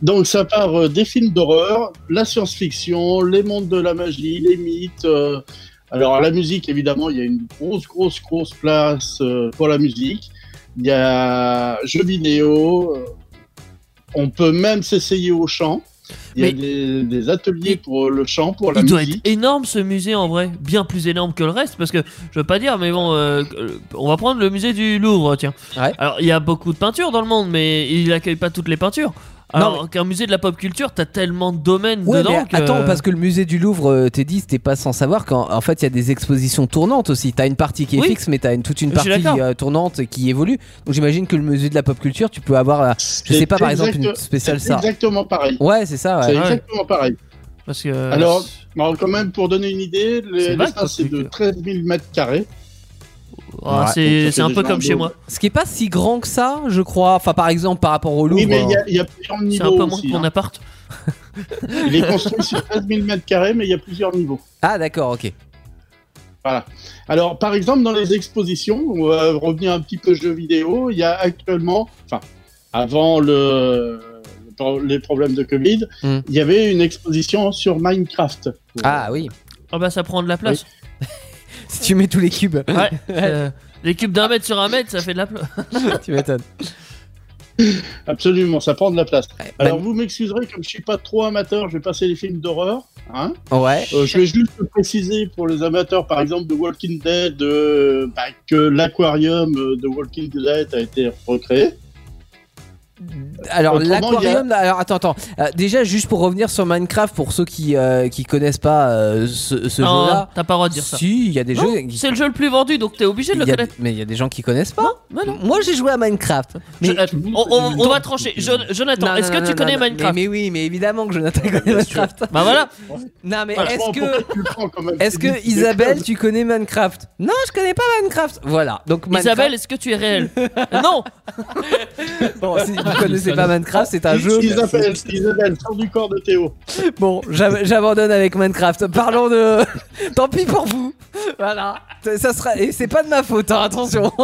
Donc ça part euh, des films d'horreur, la science-fiction, les mondes de la magie, les mythes. euh, alors la musique, évidemment, il y a une grosse, grosse, grosse place euh, pour la musique. Il y a jeux vidéo. euh, on peut même s'essayer au chant. Il y
Mais-
a des, des ateliers pour le chant, pour la
Il doit être
musique.
énorme ce musée en vrai, bien plus énorme que le reste parce que je veux pas dire, mais bon, euh, euh, on va prendre le musée du Louvre, tiens.
Ouais.
Alors il y a beaucoup de peintures dans le monde, mais il accueille pas toutes les peintures.
Non,
Alors qu'un musée de la pop culture, t'as tellement de domaines
Ouais,
dedans.
mais
que-
attends, parce que le musée du Louvre, euh, t'es dit, c'était pas sans savoir qu'en en fait, il y a des expositions tournantes aussi. T'as une partie qui est
Oui.
fixe, mais t'as une, toute une
Je suis
partie
d'accord.
euh, tournante qui évolue. Donc j'imagine que le musée de la pop culture, tu peux avoir, euh, je sais
C'est
pas, par exemple,
exact-
une spéciale
c'est
ça.
Exactement pareil.
Ouais, c'est ça,
C'est
ouais.
ouais.
exactement pareil.
parce que- euh,
Alors- Bon, quand même, pour donner une idée,
C'est
le-
vague,
l'espace c'est
parce que-
de 13 000 mètres carrés.
Ouais.
Ah,
Donc,
c'est c'est
ça fait
un peu
déjà
comme
un
chez
dos.
moi.
Ce qui est pas si grand que ça, je crois. Enfin, par exemple, par rapport au Louvre.
Oui, mais il y
euh,
a- il y, a plusieurs
C'est
niveaux.
un peu moins que
aussi,
mon
hein.
appart.
Il est construit sur 13 000 mètres carrés, mais il y a plusieurs niveaux.
Ah, d'accord, ok.
Voilà. Alors, par exemple, dans les expositions, on va revenir un petit peu jeux vidéo. Il y a actuellement, enfin, avant le, les problèmes de Covid,
Mm.
il y avait une exposition sur Minecraft.
Ah, oui.
Ah bah ça prend de la place.
Si tu mets tous les cubes,
Ouais. euh, les cubes d'un mètre sur un mètre, ça fait de la place.
tu m'étonnes.
Absolument, ça prend de la place.
Ouais, bah-
Alors, vous m'excuserez, comme je suis pas trop amateur, je vais passer les films d'horreur. Hein
ouais.
Euh, je vais juste le préciser pour les amateurs, par exemple, de Walking Dead, euh, bah, que l'aquarium euh, de Walking Dead a été recréé.
Alors Euh,
Autrement,
l'aquarium, alors attends, attends. Euh, déjà, juste pour revenir sur Minecraft, pour ceux qui euh, qui connaissent pas euh, ce, ce
Non,
jeu-là,
t'as pas le droit de dire ça.
si il y a des
Non,
jeux, qui-
C'est le jeu le plus vendu, donc t'es obligé de le
il y a-
connaître.
mais il y a des gens qui connaissent pas.
Mais non.
Moi, j'ai joué à Minecraft. Mais
Je- euh, on, on- on va trancher.
euh,
Jo-
Non,
Jonathan, est-ce
non,
que
non,
tu
non,
connais
non,
Minecraft
mais, mais oui, mais évidemment que Jonathan connaît Minecraft.
Bah voilà.
Non, mais
Franchement,
est-ce que
pourquoi tu le prends quand même
est-ce
C'est
que
difficile.
Isabelle, tu connais Minecraft Non, je connais pas Minecraft. Voilà. Donc Minecraft,
Isabelle, est-ce que tu es réel Non
bon, si vous connaissez pas Minecraft, c'est un jeu.
Isabelle, Isabelle, sors du corps de Théo.
Bon, j'ab- j'abandonne avec Minecraft. Parlons de. Tant pis pour vous. Voilà. Ça sera. Et c'est pas de ma faute. hein, attention.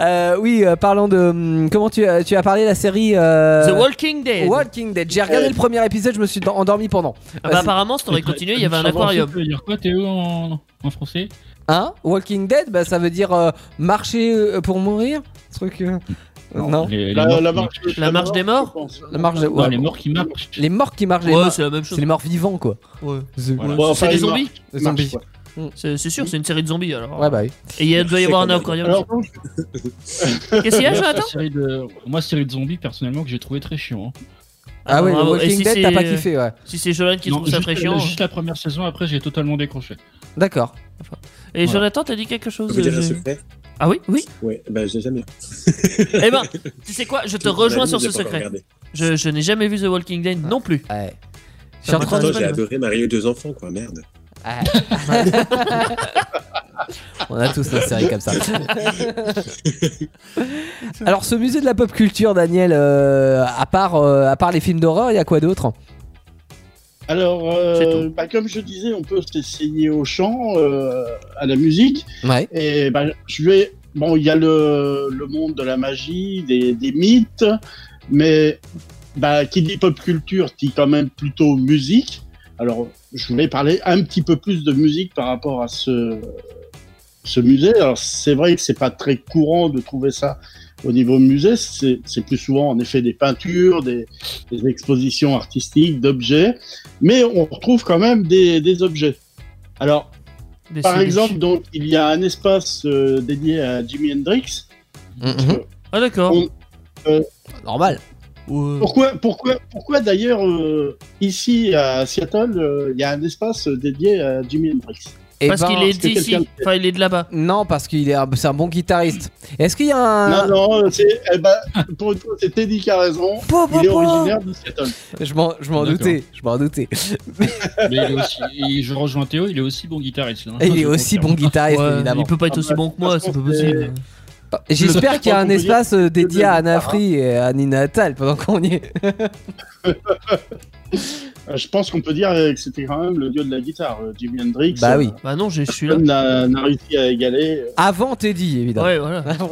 Euh, oui, euh, parlons de. hum, Comment tu as, tu as parlé de la série euh,
The Walking Dead.
Walking Dead. J'ai regardé le premier épisode. Je me suis endormi pendant.
Ah bah, apparemment, si t'aurais continué, il y avait un aquarium.
Tu veux dire quoi, Théo, en, en français
Hein Walking Dead, bah, ça veut dire euh, marcher euh, pour mourir. Truc. euh, Non.
Les, les
Bah,
La,
morts,
la marche,
qui
La marche des morts
je pense.
La marche.
marchent. Non,
ouais.
les morts qui marchent.
Les morts qui marchent. les
Ouais,
morts-
c'est la même chose.
C'est les morts vivants quoi.
Ouais.
The-
Voilà.
Bon,
C'est
enfin,
des
il marche,
zombies
the
marche,
zombies.
quoi.
C'est c'est sûr, c'est une série de zombies alors.
Ouais, bah oui.
Et il doit y
Je
avoir
sais
un
qu'on a-
aquarium.
Alors, donc,
Qu'est-ce qu'il y a,
D'ailleurs,
Jonathan
cette série de- Moi, série de zombies, personnellement, que j'ai trouvé très chiant. hein.
Ah, oui, le
bravo. Et
Walking
si
Dead, t'as
c'est-
pas kiffé, ouais.
Si c'est Jonathan qui
Non,
trouve ça
juste-
très chiant.
Juste la première saison, après, j'ai totalement décroché.
D'accord.
Et
Voilà.
Jonathan, t'as dit quelque chose
Je peux
euh,
dire un
j'ai-
secret
Ah oui, oui.
Ouais, bah j'ai jamais.
Eh ben, tu sais quoi Je te rejoins sur ce secret.
Regardé.
Je, je n'ai jamais vu The Walking Dead non plus.
Ouais. Je suis
Ça
en train
Pourtant,
m'intéresse
de.
pas.
j'ai adoré Mario et deux enfants, quoi, merde.
Ah. On a tous nos séries comme ça. Alors, ce musée de la pop culture, Daniel, euh, à, part, euh, à part les films d'horreur, il y a quoi d'autre
alors euh, bah, comme je disais, on peut s'essayer au chant, euh, à la musique.
Ouais.
Et bah, je vais. Bon, il y a le, le monde de la magie, des, des mythes, mais bah, qui dit pop culture dit quand même plutôt musique. Alors, je voulais parler un petit peu plus de musique par rapport à ce, ce musée. Alors, c'est vrai que c'est pas très courant de trouver ça au niveau musée. C'est c'est plus souvent, en effet, des peintures, des, des expositions artistiques, d'objets. Mais on retrouve quand même des, des objets. Alors,
Des
par
séries.
exemple, donc, il y a un espace euh, dédié à Jimi Hendrix.
Ah d'accord.
on-
Mhm. Normal.
Ouais.
Pourquoi, pourquoi, pourquoi d'ailleurs, euh, ici à Seattle, euh, il y a un espace dédié à Jimi Hendrix
Eh
Parce
ben,
qu'il est
que
d'ici,
quelqu'un-
enfin il est de là-bas.
Non, parce qu'il est, un- c'est un bon guitariste. Est-ce qu'il y a
Non,
Ah.
un.
non, euh, c'est, eh ben, pour une fois, c'est Teddy qui a raison.
Po, po,
Il est
po
originaire de Seattle.
Je m'en, je m'en
D'accord.
doutais, je m'en doutais.
Mais il est aussi, et je rejoins Théo, il est aussi bon guitariste. hein.
Et il
Je
est aussi
confirme.
bon guitariste,
Ouais,
évidemment.
il peut pas être
Ah
aussi
bah,
bon que moi,
parce
c'est pas
qu'on
possible.
J'espère qu'il y a un
qu'on peut dire
espace euh, dédié à
le-
Anna Free et à Nina Tal pendant qu'on y est.
Euh, Je pense qu'on peut dire euh, que c'était quand même le dieu de la guitare, euh, Jimi Hendrix.
Bah
euh,
oui.
Bah non, j'ai- je suis là.
personne n'a n'a réussi à égaler. euh,
Avant Teddy, évidemment.
Ouais, voilà.
Avant-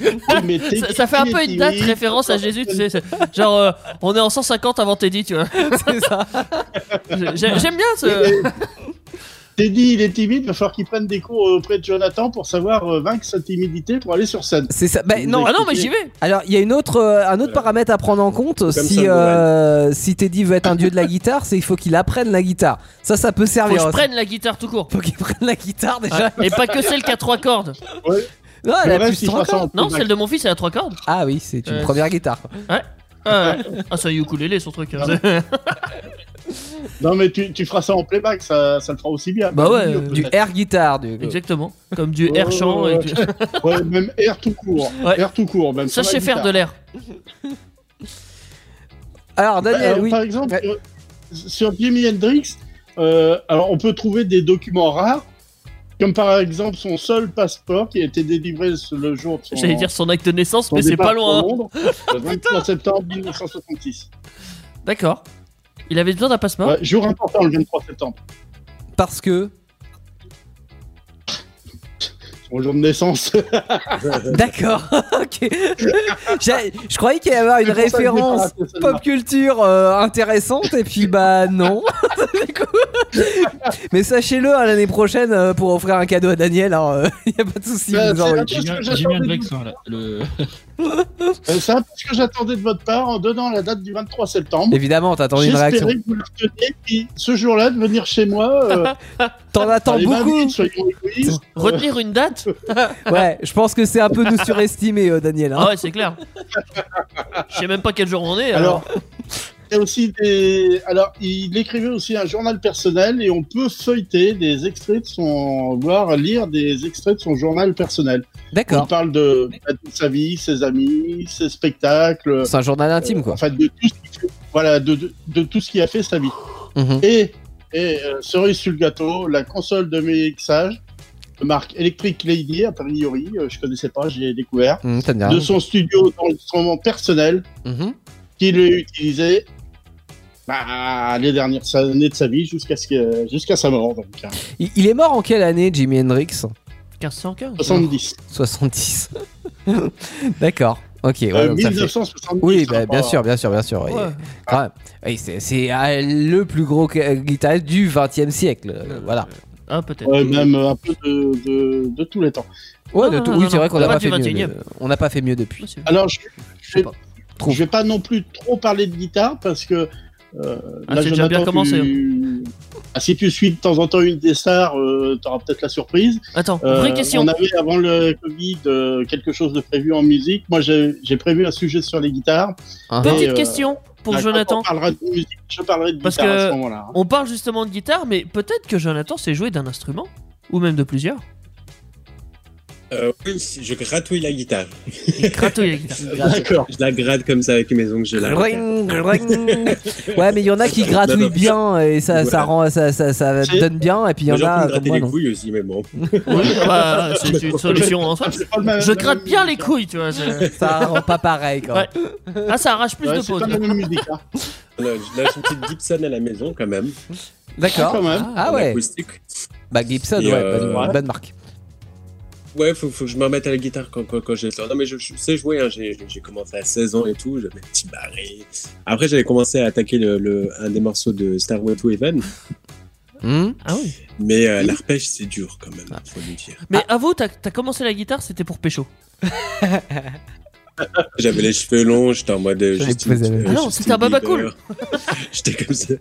Oui, Oh, mais
Ça, ça fait un peu une date référence à Jésus, tu sais. c'est- Genre, euh, on est en 150 avant Teddy, tu vois.
c'est ça.
J'ai- J'aime bien ce.
Teddy, il est timide, il va falloir qu'il prenne des cours auprès de Jonathan pour savoir euh, vaincre sa timidité pour aller sur scène.
C'est ça. Bah, non.
Ah non, mais j'y vais.
Alors, il y a une autre, euh, un autre paramètre à prendre en compte
Comme
si,
ça,
euh, si Teddy veut être un dieu de la guitare, c'est qu'il faut qu'il apprenne la guitare. Ça, ça peut
Faut que
servir.
je
aussi.
prenne la guitare tout court.
Faut qu'il prenne la guitare déjà.
Ah, Et pas que celle qui a trois cordes.
Non,
Ah,
elle
Le
a
reste,
plus
il
de
fera
3
ça en
Non,
playback.
celle de mon fils, elle a trois cordes.
Ah oui, c'est une
Euh,
première guitare.
Ah, ouais. ah c'est un ukulélé son truc. hein.
Non, mais tu, tu feras ça en playback, ça, ça le fera aussi bien.
Bah ouais,
Oui,
Du air guitare, du coup.
Exactement. Comme du air chant. et du-
ouais, même air tout court.
Ouais.
Air tout court, même. sur la
Sachez faire de
guitare.
l'air.
Alors, Daniel,
Euh,
oui.
Par exemple,
Ouais.
euh, sur Jimi Hendrix, euh, alors on peut trouver des documents rares, comme par exemple son seul passeport qui a été délivré le jour de son.
J'allais dire son acte de naissance,
son
mais c'est
départ
pas loin. hein.
pour Londres, le 23 septembre 1966.
D'accord. Il avait besoin d'un passeport.
Ouais, jour important le 23 septembre.
Parce que.
Son jour de naissance.
D'accord, ok. J'ai- Je croyais qu'il y avait
Ah,
une
C'est pour ça que j'ai pas
référence
raté celle-là.
pop culture euh, intéressante, et puis bah non. Du coup- Mais sachez-le, hein, l'année prochaine, euh, pour offrir un cadeau à Daniel, il n'y a pas de souci.
Bah,
vous
c'est
envoyez.
la-
Jimi-
Parce que
Jimi
j'attendais
Hendrix,
du-
hein, là, le...
Euh, C'est un peu ce que j'attendais de votre part en donnant la date du 23 septembre.
Évidemment, t'attends une réaction.
J'espérais que vous le reteniez, puis ce jour-là, de venir chez moi. euh,
T'en
par
attends
les mains
beaucoup.
vides, soyons égoïstes.
Retenir une date
Ouais, je pense que c'est un peu nous surestimer, euh, Daniel. hein.
Ah ouais, c'est clair. Je sais même pas quel jour on est. Alors,
Alors, il y a aussi des. Alors, il écrivait aussi un journal personnel et on peut feuilleter des extraits de son. voir lire des extraits de son journal personnel. On
D'accord.
parle de, bah, de sa vie, ses amis, ses spectacles,
C'est un journal intime, quoi.
enfin de tout ce qu'il fait- voilà, de, de, de tout ce qui a fait sa vie. euh,
Mhm.
Et, et euh, cerise sur le gâteau, la console de mixage de marque Electric Lady, a priori, euh, je connaissais pas, j'ai découvert,
Mhm, t'as bien
de
raison.
son studio d'enregistrement personnel
Mhm.
qu'il ait utilisé bah, les dernières années de sa vie jusqu'à ce que- jusqu'à sa mort, donc hein,
Il il est mort en quelle année, Jimi Hendrix
1515.
70.
70. D'accord. Ok, ouais,
Euh,
donc ça fait-
1970.
Oui,
hein,
bah, bien
pas-
sûr, bien sûr, bien sûr. Et-
Ouais.
quand même. Et c'est, c'est, euh, le plus gros ca- guitariste du 20 siècle. euh, Voilà.
Ah, peut-être.
Ouais, même euh, un peu de, de, de tous les temps.
Ouais, de
non,
tout-
non,
oui,
non,
c'est vrai qu'on
non,
n'a
pas
pas,
du
fait mieux.
21e.
de- on n'a pas fait mieux depuis.
Possible.
Alors, je, Ah, je,
sais pas. Trouve.
je vais pas non plus trop parler de guitare parce que euh,
Ah, c'est déjà bien
tu- Ah, si tu suis de temps en temps une des stars, euh, t'auras peut-être la surprise.
Attends,
Euh,
vraie question.
On avait avant le Covid euh, quelque chose de prévu en musique. Moi, j'ai j'ai prévu un sujet sur les guitares.
Hein, hein.
Petite
euh,
question pour
Là, quand
Jonathan.
on parlera de musique, je parlerai de
Parce
guitare
que-
à ce moment-là. hein.
On parle justement de guitare, mais peut-être que Jonathan sait jouer d'un instrument ou même de plusieurs.
Euh, oui, je gratouille la guitare.
Il gratouille la guitare.
D'accord.
Je la gratte comme ça avec mes ongles. Je la
Gring, gring. ouais, mais il y en a qui
Non,
gratouillent
non.
bien et ça,
Voilà.
ça, rend, ça, ça, ça
C'est-
donne bien. Et puis il y
Moi,
en
j'ai envie
a
de
comme
gratter
moi,
les
non.
couilles aussi, mais bon.
Oui, bah, c'est une solution en soi.
Ah, C'est pas le même-
Je
la
gratte
même
bien les
musique,
couilles, tu vois. c'est-
Ça rend pas pareil quand
Ouais. Ah, ça arrache plus
hein. Ouais,
de
C'est
pause.
pas la même musique. hein.
Là, j'ai une petite Gibson à la maison quand même.
D'accord.
Quand même.
Ah
en
ouais.
acoustique.
Bah Gibson,
Et,
ouais,
euh,
bonne,
ouais.
bonne marque.
Ouais, faut, faut que je me remette à la guitare quand, quand, quand j'ai le temps. Non, mais je, je sais jouer, hein. j'ai j'ai commencé à 16 ans et tout, j'avais un petit barré. Après, j'avais commencé à attaquer le, le- un des morceaux de Star Wars to Heaven,
Hmm
Ah oui.
mais euh, l'arpège, c'est dur
Ah.
quand même, faut le dire.
Mais avoue, t'as t'as commencé la guitare, c'était pour pécho.
J'avais les cheveux longs, j'étais en mode. euh,
J'avais
Justin-
posé la-
euh,
Ah non,
Justin
c'était un baba cool.
Bieber. J'étais comme ça.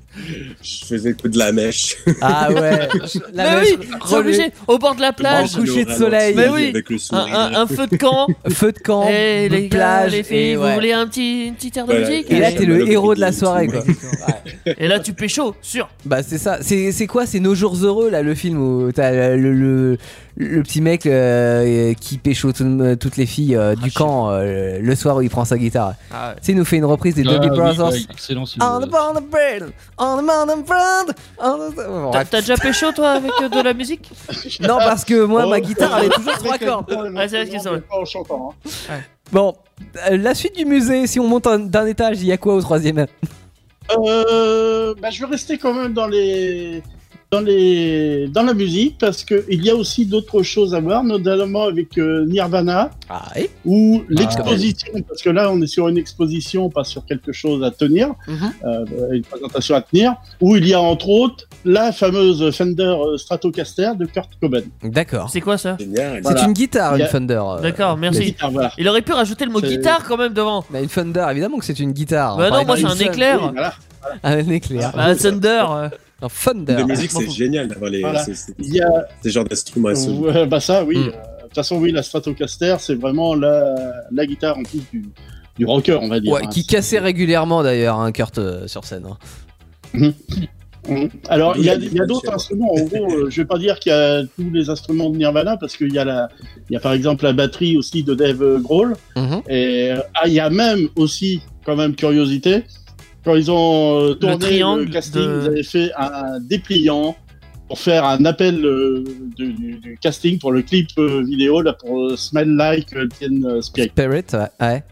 Je faisais tout de la mèche.
Ah ouais. La
Mais
mèche
oui, c'est
relevée.
obligé, au bord de la plage,
coucher de
Au ralenti,
soleil.
Mais oui.
Avec le
un,
sourire.
un- un feu de camp.
Feu de camp,
Eh les gars,
plage.
les filles,
et,
vous
ouais.
voulez un petit, une petite aire de
Voilà.
musique Eh,
Et là, t'es le
Malheureusement,
héros de la
tout le
soirée, quoi. Ah,
monde.
Ouais.
Et là, tu pécho, sûr.
Bah, c'est ça. C'est c'est quoi C'est Nos Jours Heureux, là, le film où t'as le, le, le- le petit mec euh, qui pécho tout- toutes les filles euh, du
je-
camp euh, le soir où il prend sa guitare.
Ah,
Tu sais, il nous fait une reprise des
Ah,
Dobby
oui,
Brothers.
ouais, excellent. c'est-
On the on the bird, on the mountain front, on the- Bon,
T'as
bref.
t'as déjà pécho toi avec euh, de la musique
Non, parce que moi,
Oh,
ma guitare, elle est toujours
très
trois cordes.
calme,
Ouais, c'est vrai ce qu'ils sont.
mais Pas en chantant. hein.
Bon, euh, la suite du musée, si on monte un- d'un étage, il y a quoi au troisième
Euh, bah, je vais rester quand même dans les. Dans, les... dans la musique, parce qu'il y a aussi d'autres choses à voir, notamment avec euh, Nirvana,
Ah oui
ou l'exposition, parce que là on est sur une exposition, pas sur quelque chose à tenir,
Mhm.
euh, une présentation à tenir, où il y a entre autres la fameuse Fender Stratocaster de Kurt Cobain.
D'accord.
C'est quoi ça
Génial.
C'est
Voilà.
une guitare,
Il y
une
a-
Thunder. euh,
D'accord,
La
merci.
guitare, voilà.
Il aurait pu rajouter le mot
C'est-
guitare quand même devant.
Bah, une Thunder, évidemment que c'est une guitare. On
Bah
parlait
non, moi
de
c'est un
Gibson.
Oui,
éclair.
voilà.
Un éclair.
Bah Thunder. euh,
Un Thunder.
De musique, c'est génial d'avoir les.
Bah, Voilà.
ces- ces-
Il y a
Ces genres d'instruments. assez-
Ouais, bah ça, oui.
Mm.
euh, De toute façon, oui, la Stratocaster, c'est vraiment la, la guitare en plus du, du rocker, on va dire.
Ouais,
hein.
qui cassait régulièrement d'ailleurs, hein, Kurt euh, sur scène. hein.
Mm. Alors, il y a, il y a
Oui,
d'autres
c'est
instruments. En gros, euh, je vais pas dire qu'il y a tous les instruments de Nirvana, parce qu'il y a la, il y a par exemple la batterie aussi de Dave Grohl.
Mm-hmm.
Mhm.
Et euh, ah, il y a même aussi, quand même, curiosité, quand ils ont euh, tourné le,
triangle
casting,
de-
ils avaient fait un dépliant pour faire un appel euh, du, du- du casting pour le clip euh, vidéo, là, pour euh, Smell Like euh, Teen Spirit.
Spirit, ouais. ouais.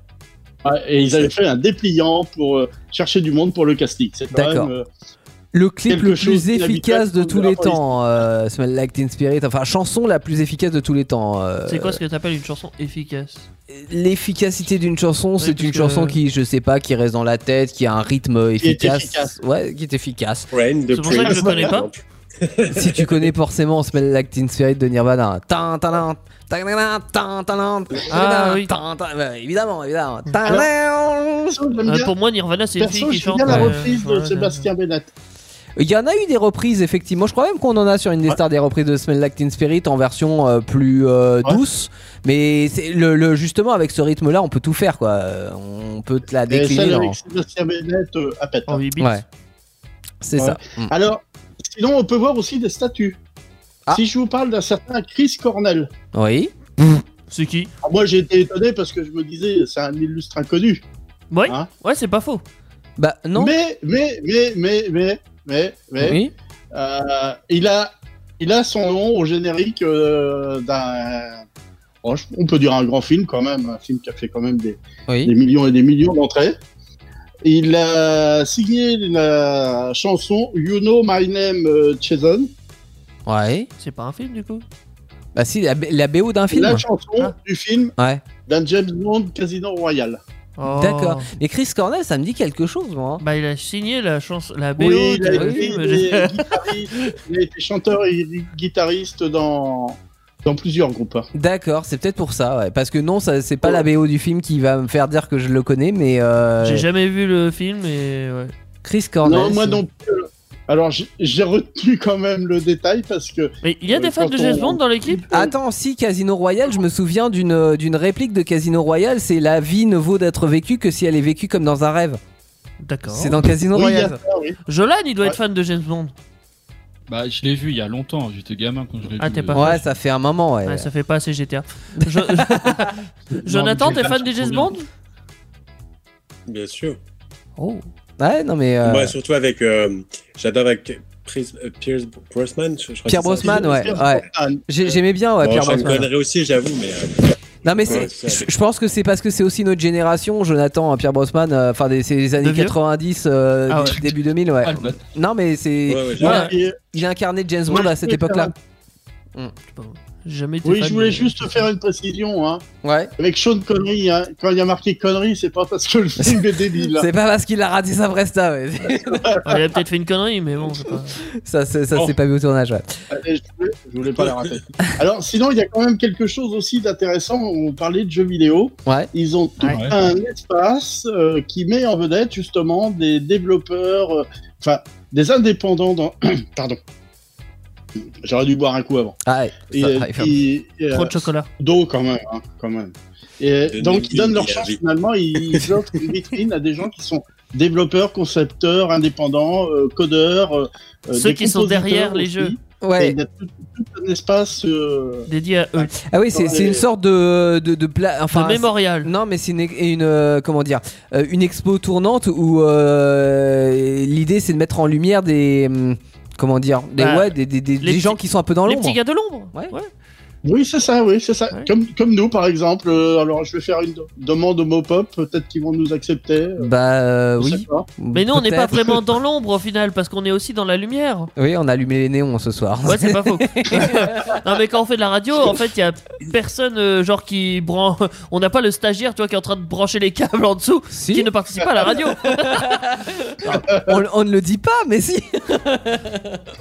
Ouais, et ils avaient fait un dépliant pour euh, chercher du monde pour le casting. C'est quand
D'accord.
même, euh,
Le clip
Quelque
le
chose
plus
d'inhabituel
efficace de
pour
tous
la
les
police.
temps, euh, Smell Like Teen Spirit, enfin chanson la plus efficace de tous les temps. euh,
C'est quoi ce que t'appelles une chanson efficace
L'efficacité d'une chanson, c'est
parce
une
que-
chanson qui, je sais pas, qui reste dans la tête, qui a un rythme
Qui est
efficace.
efficace.
Ouais, qui est efficace.
Rain de
C'est pour ça que je
Prince,
le connais
par
pas.
exemple.
si tu connais forcément Smell Like Teen Spirit de Nirvana. Tin, tin, tin, tin, tin, tin, tin, tin,
Ah,
tin,
oui.
tin, tin. Ouais, bah, Évidemment, évidemment. Tin,
Alors-
tin.
perso, j'aime
Euh,
bien-
Pour moi Nirvana c'est une fille
perso,
qui
j'aime
chante.
bien la
euh,
reprise de
voilà,
Sébastien Bennett.
Il y en a eu des reprises, effectivement. Je crois même qu'on en a sur une des stars des reprises de Smell Like Teen Spirit en version euh, plus euh,
Ouais.
douce. Mais c'est le, le- justement, avec ce rythme-là, on peut tout faire, quoi. Euh, On peut te la
Et
décliner.
celle
dans-
avec Sébastien Bennett euh, à pète.
En 8 bits.
Ouais. C'est
Ouais.
ça. Mm.
Alors, sinon, on peut voir aussi des statues.
Ah.
Si je vous parle d'un certain Chris Cornell,
Oui.
C'est qui
Alors, moi j'ai été étonné parce que je me disais, c'est un illustre inconnu.
Ouais,
Hein
ouais c'est pas faux.
Bah, non.
Mais, mais, mais, mais, mais, mais, mais,
Oui.
euh, il, a, il a son nom au générique euh, d'un. bon, je- on peut dire un grand film quand même, un film qui a fait quand même des,
Oui.
des millions et des millions d'entrées. Il a signé la chanson You Know My Name euh, Jason.
Ouais.
C'est pas un film du coup.
Bah, si, la, B- la BO d'un film.
la chanson
Ah.
du film
Ouais.
d'un James Bond Casino Royale.
Oh.
D'accord. Mais Chris Cornell, ça me dit quelque chose, moi.
Bah il a signé la chanson, la BO
oui, il a,
du
oui,
été
film.
des guitaristes, il a été chanteur et gui- guitariste dans, dans plusieurs groupes.
D'accord, c'est peut-être pour ça, ouais. Parce que non, ça, c'est pas la
Ouais.
BO du film qui va me faire dire que je le connais, mais euh,
J'ai jamais vu le film et ouais.
Chris Cornell.
non, moi
c'est-
non plus. Alors j'ai- j'ai retenu quand même le détail parce que
Mais il y a
Euh,
des fans
quand
de James
on-
Bond dans l'équipe
Attends, si Casino Royale, je me souviens d'une euh, d'une réplique de Casino Royale, c'est la vie ne vaut d'être vécue que si elle est vécue comme dans un rêve.
D'accord.
C'est dans Casino
oui, il y a
Royale.
ça, oui.
Jolan, il doit être
Ouais.
fan de James Bond.
Bah, je l'ai vu il y a longtemps, j'étais gamin quand je l'ai
Ah,
vu. euh.
t'es pas-
Ouais, ça fait un moment, ouais.
Ouais, ça fait pas assez GTA. Je- Jonathan,
Non, mais
t'es fan
je
de
trouve
James
bien.
Bond
Bien sûr.
Oh.
Ouais, non, mais. euh,
Moi, surtout avec. euh, J'adore avec Pris- euh, Pierce Brosnan. je- je crois que c'est ça.
Pierre Brosnan, ouais. ouais.
Ah,
J'ai- J'aimais bien, ouais,
Bon,
Pierre
je fais une
Brosnan.
connerie aussi, j'avoue, mais. euh,
Non mais
Ouais,
c'est,
c'est-
je- je pense que c'est parce que c'est aussi notre génération, Jonathan, hein, Pierre Brosman, euh, enfin des- c'est les années
De vieux
90, euh,
Ah
dé-
ouais.
début 2000, ouais.
Ah, le bâtard.
Non mais c'est,
ouais, ouais,
ouais,
j'adore.
et-
il a incarné James Bond
Moi,
à
je
cette
voulais
époque-là.
J'ai Jamais été
oui,
fan
je voulais
de-
juste faire une précision. hein.
Ouais.
Avec Sean Connery, hein, quand il y a marqué Connery, c'est pas parce que le film est débile.
C'est pas parce qu'il a raté sa presta, ouais.
Ah, il a peut-être fait une connerie, mais bon, c'est pas.
ça, c'est- ça
Bon.
s'est pas vu au tournage. Ouais.
Allez, je voulais- je voulais pas la rater. Alors, sinon, il y a quand même quelque chose aussi d'intéressant. On parlait de jeux vidéo.
Ouais.
Ils ont tout
Ouais.
un espace euh, qui met en vedette justement des développeurs, euh, enfin des indépendants. Dans... Pardon. J'aurais dû boire un coup avant.
Ah ouais,
Et,
ça, ouais,
et- et,
Trop
euh,
de chocolat.
d'eau quand même, hein, quand même. Et
Donner
donc ils
une
donnent leur
énergie.
chance finalement, ils ils offrent une vitrine à des gens qui sont développeurs, concepteurs, indépendants, euh, codeurs, euh,
Ceux
des
qui sont
compositeurs
derrière les
aussi.
jeux.
Et
ouais.
Il y a tout, tout un espace. euh,
Dédié à eux.
Ah oui, c'est c'est une sorte de de, de pla-
Un
enfin
mémorial.
Non, mais c'est une, une, euh, comment dire euh, une expo tournante où euh, l'idée c'est de mettre en lumière des hum, comment dire des
Bah,
ouais, des, des- des-
les
des gens qui
petits-
sont un peu dans
Les
l'ombre.
petits gars de l'ombre.
Ouais.
Oui, c'est ça, oui, c'est ça.
Ouais.
Comme, comme nous, par exemple. euh, alors, je vais faire une do- demande au Mopop, peut-être qu'ils vont nous accepter. euh,
Bah euh,
je sais
oui.
pas.
Mais nous, on n'est pas
peut-être.
vraiment dans l'ombre au final parce qu'on est aussi dans la lumière.
Oui, on a allumé les néons ce soir.
Ouais, c'est pas faux. non, mais quand on fait de la radio, en fait, il y a personne, euh, genre, qui branche. On n'a pas le stagiaire, tu vois, qui est en train de brancher les câbles en dessous,
Si,
qui ne participe pas à la radio.
on, on ne le dit pas, mais si.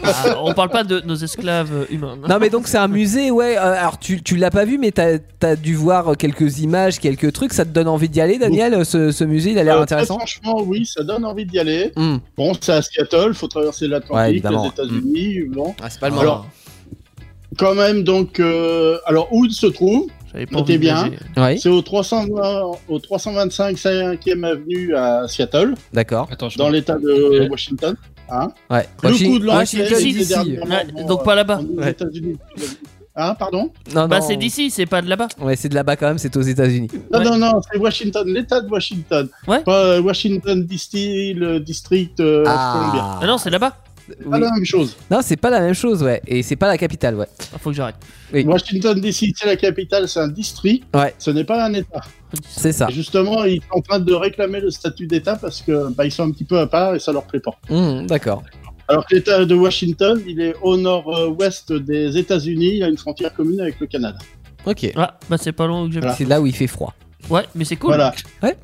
Ah, on parle pas de nos esclaves euh, humains.
Non, mais donc c'est un musée, ouais. euh, alors tu, tu l'as pas vu, mais t'as as dû voir quelques images, quelques trucs. Ça te donne envie d'y aller, Daniel Ce, ce musée, il a l'air
Euh,
intéressant.
très franchement, oui, ça donne envie d'y aller.
Hum.
Bon, c'est à Seattle, faut traverser
Ouais,
l'Atlantique,
évidemment. Mm.
les États-Unis. Bon,
Ah,
c'est pas
le Alors, quand même, donc, euh, alors où il se trouve
j'avais pas
notez
envie de
bien.
nager.
Oui,
C'est au, 320, au 325 5e avenue à Seattle,
d'accord.
Attends, je
dans
me-
l'État de
Ouais.
Washington.
Ouais.
Le
Washi-
coup de l'ancien
Euh, Washington,
Washington,
DC.
Ouais, donc pas là-bas.
Ouais.
euh, États-Unis. Hein, pardon
Non,
Bah,
Ah, non.
c'est d'ici, c'est pas de là-bas.
Ouais, c'est de là-bas quand même, c'est aux États-Unis.
Non,
Ouais.
non, non, c'est Washington, l'État de Washington.
Ouais.
Pas euh, Washington DC, le district euh, of Columbia.
Ah non, c'est là-bas.
C'est
oui.
Pas la même chose.
Non, c'est pas la même chose, ouais. Et c'est pas la capitale, ouais.
Ah, faut que j'arrête.
Oui.
Washington DC, c'est la capitale, c'est un district.
Ouais.
Ce n'est pas un État.
C'est ça.
Et justement, ils sont en train de réclamer le statut d'État parce que bah, ils sont un petit peu à part et ça leur plaît pas.
Hum, D'accord.
Alors que l'État de Washington, il est au nord-ouest des États-Unis, il a une frontière commune avec le Canada.
Ok.
Ah, bah, c'est pas long que j'ai
Voilà.
C'est là où il fait froid.
Ouais, mais c'est cool.
Voilà.
Ok.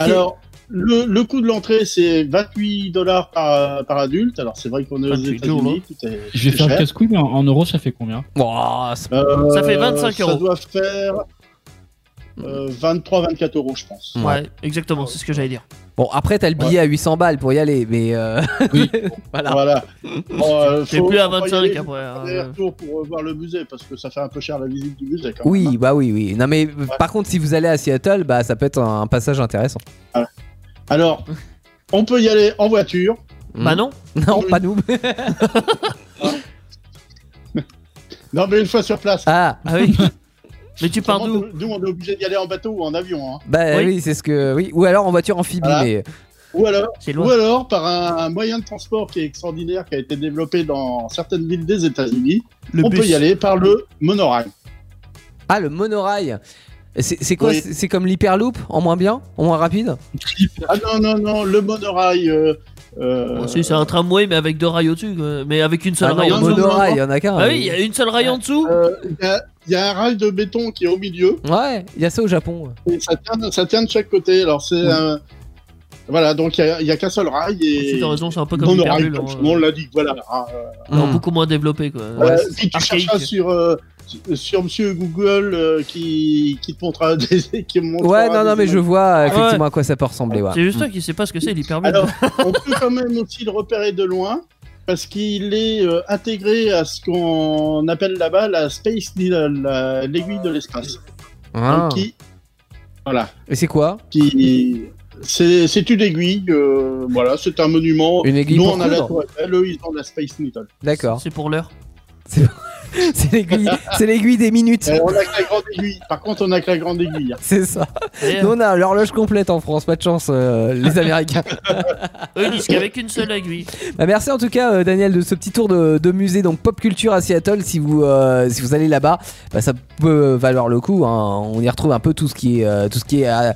Alors, le, le coût de l'entrée, c'est 28 dollars par, par adulte. Alors, c'est vrai qu'on est aux
28 euros,
États-Unis, tout est.
Je
tout est
vais faire le
cher.
casse-couille, mais en, en euros, ça fait combien
Ouah, c'est-
Euh,
Ça fait 25 euros.
Ça doit faire euh, 23-24 euros, je pense.
Ouais, exactement, c'est ce que j'allais dire.
Bon, après, t'as le billet à 800 balles pour y aller, mais. euh,
Oui.
voilà.
Voilà. Bon, euh,
C'est
faut-
plus à
faut pas y
25
aller
après. hein.
Aller-retour pour euh, voir le musée parce que ça fait un peu cher la visite du musée quand même. hein.
Oui, bah oui, oui. Non, mais euh, par contre, si vous allez à Seattle, bah ça peut être un passage intéressant.
Alors, on peut y aller en voiture.
Bah, non.
Non, pas nous.
Non, mais une fois sur place.
Ah,
Ah oui. mais tu pars
Autrement,
d'où
nous, nous, on est obligé d'y aller en bateau ou en avion. hein.
bah oui,
Oui.
c'est ce que. Oui, ou alors en voiture amphibie,
Voilà.
mais.
Ou alors,
C'est
ou
loin.
alors par un, un moyen de transport qui est extraordinaire, qui a été développé dans certaines villes des États-Unis.
Le
On
bus.
peut y aller par le monorail.
Ah, le monorail. C'est c'est quoi
Oui.
C'est c'est comme l'hyperloop en moins bien En moins rapide
Ah non, non, non, le monorail. euh, euh,
Bon, si, c'est un tramway, mais avec deux rails au-dessus, quoi. mais avec une seule
Ah non,
rail en
non,
dessous.
non, non.
monorail, il y en a qu'un.
Ah oui, il y a une seule rail en dessous.
euh, y a- y a un rail de béton qui est au milieu.
Ouais, il y a ça au Japon.
Et ça tient, ça tient de chaque côté. Alors c'est un- voilà, donc il n'y a, qu'un seul rail
Ah, Si
et
t'as raison, c'est un peu comme
monorail
Hyperlul.
comme tout
hein.
le monde l'a dit. Voilà. hein, euh,
Non,
Hmm.
beaucoup moins développé quoi.
voilà.
Ouais,
Puis tu
archaïque.
chercheras sur euh, sur Monsieur Google euh, qui qui te montrera des qui montrera
Ouais, non,
des
non, mais je
images.
Ah
vois euh, effectivement à quoi ça peut ressembler. Ouais.
C'est juste toi qui sais pas ce que c'est l'hyperlul.
Alors on peut quand même aussi le repérer de loin parce qu'il est euh, intégré à ce qu'on appelle là-bas la Space Needle, la- l'aiguille de l'espace.
Ah.
Donc, qui- voilà.
Et c'est quoi
qui c'est c'est une aiguille, euh, voilà, c'est un monument.
Une aiguille
Nous
pour
on a la
coudre.
Tour Eiffel, eux ils ont la Space Needle.
D'accord.
C'est pour l'heure.
C'est l'aiguille, c'est l'aiguille des minutes.
Euh, on a que la grande aiguille. Par contre, on a que la grande aiguille. hein.
C'est ça.
Et,
Nous
euh,
on a l'horloge complète en France, pas de chance euh, les Américains.
Eux ils disent qu'avec une seule aiguille.
Bah, merci en tout cas euh, Daniel de ce petit tour de, de musée donc pop culture à Seattle. Si vous euh, si vous allez là-bas, bah, ça peut valoir le coup. hein. On y retrouve un peu tout ce qui est euh, tout ce qui est euh,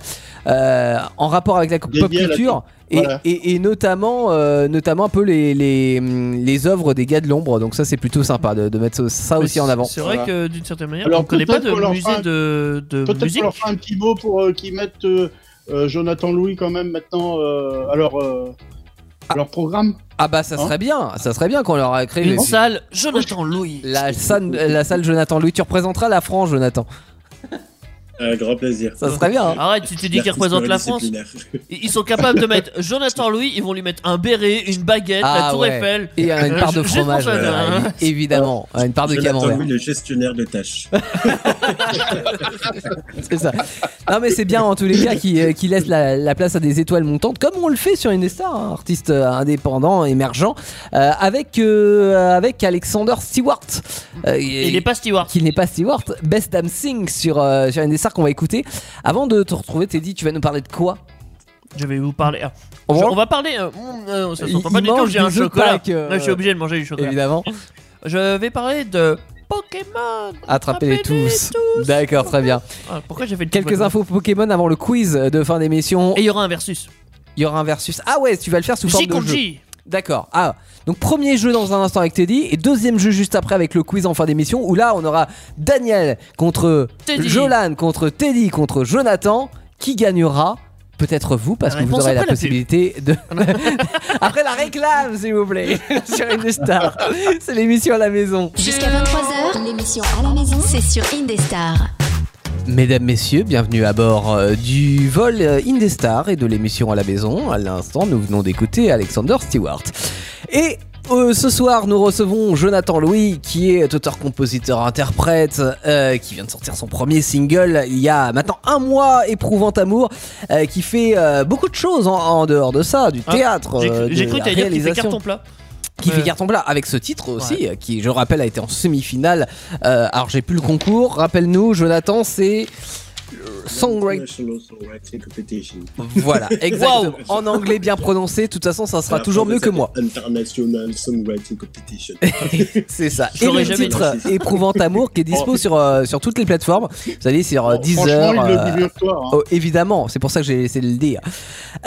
euh, en rapport avec la
Dédié
pop
à la
culture. Et,
Voilà.
et- et notamment, euh, notamment un peu les, les, hum, les œuvres des gars de l'ombre, donc ça c'est plutôt sympa de, de mettre ça, ça Ah, aussi en avant.
C'est vrai
Voilà.
que d'une certaine manière,
Alors,
on connaît pas
peut-être
de
qu'on leur fera
musée
un-
de, de
Peut-être
musique.
qu'on leur fera un petit mot pour euh, qu'ils mettent euh, euh, Jonathan Louis quand même maintenant. euh, alors euh, leur programme.
Ah bah ça
Hein
serait bien, ça serait bien qu'on leur a créé
Une
les-
salle Jonathan Louis.
la salle, la salle Jonathan Louis. Tu représenteras la France, Jonathan.
Un grand plaisir.
Ça serait bien. hein.
Arrête, tu t'es dit qu'ils représentent la France.
Disciplinaire.
Ils ils sont capables de mettre Jonathan Louis, ils vont lui mettre un béret, une baguette,
Ah
la tour
ouais.
Eiffel.
Et euh, une
Euh,
part de
je- je
fromage,
pense à ça,
euh,
hein.
évidemment, une part de
Jonathan
camembert.
Louis, le gestionnaire de tâches.
C'est ça. Non, mais c'est bien en tous les cas qui, euh, qui laisse la, la place à des étoiles montantes, comme on le fait sur Indestar, hein, artiste euh, indépendant, émergent, euh, avec, euh, avec Alexander Stewart. euh,
Et Il est pas Stewart.
Qu'il n'est pas Stewart, Best Damn Thing sur, euh, sur Indestar qu'on va écouter. Avant de te retrouver, Teddy, tu vas nous parler de quoi
Je vais vous parler. ah.
On
Je-
va-
on va parler. euh, mm, euh, ça
Il-
s'entend pas
il
du tout,
mange
j'ai un
des œufs
chocolat.
Pâques, euh,
Là, je suis obligé de manger du chocolat.
Évidemment,
Je vais parler de Pokémon.
attrapez-les tous.
tous.
D'accord, très bien.
Ah, pourquoi j'ai fait le
Quelques
Pokémon
infos Pokémon avant le quiz de fin d'émission.
Et il y aura un versus.
Il y aura un versus. Ah ouais, tu vas le faire sous forme de jeu.
Jikonji.
D'accord. Ah, donc premier jeu dans un instant avec Teddy et deuxième jeu juste après avec le quiz en fin d'émission où là on aura Daniel contre
Teddy.
Jolan contre Teddy contre Jonathan qui gagnera. Peut-être vous, parce
La
que vous
réponse
aurez la
après la
possibilité de. après la réclame, s'il vous plaît, sur une star. C'est l'émission à la maison.
Jusqu'à 23h, l'émission à la maison, c'est sur Indestar.
Mesdames, Messieurs, bienvenue à bord euh, du vol euh, Indestar et de l'émission à la maison. À l'instant, nous venons d'écouter Alexander Stewart. Et euh, ce soir, nous recevons Jonathan Louis, qui est auteur, compositeur, interprète, euh, qui vient de sortir son premier single il y a maintenant un mois, Éprouvant Amour, euh, qui fait euh, beaucoup de choses en, en dehors de ça, du
Ah,
théâtre,
J'ai
euh,
cru-
de
j'ai cru
la
que t'allais dire qu'il fait
réalisation
carton plat.
qui fait
Ouais.
carton plat avec ce titre aussi, euh, qui je rappelle a été en semi-finale. Euh, alors j'ai plus le concours, rappelle-nous, Jonathan, c'est euh, le Songwriting.
International Songwriting Competition.
Voilà, exactement. En anglais bien prononcé, de toute façon, ça sera
Alors,
toujours
après,
mieux
ça
que
fait
moi.
International Songwriting Competition.
C'est ça.
Je
Et
l'aurais
le
jamais
titre
dit.
Éprouvant Amour qui est dispo sur, euh, sur toutes les plateformes. Vous allez sur euh,
Bon, franchement,
Deezer.
ils le
euh,
bivouaient, hein.
Oh, évidemment, c'est pour ça que j'ai laissé le dire.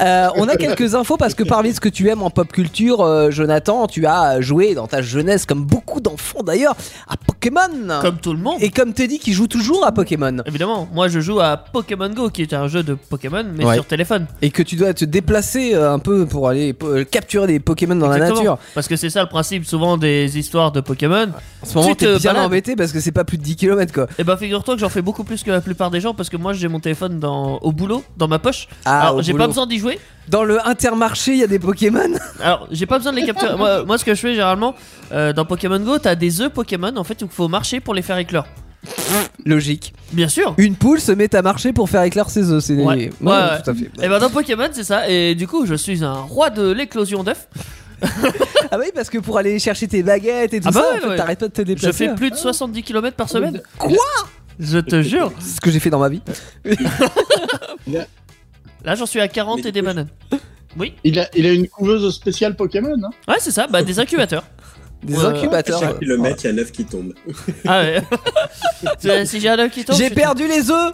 Euh, on a quelques infos parce que parmi ce que tu aimes en pop culture, euh, Jonathan, tu as joué dans ta jeunesse, comme beaucoup d'enfants d'ailleurs, à Pokémon.
Comme tout le monde.
Ah. Et comme Teddy qui joue toujours à Pokémon
Évidemment, moi je joue à Pokémon Go, qui est un jeu de Pokémon, mais
Ouais.
sur téléphone.
et que tu dois te déplacer euh, un peu pour aller po- euh, capturer des Pokémon dans la
Exactement.
nature.
Parce que c'est ça le principe souvent des histoires de Pokémon.
En ce moment,
Tu te
t'es bien
balades.
embêté parce que c'est pas plus de 10 km quoi.
Et bah figure-toi que j'en fais beaucoup plus que la plupart des gens parce que moi j'ai mon téléphone dans, au boulot, dans ma poche.
Ah, au
Alors j'ai
boulot.
pas besoin d'y jouer.
Dans le intermarché, il y a des Pokémon.
Alors j'ai pas besoin de les capturer. moi, moi, ce que je fais généralement euh, dans Pokémon Go, t'as des œufs Pokémon en fait où il faut marcher pour les faire éclore.
Logique.
Bien sûr.
Une poule se met à marcher pour faire éclore ses œufs. C'est
Ouais.
Ouais,
Ouais, ouais.
tout à fait.
Et bah dans Pokémon c'est ça. Et du coup je suis un roi de l'éclosion d'œufs.
Ah oui, parce que pour aller chercher tes baguettes et tout
Ah bah
ça,
ouais,
en fait,
ouais.
t'arrêtes pas de te
Je
déplacer.
fais plus de 70 km par semaine. Je te jure.
C'est hein. ce que j'ai fait dans ma vie.
Là j'en suis à 40
Mais du
et des
coup, je-
bananes.
Il, a, il a une couveuse spéciale Pokémon. Hein.
Ouais c'est ça. Bah des incubateurs.
Des
Ouais.
incubateurs.
À chaque kilomètre, il y a 9 qui tombent.
Ah ouais. C'est- si j'ai un œuf qui tombe.
J'ai
je-
perdu les œufs.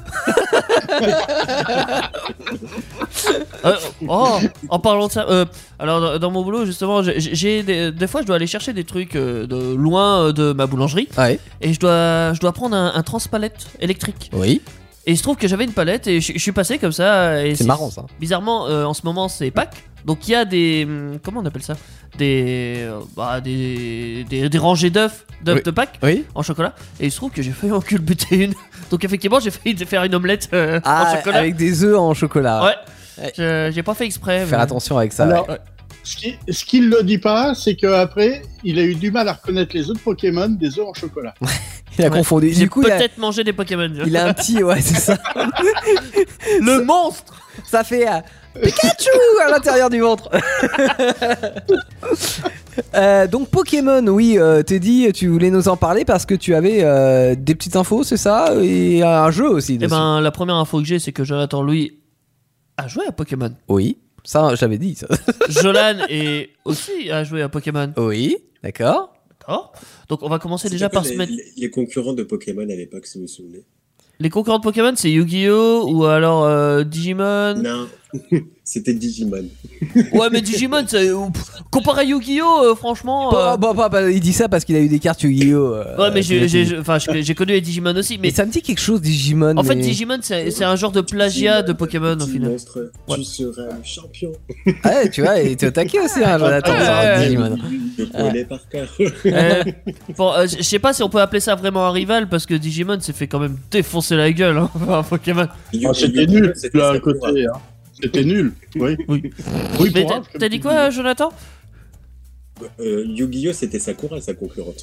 Euh, oh, en parlant de ça, euh, alors dans, dans mon boulot justement, j'ai- j'ai des, des fois je dois aller chercher des trucs euh, de loin euh, de ma boulangerie
Ouais.
et je dois je dois prendre un, un transpalette électrique.
Oui.
Et il se trouve que j'avais une palette et je, je suis passé comme ça. et
C'est marrant ça.
Bizarrement, euh, en ce moment c'est Pâques, donc il y a des hum, comment on appelle ça Des euh, bah, des, des des rangées d'œufs d'œufs
Oui.
de Pâques
Oui.
en chocolat. Et il se trouve que j'ai failli en culbuter une. Donc effectivement j'ai failli faire une omelette euh,
Ah,
en chocolat.
avec des œufs en chocolat.
Ouais.
Ouais.
Je- J'ai pas fait exprès.
Faire
mais-
attention avec ça.
Alors,
ouais.
Ce qui- ce qu'il ne dit pas, c'est qu'après, il a eu du mal à reconnaître les œufs de Pokémon des œufs en chocolat.
Il a
ouais.
confondu.
J'ai
Du coup, il a,
peut-être mangé des Pokémon.
il a un petit. Ouais, c'est ça.
Le monstre
Ça fait euh, Pikachu à l'intérieur du ventre. Euh, donc Pokémon, oui, euh, Teddy, tu voulais nous en parler parce que tu avais euh, des petites infos, c'est ça, et un jeu aussi.
Eh
dessus.
ben, la première info que j'ai, c'est que Jonathan, lui, a joué à Pokémon.
Oui, ça j'avais dit. Ça.
Jolan est aussi a joué à Pokémon.
Oui, d'accord.
D'accord Donc, on va commencer
C'est
déjà
un peu
par se
les,
mettre.
les- les concurrents de Pokémon à l'époque, si vous vous souvenez.
Les concurrents de Pokémon, c'est Yu-Gi-Oh! ou alors euh, Digimon.
Non, C'était Digimon.
Ouais, mais Digimon, c'est- ou- pff, comparé à Yu-Gi-Oh, euh, franchement. euh,
Bah, bah, bah, bah, il dit ça parce qu'il a eu des cartes Yu-Gi-Oh! euh,
ouais, mais j'ai-
euh,
j'ai enfin, j'ai- j'ai connu les Digimon aussi.
Mais
Mais
ça me dit quelque chose, Digimon.
en fait,
mais-
Digimon, c'est c'est un genre de plagiat de Pokémon au
Petit
final.
monstre,
Ouais.
tu seras le champion.
Ouais, tu vois, il était au taquet aussi, hein, Jonathan,
Ouais,
sur
ouais,
Digimon.
Je connais par cœur.
Euh, bon, euh, je je sais pas si on peut appeler ça vraiment un rival parce que Digimon s'est fait quand même défoncer la gueule hein, par Pokémon.
Ah, C'était nul,
C'était
là, à
Sakura.
côté. hein. C'était nul, oui.
Oui.
Oui,
Mais
pour
t'as-
Raph, comme
t'as
tu
dit quoi, Jonathan
Euh, Yu-Gi-Oh! c'était Sakura, sa concurrente.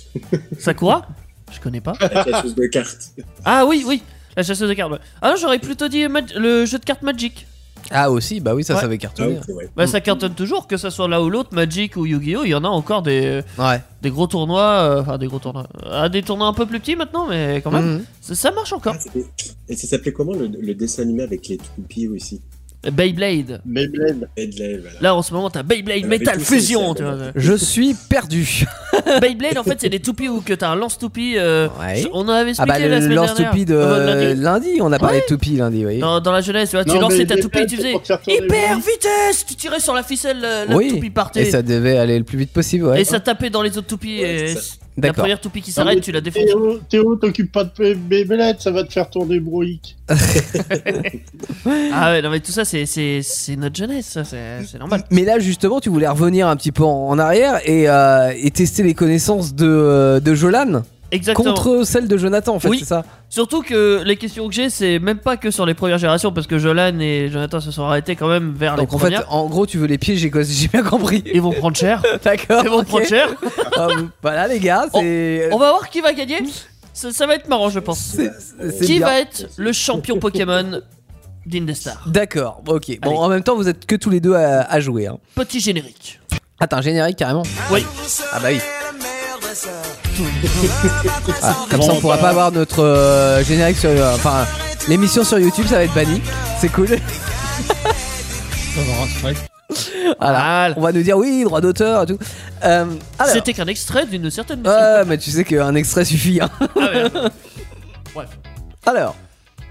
Sakura Je connais pas.
La chasseuse de cartes.
Ah oui, oui, la chasseuse de cartes. ouais. Ah non, j'aurais plutôt dit ma- le jeu de cartes Magic.
Ah, aussi, bah oui, ça,
Ouais.
ça avait
Ah,
cartonné.
ok, ouais.
Bah, ça cartonne toujours, que ça soit là ou l'autre, Magic ou Yu-Gi-Oh! Il y en a encore des,
Ouais.
des gros tournois, euh, enfin des gros tournois, ah, des tournois un peu plus petits maintenant, mais quand
Mm.
même,
Mhm.
ça, ça marche encore.
Ah, c'était- Et ça s'appelait comment le, le dessin animé avec les toupies aussi
euh, Beyblade.
Beyblade.
Edley, voilà.
Là en ce moment, t'as Beyblade
Avec
Metal
tous ces
Fusion.
systèmes,
tu vois.
Je suis perdu.
Beyblade, en fait, c'est des toupies où que t'as un lance-toupie. euh,
Ouais.
On en avait
Ah,
expliqué
bah,
la
le
semaine
lance
dernière.
toupie de
Euh, lundi.
lundi, on a parlé de toupie lundi, oui.
Dans, dans la jeunesse, tu vois, tu
Non, mais
lançais ta
Beyblade,
toupie, tu
c'est
faisais
pour te faire tourner
hyper
le
vitesse, tu tirais sur la ficelle, euh, la
Oui.
toupie partait.
Et ça devait aller le plus vite possible, ouais.
Et ça tapait dans les autres toupies.
Ouais,
et
c'est
la
D'accord.
première toupie qui
Non, mais
s'arrête, tu la défonces.
Théo, Théo, t'occupe pas de Beyblade, ça va te faire tourner Broïc.
Ah ouais, non mais tout ça, c'est- c'est c'est notre jeunesse, ça, c'est c'est normal.
Mais là, justement, tu voulais revenir un petit peu en, en arrière et, euh, et tester les connaissances de, euh, de Jolan
Exactement.
contre celles de Jonathan, en fait,
Oui.
c'est ça
Surtout que les questions que j'ai, c'est même pas que sur les premières générations, parce que Jolan et Jonathan se sont arrêtés quand même vers
Donc,
les
en fait,
premières.
en gros, tu veux les piéger, quoi, si j'ai bien compris.
Ils vont prendre cher.
D'accord.
Ils vont
ok.
prendre cher.
Ah, vous- voilà, les gars, c'est.
On va voir qui va gagner. Ça, ça va être marrant, je pense.
c'est- c'est
Qui
bien.
va être le champion Pokémon d'Indestar
D'accord, ok. Bon,
Allez.
en même temps, vous êtes que tous les deux à, à jouer. Hein.
Petit générique.
Attends, générique carrément.
Oui.
Ah bah oui. Ah, comme
Bon,
ça, on pourra
bah.
pas avoir notre euh, générique sur. euh, Enfin, l'émission sur YouTube, ça va être banni. C'est cool. Voilà.
Voilà.
On va nous dire oui, droit d'auteur et tout. Euh, alors. Euh.
C'était qu'un extrait d'une certaine musique.
Ouais, mais tu sais qu'un extrait suffit. hein.
Ah ouais. Bref.
Alors,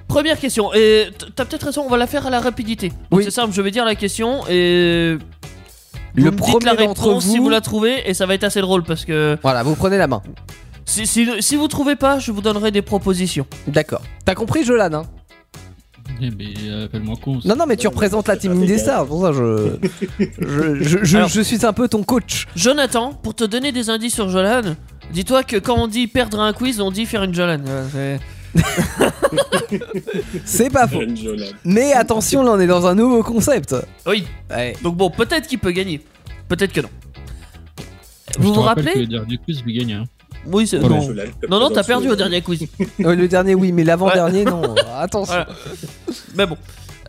Première question. Et t- t'as peut-être raison, on va la faire à la rapidité. Donc
Oui.
C'est simple, je vais dire la question et. vous
le
me dites la
premier d'entre vous.
réponse si vous la trouvez et ça va être assez drôle parce que
Voilà, vous prenez la main.
si, si, si vous trouvez pas, je vous donnerai des propositions.
D'accord. T'as compris, Jolan hein
Eh, mais euh, appelle-moi con.
Non, non, mais tu représentes la team Indestar. Pour ça, je. Je, je, je-
Alors-
je suis un peu ton coach.
Jonathan, pour te donner des indices sur Jolan, dis-toi que quand on dit perdre un quiz, on dit faire une Jolan. Euh, c'est-
C'est pas
Oh.
faux.
Ren Jolan.
Mais attention, là, on est dans un nouveau concept.
Oui,
Ouais.
donc bon, peut-être qu'il peut gagner, peut-être que non.
Je
Vous
te
vous
rappelle que
rappelez
le dernier quiz, lui gagne. Hein.
Oui, c'est.
Ouais,
Non,
Jolan, je te
non, non, t'as
présente
perdu
Jolan.
au dernier quiz.
Euh, Le dernier, oui, mais l'avant-dernier, non. Attention.
Voilà. Mais bon.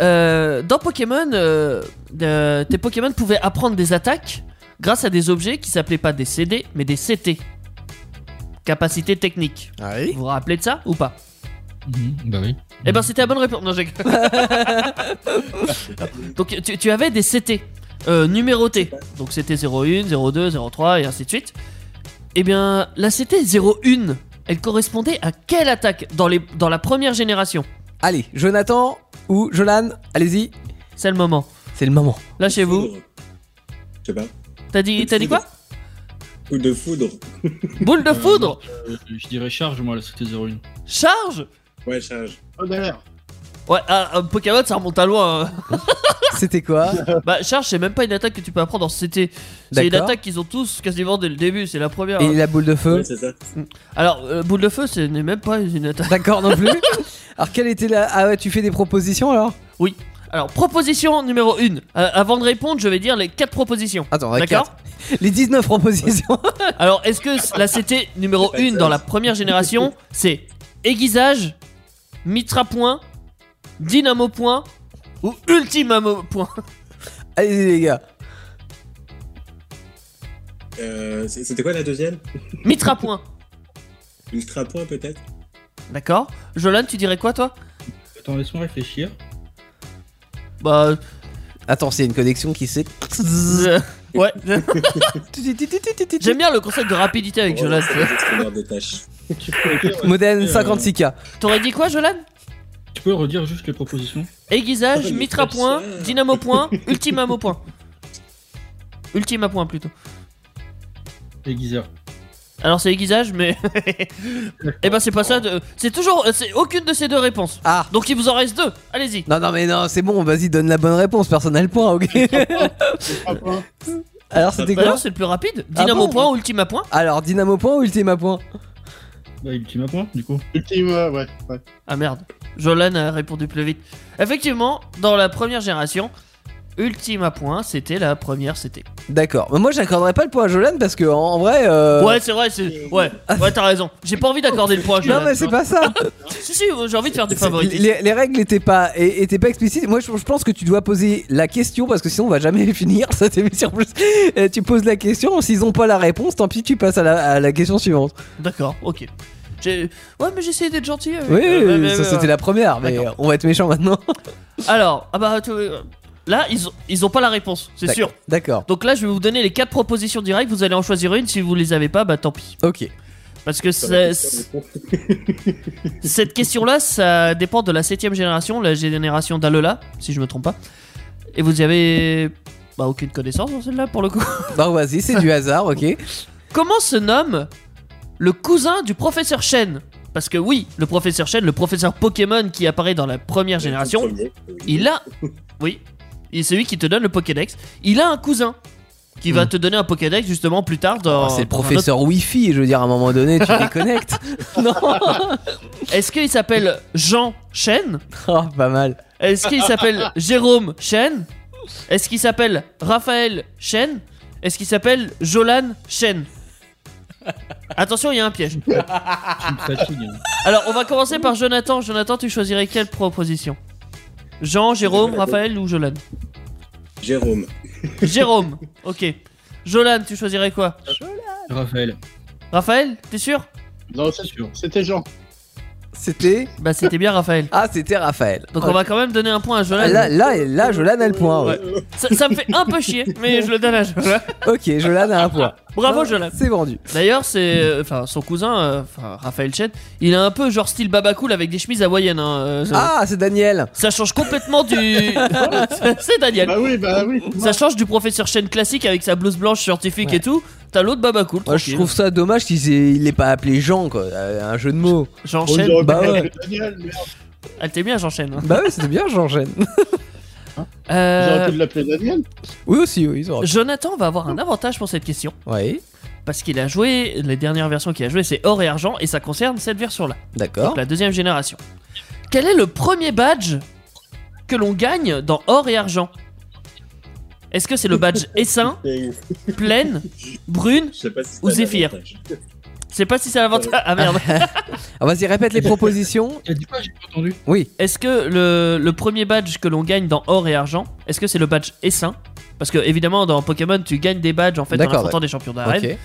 Euh, dans Pokémon, euh, euh, tes Pokémon pouvaient apprendre des attaques grâce à des objets qui s'appelaient pas des CD, mais des CT. Capacité technique. Vous vous rappelez de ça ou pas
Mhm, Bah oui.
Eh ben, c'était la bonne réponse. Non, j'ai- Donc, tu, tu avais des CT euh, numérotés. Donc, c'était 01, 02, 03 et ainsi de suite. Eh bien, la CT 01, elle correspondait à quelle attaque dans, les, dans la première génération
Allez, Jonathan ou Jolan, allez-y.
C'est le moment.
C'est le moment.
Lâchez-vous.
Je sais pas.
T'as dit, t'as dit quoi
Coup de foudre.
Boule de
Euh,
foudre
euh, Je dirais charge, moi, la CT01.
Charge
Ouais, charge.
Tonnerre.
Ouais, ah, euh, Pokémon, ça remonte à loin. hein.
C'était quoi
bah, charge, c'est même pas une attaque que tu peux apprendre en CT. C'est une
D'accord.
attaque qu'ils ont tous quasiment dès le début. C'est la première.
Et la boule de feu
Ouais, c'est ça.
Alors, euh, boule de feu, ce n'est même pas une attaque.
D'accord non plus Alors, quelle était la. Ah ouais, tu fais des propositions alors
Alors, proposition numéro 1. avant de répondre, je vais dire les quatre propositions.
Attends, on a
D'accord
quatre. Les 19 propositions.
Alors, est-ce que c- la CT numéro 1 dans la première génération, c'est aiguisage, mitra point, dynamo point ou ultimamo point
Allez-y, les gars.
Euh, c'est- C'était quoi la deuxième
Mitra point.
Ultra point peut-être
D'accord Jolan, tu dirais quoi toi
Attends, laisse-moi réfléchir.
Bah,
Attends, c'est une connexion qui s'est.
euh, ouais. J'aime bien le concept de rapidité avec
Ouais,
Jolan.
c'est le gestionnaire de tâches.
Euh,
Tu peux dire, ouais.
Modèle 56K.
T'aurais dit quoi, Jolan
Tu peux redire juste les propositions
Aiguisage, mitra point, dynamo point, ultimamo point. Ultima point plutôt.
Aiguiseur.
Alors c'est aiguisage, mais. eh ben c'est pas ça. de- C'est toujours. euh, C'est aucune de ces deux réponses.
Ah
Donc il vous en reste deux. Allez-y.
Non, non, mais non, c'est bon, vas-y, donne la bonne réponse, personne n'a le point, ok
Ah, point.
Alors, c'était
Bah
quoi
non, c'est le plus rapide.
Ah
Dynamo
bon
point, ultima point.
Alors, Dynamo point ou Ultima point
Bah, Ultima Point, du coup.
Ultima, ouais. ouais.
Ah merde. Jolan a répondu plus vite. Effectivement, dans la première génération, ultima point, c'était la première CT.
D'accord. Mais moi, j'accorderais pas le point à Jolan parce que, en, en vrai. euh, ah.
Ouais, c'est vrai. C'est. Ouais. Ouais, t'as raison. J'ai pas envie d'accorder le point. à
Non,
Jolan,
mais
tu
c'est
vois.
pas ça
Si si, j'ai envie de faire du
C'est-
favori.
Les, les règles n'étaient pas, é- étaient pas explicites. Moi, je, je pense que tu dois poser la question parce que sinon, on va jamais finir cette émission. En plus, euh, tu poses la question. S'ils ont pas la réponse, tant pis, tu passes à la, à la question suivante.
D'accord. Ok. J'ai- Ouais, mais j'ai essayé d'être gentil. avec-
Oui,
euh, mais- mais-
ça
mais-
c'était la première, mais
D'accord.
on va être méchant maintenant.
Alors, ah bah, tu- euh, là, ils ont, ils ont pas la réponse, c'est sûr.
D'accord.
Donc là, je vais vous donner les quatre propositions directes. Vous allez en choisir une. Si vous les avez pas, bah tant pis.
Ok.
Parce que
Sur la
c'est-
question,
c'est-
les cons.
cette question-là, ça dépend de la septième génération, la génération d'Alola, si je me trompe pas. Et vous y avez bah, aucune connaissance dans celle-là pour le coup.
Bon, vas-y, c'est du hasard, ok.
Oh, Comment se nomme le cousin du professeur Shen Parce que oui, le professeur Shen, le professeur Pokémon qui apparaît dans la première génération,
Le premier, oui.
Il a. Oui. Et c'est lui qui te donne le Pokédex. Il a un cousin qui va te donner un Pokédex justement plus tard dans.
Hmm. Ah, Oh, c'est le
dans un
professeur Wi-Fi, je veux dire, à un moment donné, tu déconnectes. non
autre- Est-ce qu'il s'appelle Jean Chen
Oh, pas mal.
Est-ce qu'il s'appelle Jérôme Chen Est-ce qu'il s'appelle Raphaël Chen Est-ce qu'il s'appelle Jolan Chen Attention, il y a un piège.
Tu me fatigues. hein.
Alors, on va commencer par Jonathan. Jonathan, tu choisirais quelle proposition Jean, Jérôme, Raphaël ou Jolan
Jérôme.
Jérôme, ok. Jolan, tu choisirais quoi
Raphaël, Oh,
Raphaël, t'es sûr
Non,
c'est
c'est-
sûr.
c'était Jean.
C'était.
Bah c'était bien Raphaël.
Ah, c'était Raphaël.
Donc on va quand même donner un point à
Ah,
Jolan.
Là, là, là, Jolan a le point. ouais.
Ça, ça me fait un peu chier, mais je le donne à Jolan.
Ok, Jolan a un point.
Bravo
Ah,
Jolan.
C'est vendu.
D'ailleurs, c'est enfin son cousin, euh, enfin Raphaël Chen, il a un peu genre style babacool avec des chemises hawaïennes. hein, euh, ça,
Ah, c'est Daniel.
ça change complètement du. c'est Daniel.
Bah oui, bah oui.
Ça change du professeur Chen classique avec sa blouse blanche scientifique
Ouais.
et tout. T'as l'autre babacool.
Moi, je
tranquille.
trouve ça dommage qu'il s'est- il l'ait pas appelé Jean, quoi. Euh, Un jeu de mots.
J'enchaîne.
On aurait
bah
pu
ouais.
appeler Daniel, mais
Elle t'est bien, j'enchaîne. hein.
bah ouais, c'était bien, j'enchaîne.
j'aurais
Euh,
pu l'appeler Daniel.
Oui, aussi, oui, ils ont.
Jonathan va avoir un avantage pour cette question
Oui,
parce qu'il a joué les dernières versions qu'il a joué, c'est or et argent et ça concerne cette version là.
d'accord.
Donc, la deuxième génération. Quel est le premier badge que l'on gagne dans or et argent Est-ce que c'est le badge essaim,
Et
pleine, brune
Je sais pas si
Ou
c'est un
Zéphyr.
avantage.
Je sais pas si c'est l'avantage. Ah merde.
Ah, vas-y, répète les propositions.
T'as dit quoi J'ai pas entendu.
Oui,
Est-ce que le, le premier badge que l'on gagne dans or et argent, est-ce que c'est le badge essaim Parce que évidemment dans Pokémon tu gagnes des badges en fait en
D'accord,
affrontant des champions d'arène.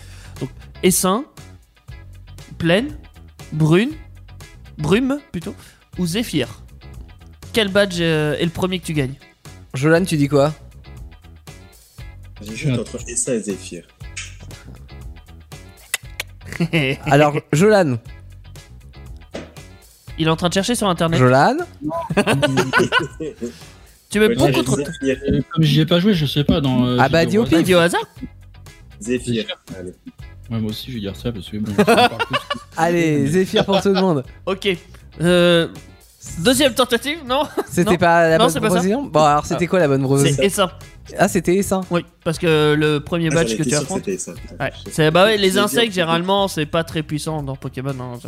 ok.
Essaim, pleine, brune, brume plutôt, ou zéphyr. Quel badge euh, est le premier que tu gagnes
Jolan, tu dis quoi
Ah.
J'hésite entre Essa et Zéphyr.
Alors, Jolan.
Il est en train de chercher sur internet.
Jolan
Tu mets
Ouais,
beaucoup
j'ai
trop de temps.
Zéphyr.
Euh, comme j'y ai pas joué, je sais pas. Dans, euh,
Ah bah,
Zero
dis au
One.
pif.
dit au hasard
Zéphyr. Allez.
Ouais, moi aussi, je vais dire ça parce que bon, je sais pas plus.
Allez, Zéphyr pour tout le monde.
Ok. Euh, deuxième tentative, non
C'était
Non.
pas la
Non, c'est
bonne
pas ça. Ah.
proposition Bon, alors, c'était quoi la bonne proposition
C'est Essaim.
Ah, c'était ça.
Oui, parce que le premier
Ah,
badge
j'en
que
étais
tu
sûr
affrontes.
c'était ça. Putain,
Ouais.
je-
C'est bah ouais,
je
les
l'ai
insectes
dit.
généralement c'est pas très puissant dans Pokémon. hein, Non, ça-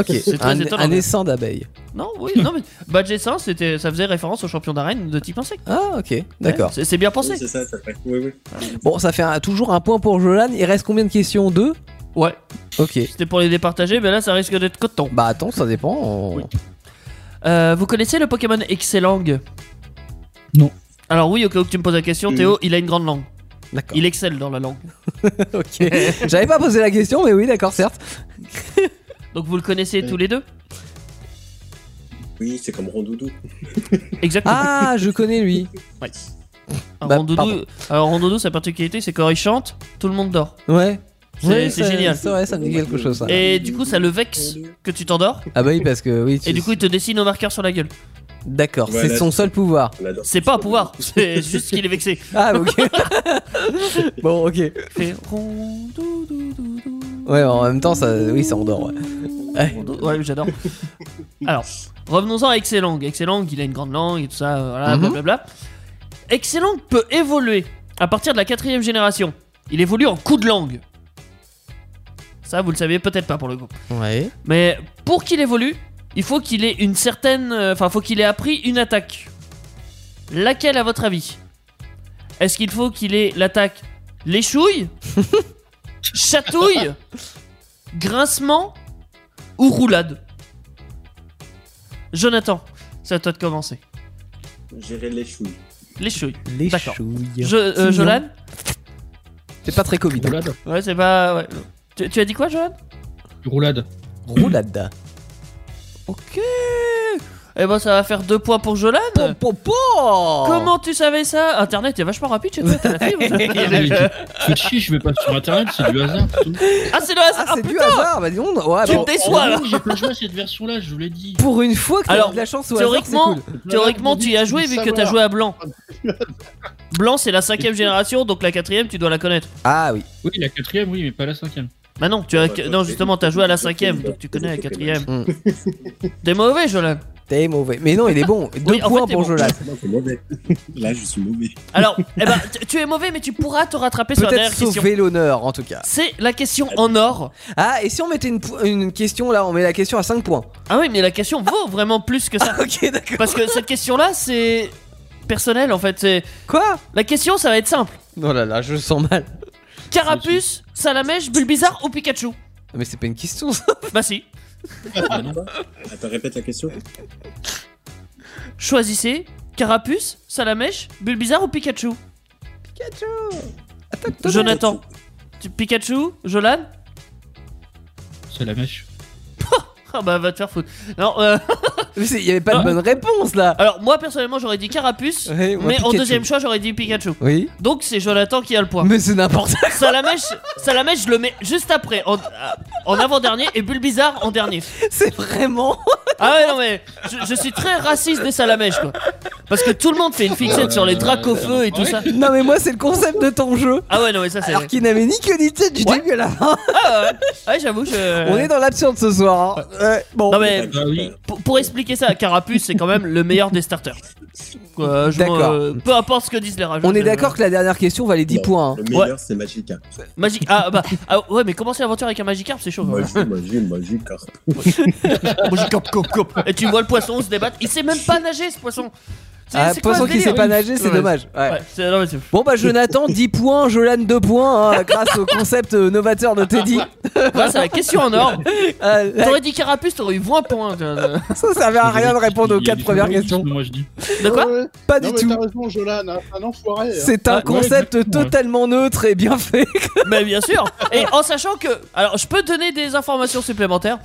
Ok,
C'est très
un,
étonnant.
un essaim d'abeilles.
non oui, non mais badge essaim c'était, ça faisait référence aux champions d'arène de type insecte.
Ah, ok, d'accord.
Ouais, c'est, c'est bien
Oui,
pensé.
C'est ça, ça fait. Oui, oui.
Bon, ça fait un- toujours un point pour Jolan. Il reste combien de questions Deux
Ouais,
Ok.
c'était pour les départager, mais là ça risque d'être coton.
Bah attends, ça dépend. on-
Oui. Euh, vous connaissez le Pokémon Excellang
Non.
Alors oui, au cas où tu me poses la question,
Oui.
Théo, il a une grande langue.
D'accord.
Il excelle dans la langue.
Ok. J'avais pas posé la question, mais oui, d'accord, certes.
Donc vous le connaissez
Oui.
tous les deux
Oui, c'est comme Rondoudou.
Exactement.
Ah, je connais lui.
Alors,
bah,
Rondoudou,
pardon.
alors, Rondoudou, sa particularité, c'est quand il chante, tout le monde dort.
Ouais.
C'est
Ouais,
c'est
ça-
génial.
C'est vrai, ça me dit quelque chose. ça.
Et du coup, ça le vexe que tu t'endors.
Ah bah oui, parce que oui. tu-
Et du coup, il te dessine au marqueur sur la gueule.
D'accord, c'est
Voilà.
son seul pouvoir.
On adore.
C'est pas un pouvoir, c'est juste qu'il est vexé.
Ah ok. bon ok. Ouais,
Fait rond, dou, dou, dou, dou.
en même temps, ça, oui, ça endort. Ouais.
Rond, dou. Ouais, j'adore. Alors, revenons-en à Excellang. Excellang, il a une grande langue et tout ça, euh, voilà,
Mhm.
blablabla. Excellang peut évoluer à partir de la quatrième génération. Il évolue en coup de langue. Ça, vous le savez peut-être pas pour le coup.
Ouais.
Mais pour qu'il évolue, il faut qu'il ait une certaine. euh, Enfin, faut qu'il ait appris une attaque. Laquelle, à votre avis Est-ce qu'il faut qu'il ait l'attaque l'échouille Chatouille Grincement Ou roulade Jonathan, c'est à toi de commencer.
Gérer les chouilles.
L'échouille.
Les
D'accord.
chouilles.
Je, euh,
Non.
Jolan
C'est pas très Covid. hein.
Roulade.
Ouais, c'est pas. ouais. Tu, tu as dit quoi, Jolan
Roulade.
Roulade.
Ok Eh ben, ça va faire deux points pour Jolan
Pom, pom, pom.
Euh. Comment tu savais ça Internet est vachement rapide chez toi, t'as la fibre.
Je chie, je vais pas sur internet, c'est du hasard. c'est tout.
ah, c'est le hasard
Ah, c'est du hasard, bah dis donc. Ouais,
Tu
bon,
me déçois
En
là
gros, J'ai pas joué à cette version-là, je vous l'ai dit.
pour une fois que t'as
Alors,
eu de la chance au hasard, c'est
Théoriquement,
cool.
Ah, théoriquement tu y as joué vu que t'as joué à Blanc. Blanc, c'est la cinquième génération, donc la quatrième, tu dois la connaître.
Ah oui.
Oui, la quatrième, oui, mais pas la cinquième.
Bah non, tu as...
Ouais,
non
ouais,
justement,
ouais.
t'as joué à la cinquième, donc tu connais la quatrième.
Mm.
T'es mauvais, Jolan.
T'es mauvais. Mais non, il est bon. Deux
Oui, en
points
fait, il est
pour
bon.
Jolas.
Non, c'est mauvais. Là, je suis mauvais.
Alors, eh ben, tu- tu es mauvais, mais tu pourras te rattraper sur la
Peut-être
dernière question.
sauver l'honneur en tout cas.
C'est la question en or.
Ah, et si on mettait une, po- une question là, on met la question à 5 points.
Ah oui, mais la question vaut vraiment plus que ça.
Ok, d'accord.
Parce que cette question-là, c'est personnel en fait. C'est-
Quoi
La question, ça va être simple.
Oh là là, je sens mal.
Carapuce, Salamèche, Bulbizarre ou Pikachu
Mais c'est pas une question ça.
Bah si.
Ah, non.
Attends, répète la question.
Choisissez Carapuce, Salamèche, Bulbizarre ou Pikachu
Pikachu Attends, attends.
Jonathan. Tu- Pikachu Jolan
C'est la mèche.
Ah bah va te faire foutre. Non, euh,
Mais c'est- Il y avait pas de bonne réponse là.
alors moi personnellement j'aurais dit Carapuce,
Ouais, moi,
mais en
Pikachu.
deuxième choix j'aurais dit Pikachu.
Oui.
Donc c'est Jonathan qui a le point.
Mais c'est n'importe quoi.
Salamèche, Salamèche je le mets juste après, en, euh, en avant-dernier, et Bulbizarre en dernier.
C'est vraiment.
Ah ouais non mais je, je suis très raciste des Salamèches quoi. Parce que tout le monde fait une fixette sur les dracofeux et tout ça.
Non mais moi c'est le concept de ton jeu.
Ah ouais non mais ça c'est...
Alors qu'il n'avait ni queue ni tête du
Ouais.
début à la fin.
Ah ouais, ouais j'avoue je...
On est dans l'absurde ce soir. hein. Ouais, bon.
Non mais
Ah oui.
Pour, pour expliquer ça, Carapuce, c'est quand même le meilleur des starters. Quoi, je m'en-
D'accord.
euh, peu importe ce que disent les rageux.
On est
je-
d'accord que la dernière question valait 10
Non.
points. hein.
Le meilleur, c'est Magikarp.
Magic. Ah bah ah, ouais, mais commencer l'aventure avec un Magikarp, c'est chaud. hein.
Moi, je dis Magi- Magikarp.
Magikarp, cop, cop. Et tu vois le poisson se débattre. Il sait même pas nager ce poisson. C'est-
Ah,
c'est quoi
poisson
ce
qui
délire
sait pas nager, c'est
Ouais.
dommage. Ouais.
Ouais, c'est- non, mais c'est-
Bon bah Jonathan 10 points, Jolan 2 points hein, grâce au concept euh, novateur de Teddy.
Ouais, c'est la question en or.
Euh, là,
T'aurais dit Carapuce, t'aurais eu 20 points. tu vois. De
Euh, ça servait à rien de répondre aux
Il y a
4
du
premières
fumeur,
questions.
Moi je dis.
quoi
Ouais, ouais.
Pas
Non,
du
mais
tout.
t'as raison, Jolan, hein, c'est un enfoiré. hein.
C'est un
Ah,
Ouais,
concept
exactement, ouais.
totalement neutre et bien fait.
Mais bien sûr. Et en sachant que. Alors, je peux donner des informations supplémentaires.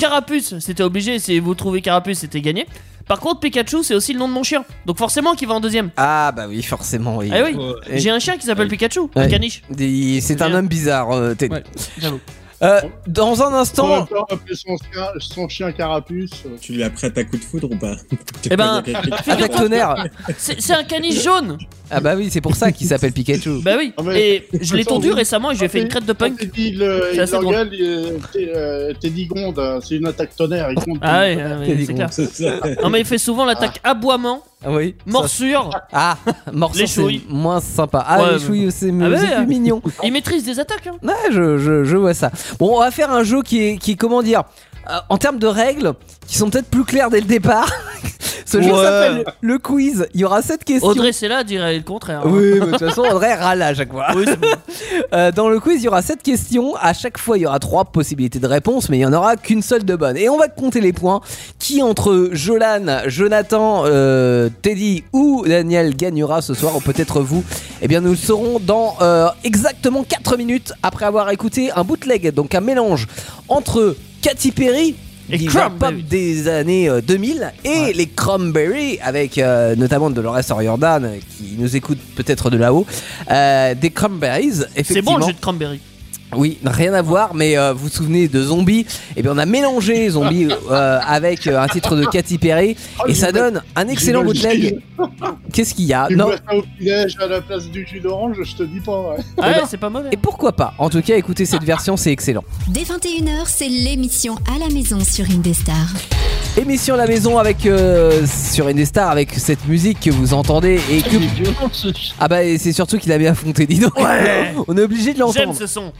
Carapuce, c'était obligé. Si vous trouvez Carapuce, c'était gagné. Par contre, Pikachu, c'est aussi le nom de mon chien. Donc, forcément, qu'il va en deuxième.
Ah bah oui, forcément oui.
Ah oui,
Ouais.
j'ai un chien qui s'appelle
Ouais.
Pikachu,
Ouais.
un caniche.
Des- C'est un
Bien.
homme bizarre, euh, Teddy.
Ouais,
j'avoue.
Euh, dans un
On
instant,
va encore appeler son chien, son chien carapuce. euh,
Tu l'as prête à coup de foudre ou pas
Eh ben,
attaque tonnerre.
C'est c'est un caniche jaune.
Ah bah oui, c'est pour ça qu'il s'appelle Pikachu.
Bah oui.
Ah ouais.
Et je l'ai
Attends,
tondu
oui.
récemment et
Ah,
j'ai fait une crête de
Quand
punk.
Ah, Teddy, le-
C'est
il
assez drôle.
l'engueule, euh, T- euh, Teddy gronde, hein, c'est une attaque tonnerre. Il compte
Ah ouais, ah ouais,
T'as dit
c'est
bon.
clair.
C'est
Non mais il fait souvent l'attaque aboiement,
Ah oui.
morsure.
Ah, morceau
Les
c'est
chouilles.
moins sympa. Ah
Ouais,
les
mais-
chouilles c'est
Ah bah
c'est
ouais.
plus mignon.
Il maîtrise des attaques. Hein.
Ouais, je, je, je vois ça. Bon, on va faire un jeu qui est, qui est, comment dire, euh, en termes de règles, qui sont peut-être plus claires dès le départ. Ce jeu
Ouais.
s'appelle le quiz. Il y aura sept questions.
Audrey c'est là dirait le contraire. hein.
Oui, mais de toute façon, Audrey râle à chaque fois.
Oui, c'est bon.
Euh, dans le quiz, il y aura sept questions. À chaque fois, il y aura trois possibilités de réponse, mais il n'y en aura qu'une seule de bonne. Et on va compter les points. Qui entre Jolan, Jonathan, euh, Teddy ou Daniel gagnera ce soir, ou peut-être vous Eh bien, nous le saurons dans euh, exactement 4 minutes après avoir écouté un bootleg, donc un mélange entre Katy Perry.
Et bah
du rap pop
Cranberries.
des années euh, 2000 et les Cranberries avec euh, notamment Dolores O'Riordan euh, qui nous écoute peut-être de là-haut euh, des Cranberries
C'est
effectivement
bon le jus de cranberry.
Oui, rien à voir, mais euh, vous vous souvenez de Zombie Eh bien, on a mélangé Zombie euh, avec euh, un titre de Katy Perry
Oh,
et ça donne un excellent bootleg. Qu'est-ce qu'il y a
Ah,
Tu
Non.
bois ça au village à la place du jus d'orange, je te dis pas. hein. ouais.
Ah, ouais, c'est pas mal.
Et pourquoi pas En tout cas, écoutez cette version, c'est excellent.
Dès 21h, c'est l'émission à la maison sur Indestar.
Émission à la maison avec euh, sur Indestar avec cette musique que vous entendez et que
C'est violent ce ch-
ah bah et c'est surtout qu'il a bien affronté, dis donc.
Ouais.
on est obligé de
J'aime
l'entendre.
ce son.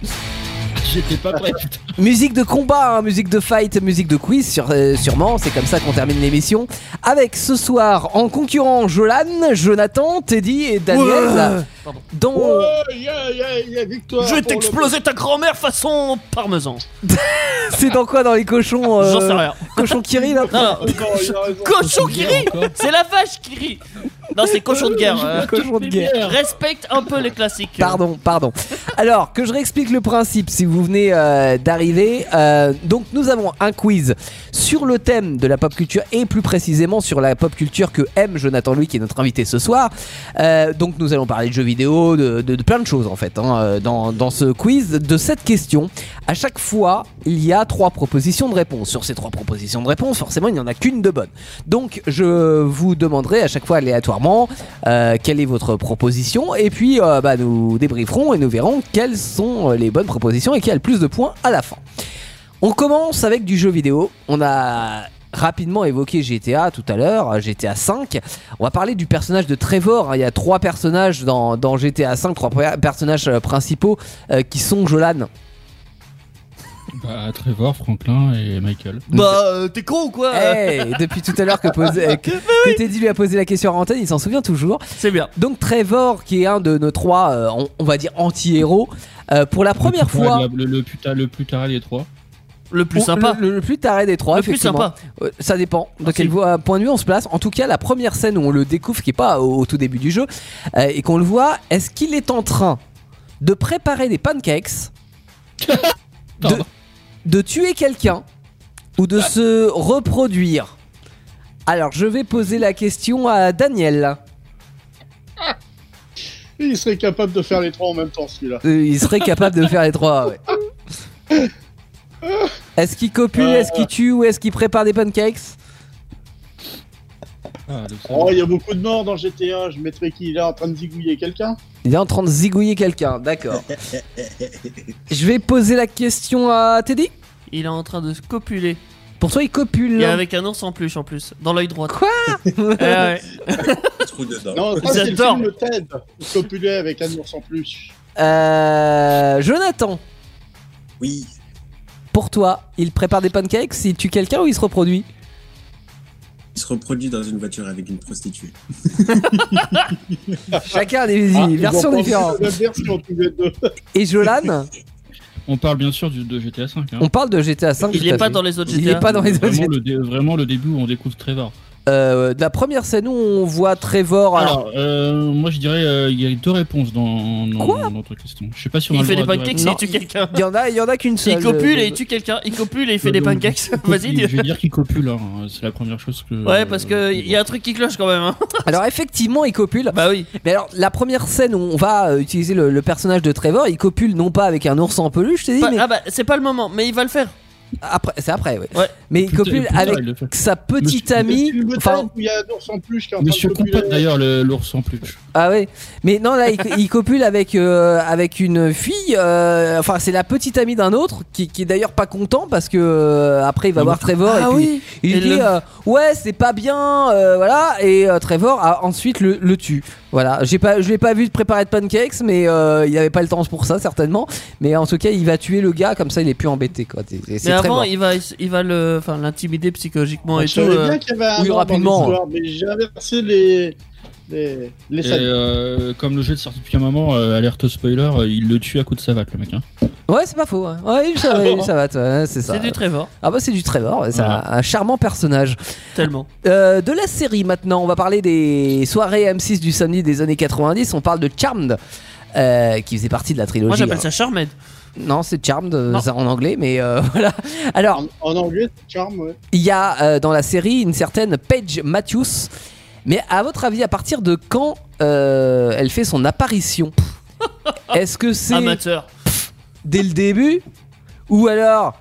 J'étais pas prêt, putain.
Musique de combat, hein, musique de fight, musique de quiz, sur- euh, sûrement, c'est comme ça qu'on termine l'émission. Avec ce soir en concurrent Jolan, Jonathan, Teddy et Daniel.
Pardon.
Dans...
Ouais, Oh, y a, y a- y a victoire.
Oh. Je vais
pour le-
t'exploser ta grand-mère façon parmesan.
C'est dans quoi dans les cochons euh,
J'en sais rien.
Cochons qui rient, là
Non, non.
Encore, Ah, il a raison.
Cochon qui rit
Encore.
C'est la vache qui rit Non, c'est cochon de guerre. euh.
Cochons de guerre.
Respecte un peu les classiques.
Pardon, pardon. Alors, que je réexplique le principe si vous venez euh, d'arriver. Euh, donc, nous avons un quiz sur le thème de la pop culture et plus précisément sur la pop culture que aime Jonathan Louis, qui est notre invité ce soir. Euh, donc, nous allons parler de jeux vidéo, de, de- de plein de choses en fait, hein, euh, dans, dans ce quiz de cette question. À chaque fois, il y a trois propositions de réponse. Sur ces trois propositions de réponse, forcément, il n'y en a qu'une de bonne. Donc, je vous demanderai à chaque fois aléatoirement euh, quelle est votre proposition et puis euh, bah, nous débrieferons et nous verrons quelles sont euh, les bonnes propositions et qui a le plus de points à la fin. On commence avec du jeu vidéo. On a rapidement évoqué GTA tout à l'heure, euh, GTA 5. On va parler du personnage de Trevor. hein. Il y a trois personnages dans, dans GTA 5, trois pr- personnages euh, principaux euh, qui sont Jolan.
Bah, Trevor, Franklin et Michael.
Bah, euh, t'es con ou quoi
Hey, Eh, depuis tout à l'heure que, posé- euh, que, que Teddy lui a posé la question à antenne, il s'en souvient toujours.
C'est bien.
Donc Trevor, qui est un de nos trois, euh, on, on va dire anti-héros, euh, pour la première
Le plus
fois.
taré de la- Le, le plus ta- le plus taré des trois.
Le plus
Ou-
sympa.
Oh, Le, le- le plus taré des trois,
Le plus
effectivement.
sympa.
Euh, ça dépend de
Merci.
quel voie- point de vue on se place. En tout cas, la première scène où on le découvre, qui est pas au, au tout début du jeu, euh, et qu'on le voit, est-ce qu'il est en train de préparer des pancakes, de,
Pardon.
de tuer quelqu'un ou
Ah.
de se reproduire Alors, je vais poser la question à Daniel.
Il serait capable de faire les trois en même temps, celui-là.
Euh, il serait capable de faire les trois, ouais. Est-ce qu'il copule,
Euh.
est-ce qu'il tue ou est-ce qu'il prépare des pancakes
Ah, donc ça-
Oh, il y a beaucoup de morts dans GTA. Je mettrais qu'il est en train de zigouiller quelqu'un.
Il est en train de zigouiller quelqu'un, d'accord. Je vais poser la question à Teddy.
Il est en train de se copuler.
Pour toi, il copule.
Et avec un ours en peluche en plus. Dans l'œil droit. Euh,
Quoi
Ouais,
Eh
ouais.
Trou dedans.
Non, ça, c'est le
J'adore.
film Ted. Copulé avec un ours en plus.
Euh, Jonathan,
Oui.
pour toi, il prépare des pancakes, il tue quelqu'un ou il se reproduit
Il se reproduit dans une voiture avec une prostituée.
Chacun a des
Ah, ils
versions
vont prendre
différentes.
La version tous les deux.
Et Jolan,
On parle bien sûr du, de GTA V. Hein.
on parle de GTA 5.
Il est pas dans les autres
Il
GTA.
est pas dans les autres
Vraiment
GTA.
le, dé- vraiment le début où on découvre Trevor.
Euh, de la première scène où on voit Trevor. Oh, Alors,
Alors, euh, moi je dirais euh, il y a deux réponses dans, dans,
Quoi
dans notre question. Je sais pas si on a
Il
le
fait des
droit à deux
pancakes et
Non,
il tue quelqu'un.
il y en a, il y en a qu'une seule.
Il copule
euh,
et il tue quelqu'un. Il copule et il fait
Euh,
des
donc,
pancakes.
réponses.
Vas-y, dis.
Je vais dire qu'il copule, hein. c'est la première chose que.
Ouais, parce que il y a un truc qui cloche quand même. hein.
Alors effectivement, il copule.
Bah oui.
Mais alors, la première scène où on va euh, utiliser le, le personnage de Trevor, il copule non pas avec un ours en peluche, je t'ai dit,
Pas-
mais
Ah bah, c'est pas le moment, mais il va le faire.
après, c'est après, ouais.
Ouais.
Mais il copule avec sa petite
Monsieur-
amie.
Le
Enfin,
Ted où il y a un ours en plus qui est en train
Monsieur
de copuler.
Compote d'ailleurs, le- l'ours en peluche.
Ah ouais, mais non là il, il copule avec euh, avec une fille. euh, enfin c'est la petite amie d'un autre qui, qui est d'ailleurs pas content parce que euh, après il va
Il
voir Trevor et puis il
Et
dit
le-
euh, ouais c'est pas bien euh, voilà et euh, Trevor a ensuite le, le tue. Voilà j'ai pas je l'ai pas vu de préparer de pancakes mais euh, il avait pas le temps pour ça certainement. Mais en tout cas il va tuer le gars comme ça il est plus embêté quoi. C'est- C'est
Mais
c'est
avant,
Trevor.
il va, il va le, enfin, l'intimider psychologiquement et
Bah, Je
tout.
savais
euh.
bien qu'il y avait un
oui,
mort dans
rapidement.
l'histoire, mais j'ai inversé les. les. les
Et,
scènes.
euh, comme le jeu est sorti depuis un moment, euh, alerte spoiler, euh, il le tue à coup de savate le mec. Hein.
Ouais c'est pas faux. Ouais, ouais ça, va, ça va toi, ouais, c'est ça.
C'est du Trevor,
Ah bah c'est du Trevor ouais, c'est un- un charmant personnage.
tellement.
Euh, de la série maintenant, on va parler des soirées M6 du samedi des années 90. On parle de Charmed, euh, qui faisait partie de la trilogie.
Moi j'appelle ça Charmed.
Non, c'est Charmed, euh,
Non.
ça en anglais, mais euh, voilà. Alors,
En, en anglais, c'est charme, ouais.
il y a euh, dans la série une certaine Paige Matthews. Mais à votre avis, à partir de quand euh, elle fait son apparition Est-ce que c'est
Amateur.
dès le début Ou alors,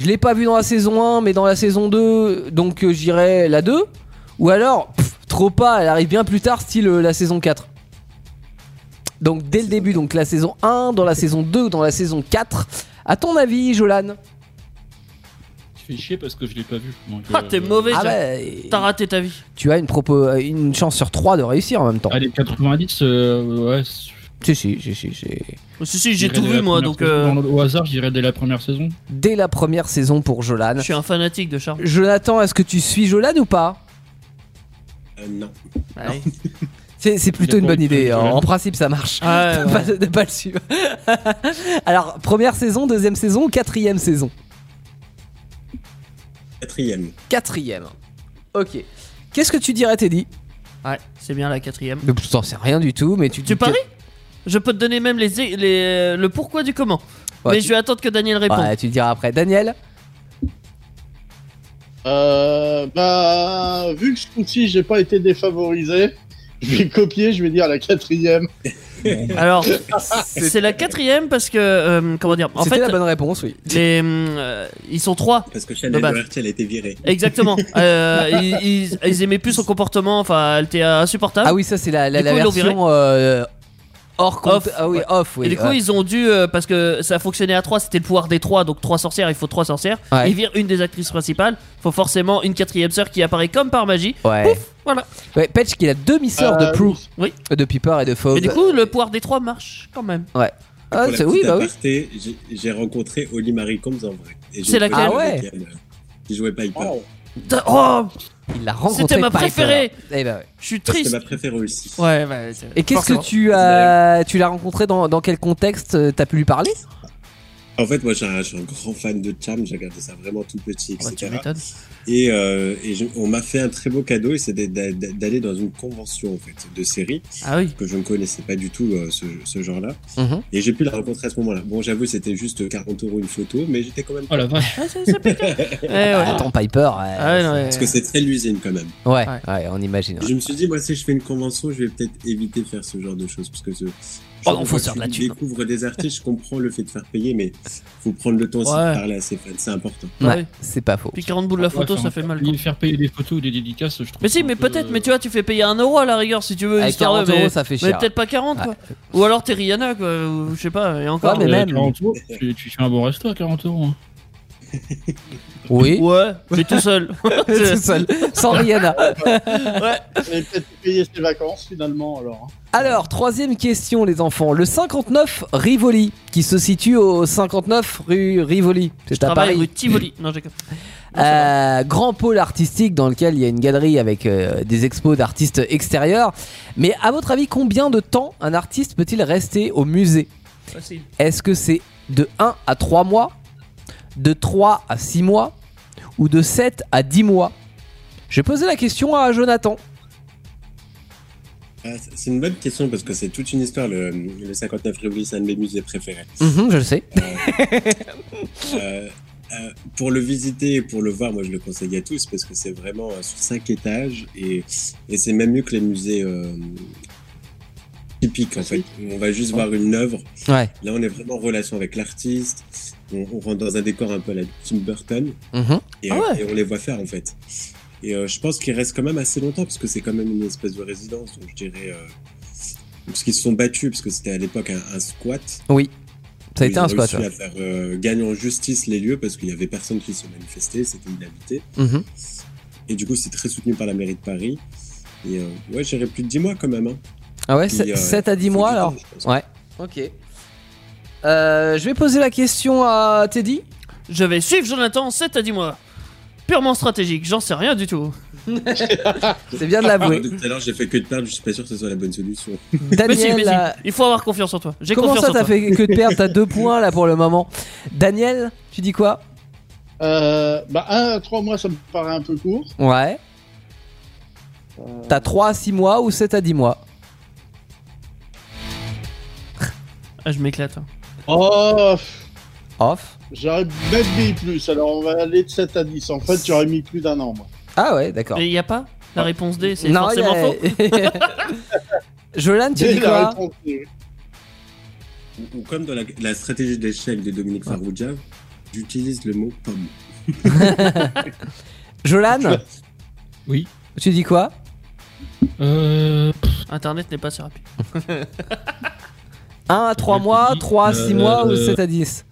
je l'ai pas vu dans la saison 1, mais dans la saison 2, donc euh, j'irai la 2 Ou alors, pff, trop pas, elle arrive bien plus tard, style euh, la saison 4 donc dès le début, donc la saison 1, dans la saison 2, dans la saison 4. À ton avis, Jolan
Tu fais chier parce que je l'ai pas vu. donc,
Ah,
euh,
t'es mauvais,
Ah
Jacques.
ouais,
T'as raté ta vie.
tu as une, propo- une chance sur 3 de réussir en même temps.
Allez, 90, euh, ouais. c'est-
Si, si, si, si, si.
Oh, Si, si, j'ai
j'irai
tout
dès
vu,
la
moi,
première
donc
saison.
euh,
Dans le- Au hasard, j'irai dès la première saison.
Dès la première saison pour Jolan.
je suis un fanatique de Charme.
Jonathan, est-ce que tu suis Jolan ou pas
Euh, non.
Ouais.
C'est c'est plutôt une
D'accord,
bonne
il faut
idée. hein.
le
En
Jolan.
principe, ça marche.
Ah,
De
ouais, ouais.
pas, de pas le suivre. Alors, première saison, deuxième saison, quatrième saison.
Quatrième.
Quatrième. Ok. Qu'est-ce que tu dirais, Teddy
Ouais, c'est bien la quatrième.
Je t'en sais rien du tout, mais tu.
Tu paries Je peux te donner même les, les- le pourquoi du comment.
Ouais,
mais
tu-
je vais attendre que Daniel réponde.
Ouais, tu le diras après. Daniel
Euh, bah, vu que ce coup-ci, j'ai pas été défavorisé, je vais copier, je vais dire la quatrième.
Alors, Ah, c'est la quatrième parce que. euh, comment dire En
C'était
fait,
la bonne réponse, oui.
les, euh, ils sont trois.
Parce que
De
Chanel
base.
Doherty, elle a été virée.
Exactement. Euh, ils, ils- ils aimaient plus son comportement. Enfin, elle était insupportable.
Ah oui, ça, c'est la, la,
Du
la
coup, ils l'ont
version euh, hors compte.
Off,
ah oui,
ouais.
off, oui.
et du coup,
ouais.
ils ont dû. euh, parce que ça fonctionnait à trois, c'était le pouvoir des trois. Donc, trois sorcières, il faut trois sorcières.
Ouais.
Ils virent une des actrices principales. Faut forcément une quatrième sœur qui apparaît comme par magie.
Ouais.
voilà.
Ouais, Patch, qui est la demi-sœur
Euh,
de Prue,
oui.
de Piper et de Fogg.
Mais du coup, le pouvoir des trois marche quand même.
Ah,
Pour la
c'est- oui,
petite
bah oui.
aparté, j'ai- J'ai rencontré Oli Marie Combs en vrai. Et j'ai
C'est laquelle
joué
Ah ouais.
avec elle, euh, Qui jouait Piper.
Oh,
Il l'a rencontré.
C'était ma
par
préférée.
erreur. Eh ben ouais.
je suis
C'était
triste.
ma préférée aussi.
Ouais, ouais, c'est-
Et qu'est-ce
forcément.
que tu as euh, Tu l'as rencontré dans, dans quel contexte euh, T'as pu lui parler
En fait, moi, j'ai un- je suis un grand fan de Charm. J'ai regardé ça vraiment tout petit,
Bah,
etc.
tu m'étonnes.
Et, euh, et je- on m'a fait un très beau cadeau, et c'est d'a- d'a- d'aller dans une convention en fait de série
Ah oui.
que je ne connaissais pas du tout euh, ce, ce genre-là.
Mm-hmm.
Et j'ai pu la rencontrer à ce moment-là. Bon, j'avoue, c'était juste 40 euros une photo, mais j'étais quand même
Oh la vache.
Ah, c'est- c'est pété. Eh ouais.
Attends, Piper. Ouais,
Ah ouais, non, ouais.
parce que c'est très l'usine quand même.
ouais,
Ouais.
ouais, on imagine. ouais.
Je me suis dit, moi, si je fais une convention, je vais peut-être éviter de faire ce genre de choses parce que je,
Oh non, faut
je-
se faire de la
je
thune.
découvre des artistes, je comprends le fait de faire payer, mais faut prendre le temps aussi
Ouais.
de parler à ses fans, c'est important.
Ah
Ouais,
oui.
C'est pas faux.
Puis 40 boules la photo,
Ouais,
ça fait mal.
Lui faire payer des photos ou des dédicaces, je trouve.
Mais si,
ça un
mais
peu- euh,
peut-être, mais tu vois, tu fais payer un euro à la rigueur si tu veux,
Avec
euh, histoire
40
de.
euros,
Mais,
ça fait
mais
cher.
peut-être pas 40 quoi. Ou alors t'es Rihanna quoi, ou je sais pas, et encore.
Ah. Ouais, mais
Euh,
même.
40 euros, tu, tu fais un bon resto à 40 euros. hein.
Oui.
Ouais, mais tout seul.
Tout seul, sans Rihanna.
J'avais peut-être payé ses vacances finalement alors. hein.
Alors, troisième question, les enfants. Le 59 Rivoli, qui se situe au 59 rue Rivoli. C'est à
Travail
Paris.
rue Tivoli. Non, j'ai Non, c'est pas.
Euh, grand pôle artistique dans lequel il y a une galerie avec euh, des expos d'artistes extérieurs. Mais à votre avis, combien de temps un artiste peut-il rester au musée
Facile.
Est-ce que c'est de 1 à 3 mois, de 3 à 6 mois ou de 7 à 10 mois Je vais poser la question à Jonathan.
Ah, c'est- c'est une bonne question parce que c'est toute une histoire. Le, le 59 Rivoli, c'est un de mes musées préférés.
Mhm, je le sais.
Euh, euh, pour le visiter et pour le voir, moi je le conseille à tous parce que c'est vraiment euh, sur cinq étages et, et c'est même mieux que les musées euh, typiques en fait. On va juste voir une œuvre.
Ouais.
Là, on est vraiment en relation avec l'artiste. On, on rentre dans un décor un peu à la Tim Burton
Mhm.
et,
Ah ouais.
euh, et on les voit faire en fait. Et euh, je pense qu'ils restent quand même assez longtemps parce que c'est quand même une espèce de résidence. Donc je dirais. euh, parce qu'ils se sont battus, parce que c'était à l'époque un, un squat.
Oui. Ça a
Ils
été
ont
un squat.
réussi à faire euh, gagner en justice les lieux parce qu'il n'y avait personne qui se manifestait, c'était inhabité.
ouais. Mhm.
Et du coup, c'est très soutenu par la mairie de Paris. Et euh, ouais, j'irai plus de 10 mois quand même. hein.
Ah ouais,
Puis,
c'est-
euh,
7 à 10
faut
mois
du temps,
alors
je pense.
Ouais. Ok. Euh, je vais poser la question à Teddy.
Je vais suivre Jonathan 7 à 10 mois. Purement stratégique, j'en sais rien du tout.
C'est bien de
Alors,
l'avouer.
Ah, Depuis tout à l'heure, j'ai fait que de perdre, je suis pas sûr que ce soit la bonne solution.
Mais si,
Daniel,
mais si,
euh,
il faut avoir confiance en toi. J'ai
comment
confiance
ça
en toi.
t'as fait que de perdre T'as deux points là pour le moment. Daniel, tu dis quoi
Euh, bah, un à trois mois, ça me paraît un peu court.
Ouais. T'as 3 à 6 mois ou 7 à 10 mois
Ah, je m'éclate. hein.
Oh,
Off.
j'aurais même mis plus. Alors on va aller de 7 à 10. En fait, j'aurais mis plus d'un an. Moi.
Ah ouais, d'accord.
Mais il y a pas la réponse D, c'est
il y
forcément
a-
faux.
Jolan, tu
Dès
dis
la
quoi
réponse, euh,
ou, ou comme dans la, la stratégie d'échec de Dominique Farrugia, j'utilise le mot pomme.
Jolan
Oui.
Tu dis quoi
Euh,
Internet n'est pas si rapide.
1 à 3
Je
mois,
dis,
3 à 6 mois ou
euh,
7 à 10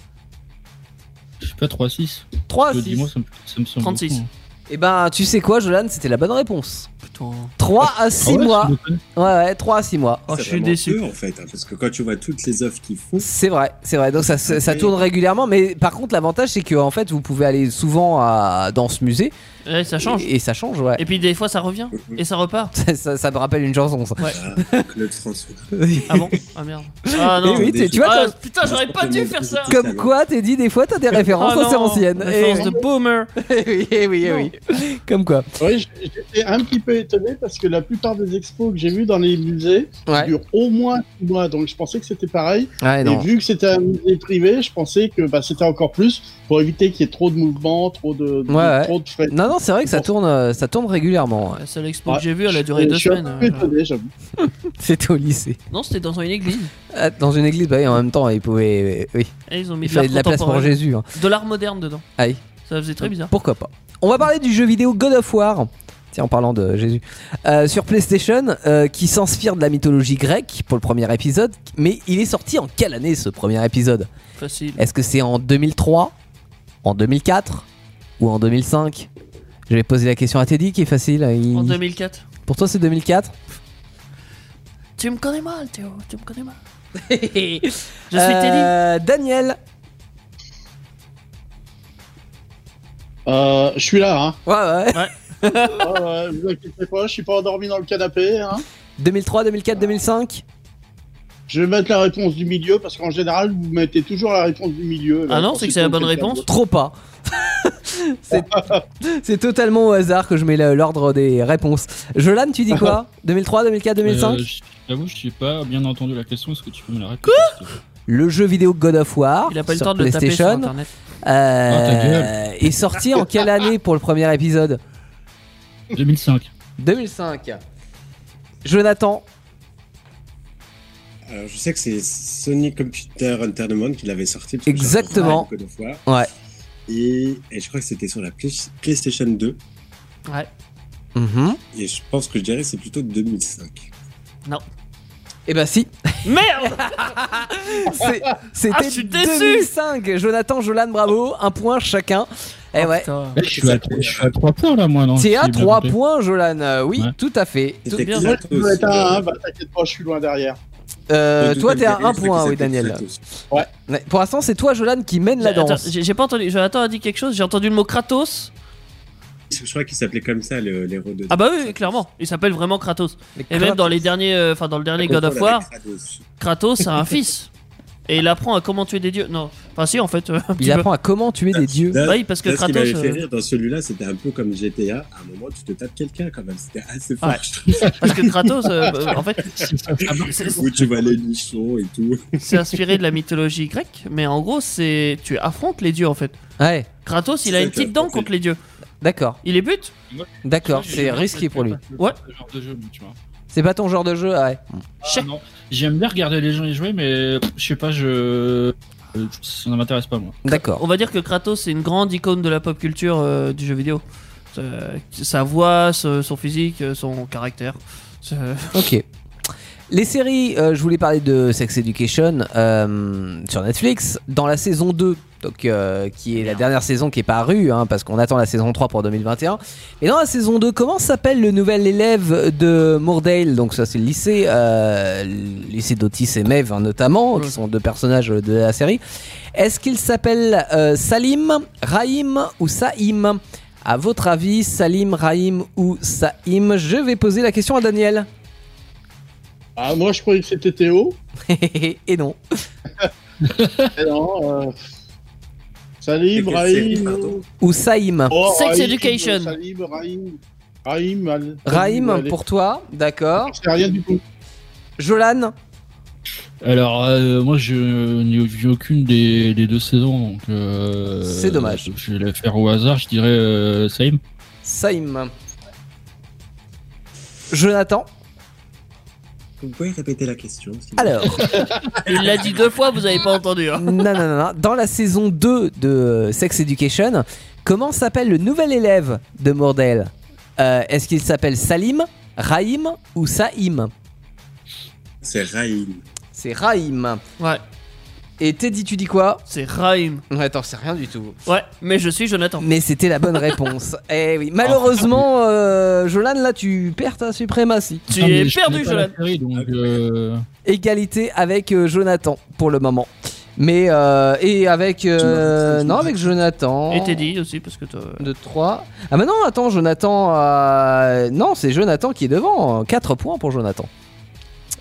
je sais pas, 3-6.
3 à
10 mois,
6
ça me, ça me semble.
36.
beaucoup, hein.
Et ben tu sais quoi Jolan, c'était la bonne réponse.
Putain.
3 à
Ah
6
ouais,
mois.
tu m'étonnes.
Ouais ouais, 3 à 6 mois.
Oh,
C'est
je suis
vraiment
déçu.
eux, en fait, hein, parce que quand tu vois toutes les offres qu'ils font,
C'est vrai, c'est vrai. Donc ça, se- ça
Oui.
tourne régulièrement, mais par contre l'avantage c'est que en fait vous pouvez aller souvent à, dans ce musée
Ouais, ça change.
et, et ça change, ouais.
Et puis des fois ça revient et ça repart.
Ça, ça- ça me rappelle une chanson. Ça.
ah, Claude François.
Ah bon Ah merde. Ah
Et
non.
Eh oui, t'es- tu vois,
Ah,
comme-
putain, j'aurais pas dû faire ça.
comme quoi t'es dit des fois t'as des références
Ah non,
assez anciennes. Et,
Référence de boomer.
oui, eh oui, eh oui. Comme quoi.
Oui, j- j'étais un petit peu étonné parce que la plupart des expos que j'ai vues dans les musées
Ouais.
durent au moins six mois, donc je pensais que c'était pareil.
Ouais,
Et
non.
vu que c'était un musée privé, je pensais que bah, c'était encore plus pour éviter qu'il y ait trop de mouvements, trop de, de-
Ouais, ouais.
trop de frais.
Non, non, c'est vrai que ça tourne, euh, ça tourne régulièrement. ouais.
La seule
Bah,
expo
Ouais,
Bah, que j'ai vue, elle a duré
Je-
deux
je suis
semaines. euh,
un peu étonné, j'avoue.
C'était au lycée.
Non, c'était dans une église.
Ah, Dans une église, bah oui, en même temps, ils pouvaient. Oui,
Et ils ont mis
il fallait de la place pour
contemporaine.
Jésus. hein.
De l'art moderne dedans.
Aïe.
Ça faisait très bizarre.
Pourquoi pas On va parler du jeu vidéo God of War. Tiens, en parlant de Jésus. Euh, sur PlayStation, euh, qui s'inspire de la mythologie grecque pour le premier épisode. Mais il est sorti en quelle année ce premier épisode
Facile.
Est-ce que c'est en 2003 En 2004 Ou en 2005 Je vais poser la question à Teddy qui est facile. il-
En 2004.
Pour toi, c'est 2004
Tu me connais mal, Théo. Tu me connais mal.
Je
Je suis Teddy.
Euh, Daniel
Euh, je suis là, hein.
Ouais, ouais.
Ah ouais, vous inquiétez pas, je suis pas endormi dans le canapé. Hein.
2003, 2004, 2005
Je vais mettre la réponse du milieu parce qu'en général, vous mettez toujours la réponse du milieu.
Ah
Là,
non,
quand
c'est que c'est la bonne
quelqu'un
réponse.
d'autre.
Trop pas. c'est c'est totalement au hasard que je mets le- l'ordre des réponses. Jolan, tu dis quoi 2003, 2004, 2005
Euh, je- J'avoue, je sais pas bien entendu la question. Est-ce que tu peux me la répéter s'il te plaît
Le jeu vidéo God of War
Il a pas eu le
sur
temps de le taper sur
PlayStation
internet.
euh, est sorti en quelle année pour le premier épisode
2005.
2005. Jonathan,
Alors, je sais que c'est Sony Computer Entertainment qui l'avait sorti. parce que
Exactement.
j'ai un peu de fois.
Ouais.
Et, et je crois que c'était sur la Play- PlayStation 2.
Ouais.
Et je pense que je dirais que c'est plutôt 2005.
eh ben si,
Merde
C'est-
Ah,
c'était
je suis déçu
2005. Jonathan, Jolan, bravo, un point chacun. Eh ouais,
Putain.
Je suis à 3 points là, moi, non
C'est à
Si, bien
3
compté.
points, Jolan. euh, oui,
Ouais.
tout à fait. Tout-
C'était
bien.
Moi,
Kratos,
je dois être à
euh,
un, hein, bah t'inquiète pas, je suis loin derrière.
Euh,
de
toi,
Double
t'es à
Dragon,
1
je sais
point,
que
oui,
c'était
Daniel.
Kratos.
Ouais, Pour l'instant, c'est toi, Jolan, qui mène la
Attends,
danse.
J'ai j'ai pas entendu. Jonathan a dit quelque chose. J'ai entendu le mot Kratos.
Je crois qu'il s'appelait comme ça, le- l'héros de.
Ah bah oui, clairement. Il s'appelle vraiment Kratos. Et même dans les derniers, euh, enfin dans le dernier God of War, Kratos a un fils. Et il apprend à comment tuer des dieux. Non, enfin si en fait. euh, un petit
Il
peu.
apprend à comment tuer des dieux.
Là,
Bah oui, parce que
là, ce qui m'avait
Kratos.
fait
euh,
rire dans celui-là, c'était un peu comme GTA. À un moment, tu te tapes quelqu'un quand même. C'était assez fort,
Ouais.
je trouve.
Parce que Kratos, euh, bah, en fait,
Où tu vois les nichons et tout.
c'est inspiré de la mythologie grecque, mais en gros, c'est tu affrontes les dieux en fait.
Ouais,
Kratos, il a
C'est ça
une
que
petite dent
j'avais
contre les dieux.
d'accord,
Il les bute.
d'accord.
J'ai
C'est
jamais
risqué
fait
pour lui.
le
Ouais.
genre de jeu, tu vois.
C'est pas ton genre de jeu, ouais.
Chef.
Ah non. J'aime bien regarder les gens y jouer, mais pff, je sais pas, je. euh, Ça ne m'intéresse pas, moi.
D'accord.
On va dire que Kratos, c'est une grande icône de la pop culture euh, du jeu vidéo. Euh, sa voix, ce- son physique, euh, son caractère. Ce-
Ok. Les séries, euh, je voulais parler de Sex Education euh, sur Netflix. Dans la saison 2, donc, euh, qui est la dernière saison qui est parue, hein, parce qu'on attend la saison 3 pour 2021. Et dans la saison 2, comment s'appelle le nouvel élève de Moordale Donc ça c'est le lycée, euh, le lycée d'Otis et Maeve hein, notamment, qui sont deux personnages de la série. Est-ce qu'il s'appelle euh, Salim, Rahim ou Saïm À votre avis, Salim, Rahim ou Saïm Je vais poser la question à Daniel.
Ah, moi, je croyais que c'était Théo.
et non.
Mais non, euh... Salim,
C'est quelle série,
Brahim.
pardon
Ou Saïm.
Oh,
Sex
Raïm,
Education.
Salim, Raïm. Raïm, allez.
Rahim
Allez.
pour toi, d'accord.
C'est rien du tout.
Jolan,
Alors, euh, moi, je n'ai vu aucune des, des deux saisons, donc. euh,
C'est dommage.
Je vais la faire au hasard, je dirais euh, Saïm.
Saïm. Jonathan,
Vous pouvez répéter la question s'il vous plaît
Alors,
Il l'a dit deux fois, vous avez pas entendu. hein.
non, non, non, non. Dans la saison 2 de euh, Sex Education, comment s'appelle le nouvel élève de Mordel Euh, Est-ce qu'il s'appelle Salim, Raïm ou Saïm
C'est Raïm.
C'est Raïm.
Ouais,
Et Teddy, tu dis quoi
c'est Raïm.
Attends, c'est rien du tout.
Ouais, mais je suis Jonathan.
Mais c'était la bonne réponse. Eh oui, malheureusement, euh, Jolan, là, tu perds ta suprématie.
Tu
Putain, mais
es
je
perdu,
connais pas la
Jolan.
série, donc, euh,
Égalité avec euh, Jonathan pour le moment. Mais euh, et avec euh, non avec Jonathan.
Et Teddy aussi, parce que toi. euh,
2, 3. Ah bah non, attends, Jonathan. euh, Non, c'est Jonathan qui est devant. 4 points pour Jonathan.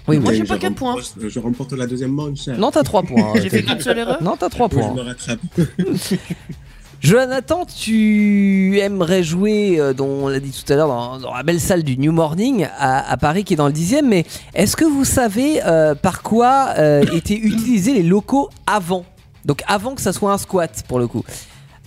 Oui,
Moi,
oui.
j'ai
Et
pas
je
qu'un point.
remporte- Je remporte la deuxième manche. hein.
Non, t'as 3 points.
J'ai fait qu'une seule erreur
Non, t'as 3
Moi,
points.
je me rattrape.
Jonathan, tu aimerais jouer, euh, dont on l'a dit tout à l'heure, dans, dans la belle salle du New Morning à, à Paris qui est dans le 10 mais est-ce que vous savez euh, par quoi euh, étaient utilisés les locaux avant Donc avant que ça soit un squat pour le coup.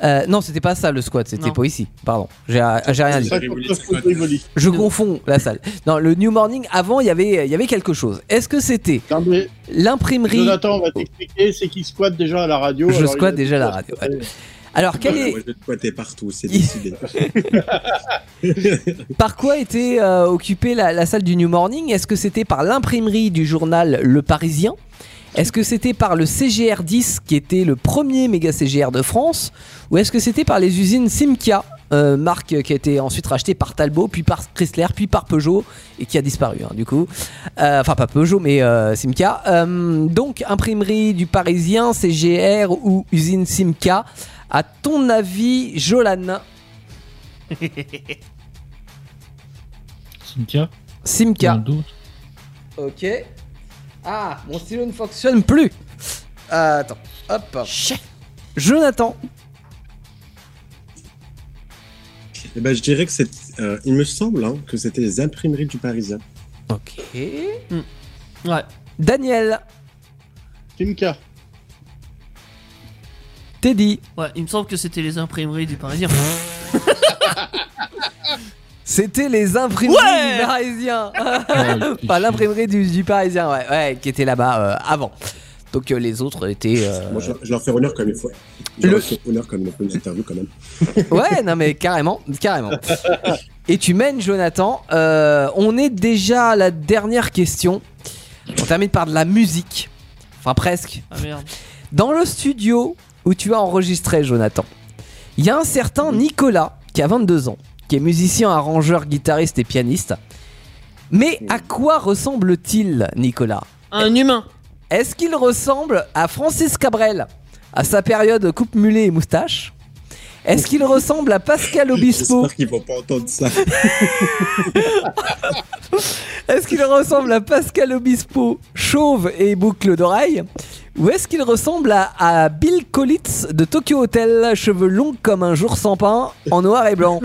Euh, non, c'était pas ça le squat, c'était
Non.
pas ici. Pardon, j'ai euh, j'ai
Ah,
rien dit.
Ça,
Rivoli,
ça,
c'est quoi,
ça, Rivoli.
Je confonds la salle. Non, le New Morning, avant, il y avait, il y avait quelque chose. Est-ce que c'était
Non, mais
l'imprimerie
Jonathan, on va t'expliquer, c'est qu'il squatte déjà à la radio.
Je
alors il
squatte
a-
déjà à la radio, ouais. Alors, quel
Voilà,
est,
Moi, je vais te pointer partout, c'est
Il-
décidé.
Par quoi était euh, occupée la, la salle du New Morning Est-ce que c'était par l'imprimerie du journal Le Parisien Est-ce que c'était par le CGR 10 qui était le premier méga CGR de France Ou est-ce que c'était par les usines Simca euh, marque qui a été ensuite rachetée par Talbot, puis par Chrysler, puis par Peugeot, et qui a disparu hein, du coup. Euh, enfin, pas Peugeot, mais euh, Simca. Euh, donc, imprimerie du Parisien, CGR ou usine Simca. À ton avis, Jolan,
Cynthia,
Simca
dans le doute.
Ok. Ah, mon stylo ne fonctionne plus. Euh, attends. Hop. Jonathan.
Eh ben, je dirais que c'est. euh, il me semble hein, que c'était les imprimeries du Parisien.
Ok.
Ouais.
Daniel.
Timka.
Teddy.
Ouais, il me semble que c'était les imprimeries du Parisien.
C'était les imprimeries
Ouais
du Parisien.
Ah, le cliché.
Pas l'imprimerie du, du Parisien, ouais, ouais, qui était là-bas euh, avant. Donc euh, les autres étaient. euh,
Moi, je, je leur fais honneur comme il faut. Je
Le-
leur fais honneur comme il faut une interview quand même.
Ouais, non mais carrément, carrément. Et tu mènes, Jonathan. Euh, on est déjà à la dernière question. On termine par de la musique. Enfin presque.
Ah merde.
Dans le studio où tu as enregistré, Jonathan, il y a un certain Nicolas qui a 22 ans, qui est musicien, arrangeur, guitariste et pianiste. Mais à quoi ressemble-t-il, Nicolas
Un humain.
Est-ce qu'il ressemble à Francis Cabrel à sa période coupe mulet et moustache Est-ce qu'il ressemble à Pascal Obispo
J'espère qu'ils vont pas entendre ça.
Est-ce qu'il ressemble à Pascal Obispo, chauve et boucle d'oreille Ou est-ce qu'il ressemble à, à Bill Collins de Tokyo Hotel, cheveux longs comme un jour sans pain, en noir et blanc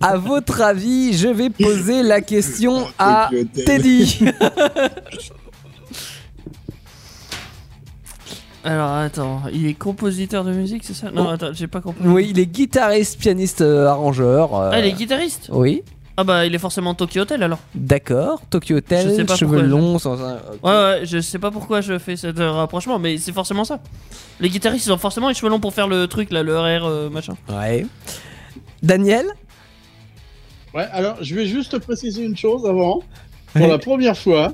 À votre avis, je vais poser la question à Teddy.
Alors attends, il est compositeur de musique, c'est ça Non, attends, j'ai pas compris.
Oui, il est guitariste, pianiste, euh, arrangeur. euh,
Ah, il est guitariste
Oui,
Ah bah, il est forcément Tokyo Hotel alors.
d'accord. Tokyo
Je sais
Hotel,
pas
cheveux
pourquoi.
longs, sans un. ok.
Ouais, ouais, je sais pas pourquoi je fais ce rapprochement, mais c'est forcément ça. Les guitaristes, ils ont forcément les cheveux longs pour faire le truc là, le RR euh, machin.
Ouais. Daniel
Ouais, alors je vais juste préciser une chose avant. Pour la première fois,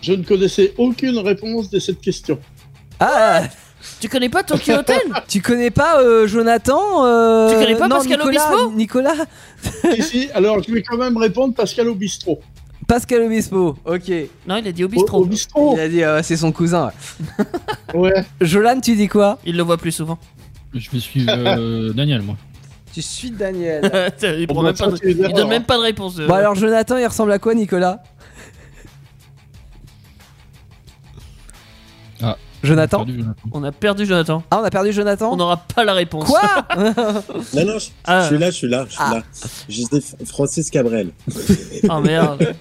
je ne connaissais aucune réponse de cette question.
Ah
Tu connais pas Tokyo Hotel
Tu connais pas euh, Jonathan euh,
Tu connais pas
non,
Pascal
Nicolas,
Obispo
Nicolas
si, si, alors je vais quand même répondre Pascal au bistrot.
Pascal Obispo, ok.
Non, il a dit au
Au, au
bistrot.
bistrot
Il a dit euh, c'est son cousin.
Ouais.
Jolan, tu dis quoi
Il le voit plus souvent.
Je vais suivre euh, Daniel, moi.
Tu suis Daniel.
il, prend
Bon,
même
ça,
pas de-
c'est une
il donne
erreur.
même pas de réponse. euh.
bon Bah, alors Jonathan, il ressemble à quoi Nicolas
Ah.
Jonathan
Perdu, Jonathan.
On a perdu Jonathan.
Ah on a perdu Jonathan
On n'aura pas la réponse.
Quoi
Non, non, je,
Ah.
je suis là, je suis là, je suis
Ah.
là. Je dis Francis Cabrel.
Ah merde.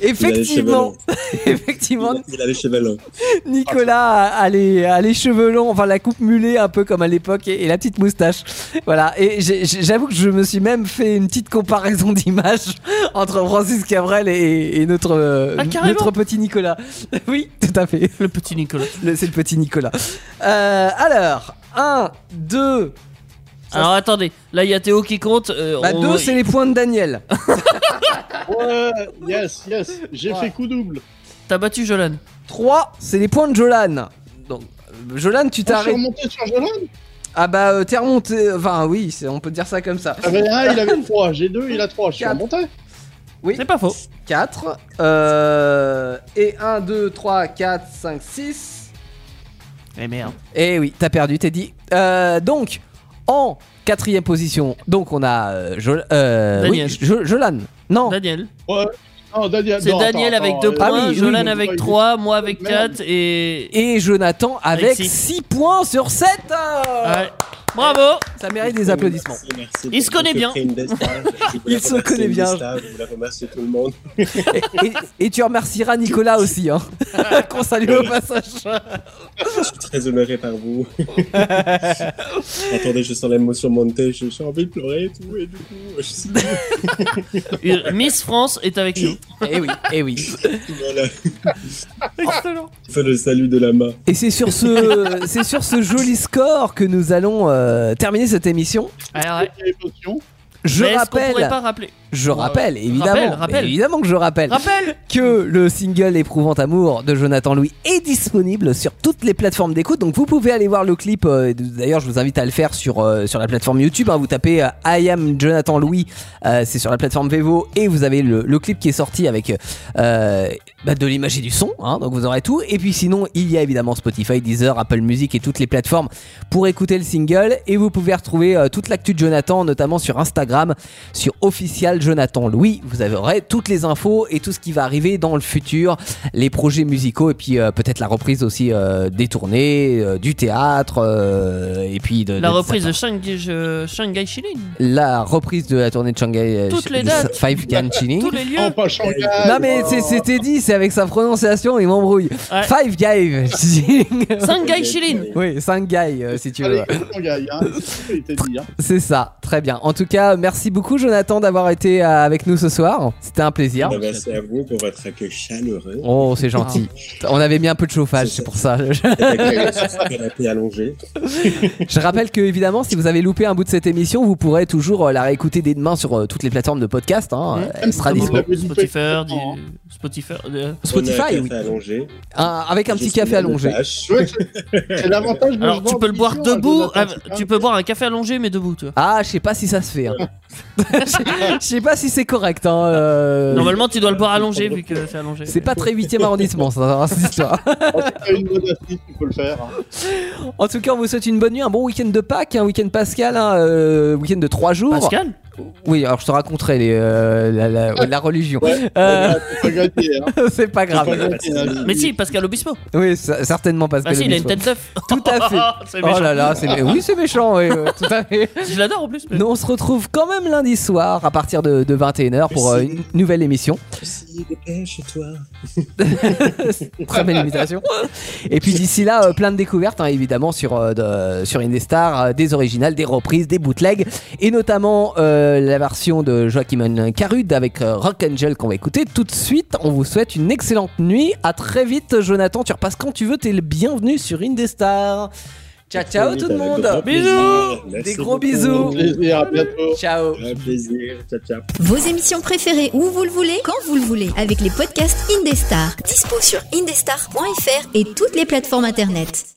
Il a les cheveux
Effectivement,
longs.
effectivement,
Il a- il a les cheveux longs.
Nicolas a, a les, a les cheveux longs, enfin la coupe mulet un peu comme à l'époque et, et la petite moustache. Voilà, et j'ai- j'ai- j'avoue que je me suis même fait une petite comparaison d'image entre Francis Cabrel et, et notre, euh,
Ah, carrément
notre petit Nicolas. Oui, tout à fait,
Le petit Nicolas.
Le- c'est le petit Nicolas. Euh, alors, 1, 2,
Alors attendez, là il y a Théo qui compte. euh,
bah
on-
2 c'est les points de Daniel.
Ouais, yes, yes, j'ai fait coup double.
T'as battu Jolan.
3 c'est les points de Jolan. Donc, euh, Jolan, tu t'es
Ah, Je suis
arrêté.
remonté sur Jolan
Ah bah, euh, t'es remonté. Enfin, oui, c'est- on peut dire ça comme ça.
J'avais un, il avait trois. J'ai deux, il a trois. Je suis
Quatre.
remonté.
C'est pas faux.
4. Euh, et 1, 2, 3, 4, 5, 6.
Mais Eh, merde.
Et Eh oui, t'as perdu, t'es dit. Euh, donc, en quatrième position, donc on a euh, Jo- euh, oui,
Daniel.
Jo- Jolan. Non,
Daniel.
Non, Daniel,
C'est
non,
Daniel
attends,
avec
attends,
deux
euh,
points,
Ah oui, oui,
Jolan
mais-
avec 3, moi avec
Merde.
4 et.
et Jonathan avec
Avec six.
6 points sur 7.
Ouais. Bravo
Ça mérite des applaudissements.
Merci, merci.
Il se connaît
Je
bien.
crée une belle star. Je vous
Il
la
se
remercie,
connaît
une
bien.
belle star. Je vous la remercie tout le monde.
Et, et- et tu remercieras Nicolas aussi, hein, qu'on salue
Eh
au passage.
Je suis très honoré par vous. Attendez, je sens l'émotion monter. Je suis envie de pleurer et tout. Et du coup, je suis
Euh, Miss France est avec nous.
Et oui,
eh
et oui.
voilà.
Excellent.
Fais le salut de la main.
Et c'est sur ce, c'est sur ce joli score que nous allons euh, terminer cette émission.
Ouais, ouais.
Émotion.
Je
Mais est-ce qu'on
rappelle,
pourrait pas rappeler
je rappelle, évidemment,
rappelle, rappelle.
évidemment que je rappelle,
Rappel
que le single Éprouvant Amour de Jonathan Louis est disponible sur toutes les plateformes d'écoute. Donc vous pouvez aller voir le clip. euh, D'ailleurs, je vous invite à le faire sur euh, sur la plateforme YouTube. hein. Vous tapez euh, I am Jonathan Louis, euh, c'est sur la plateforme Vevo, et vous avez le, le clip qui est sorti avec euh, bah, de l'image et du son. hein. donc vous aurez tout. Et puis sinon, il y a évidemment Spotify, Deezer, Apple Music et toutes les plateformes pour écouter le single. Et vous pouvez retrouver euh, toute l'actu de Jonathan, notamment sur Instagram, sur Official Jonathan Louis. Vous aurez toutes les infos et tout ce qui va arriver dans le futur, les projets musicaux et puis euh, peut-être la reprise aussi euh, des tournées, euh, du théâtre euh, et puis de
La
de-
reprise de Shanghai, je- Shanghai Shilin.
la reprise de la tournée de Shanghai euh,
Toutes les
de
dates. Bah,
Five Gang Chilling.
Tous les
Oh,
lieux.
pas Shanghai.
Non mais c'est- c'était dit, c'est avec sa prononciation, il m'embrouille.
Ouais.
Five Guy.
Shanghai Shilin.
oui, Shanghai euh, si tu veux.
Allez, Shanghai, hein. C'est ce qu'il t'a dit, hein.
C'est ça, très bien. En tout cas, merci beaucoup Jonathan d'avoir été euh, avec nous ce soir. C'était un plaisir.
Bah, Merci à vous pour votre accueil chaleureux.
Oh, c'est gentil. On avait mis un peu de chauffage, c'est pour ça.
Cet accueil sur ce canapé allongé.
Je rappelle que évidemment, si vous avez loupé un bout de cette émission, vous pourrez toujours euh, la réécouter dès demain sur euh, toutes les plateformes de podcast. hein.
Mmh.
Elle sera
Comme
dispo.
vous l'avez dit,
Spotify,
effectivement, hein.
dis- Spotify. euh,
On a un
Spotify,
café
oui.
allongé.
Un- avec un petit café allongé.
Tu vois, C'est c'est l'avantage de
Alors
se
tu
voir
peux le boire
d'ici, hein,
debout.
Jonathan,
ah,
c'est
tu
pas-
peux boire un café allongé mais debout, toi.
Ah, je sais pas si ça se fait. hein. Je je sais pas si c'est correct. hein, euh,
Normalement, tu dois le boire allongé vu que c'est allongé.
C'est pas très 8ème arrondissement, ça, hein, cette histoire.
C'est pas une bonne astuce, tu peux le faire. hein.
En tout cas, on vous souhaite une bonne nuit, un bon week-end de Pâques, un week-end pascal, un week-end de 3 jours.
Pascal
Oui, alors je te raconterai les, euh, la, la- la religion.
Ouais,
Euh,
Faut pas gâter, hein.
c'est pas
Faut pas
grave.
gâter, hein.
Mais si, Pascal Obispo.
Oui, ça- certainement parce
Bah
que.
si,
le
il a une
bisou-
tête d'œuf.
Tout à fait.
C'est
Oh
méchant.
là là, c'est mé- oui, c'est méchant, oui, oui, tout à fait.
Je l'adore en plus. mais-
Nous, on se retrouve quand même lundi soir à partir de, 21h pour euh, une nouvelle émission.
Si, dépêche-toi.
Très belle invitation. Et puis d'ici là, euh, plein de découvertes, hein, évidemment, sur, euh, de- sur Indestar, euh, des originales, des reprises, des bootlegs, et notamment euh, la version de Joachim Carud avec euh, Rock Angel qu'on va écouter tout de suite. On vous souhaite une excellente nuit. À très vite, Jonathan. Tu repasses quand tu veux. T'es le bienvenu sur Indestar. Ciao, ciao tout le monde.
Bisous.
Des gros bisous.
Plaisir, à bientôt.
Ciao.
Un plaisir. Ciao, ciao.
Vos émissions préférées où vous le voulez, quand vous le voulez, avec les podcasts Indestar. Dispo sur indestar.fr et toutes les plateformes internet.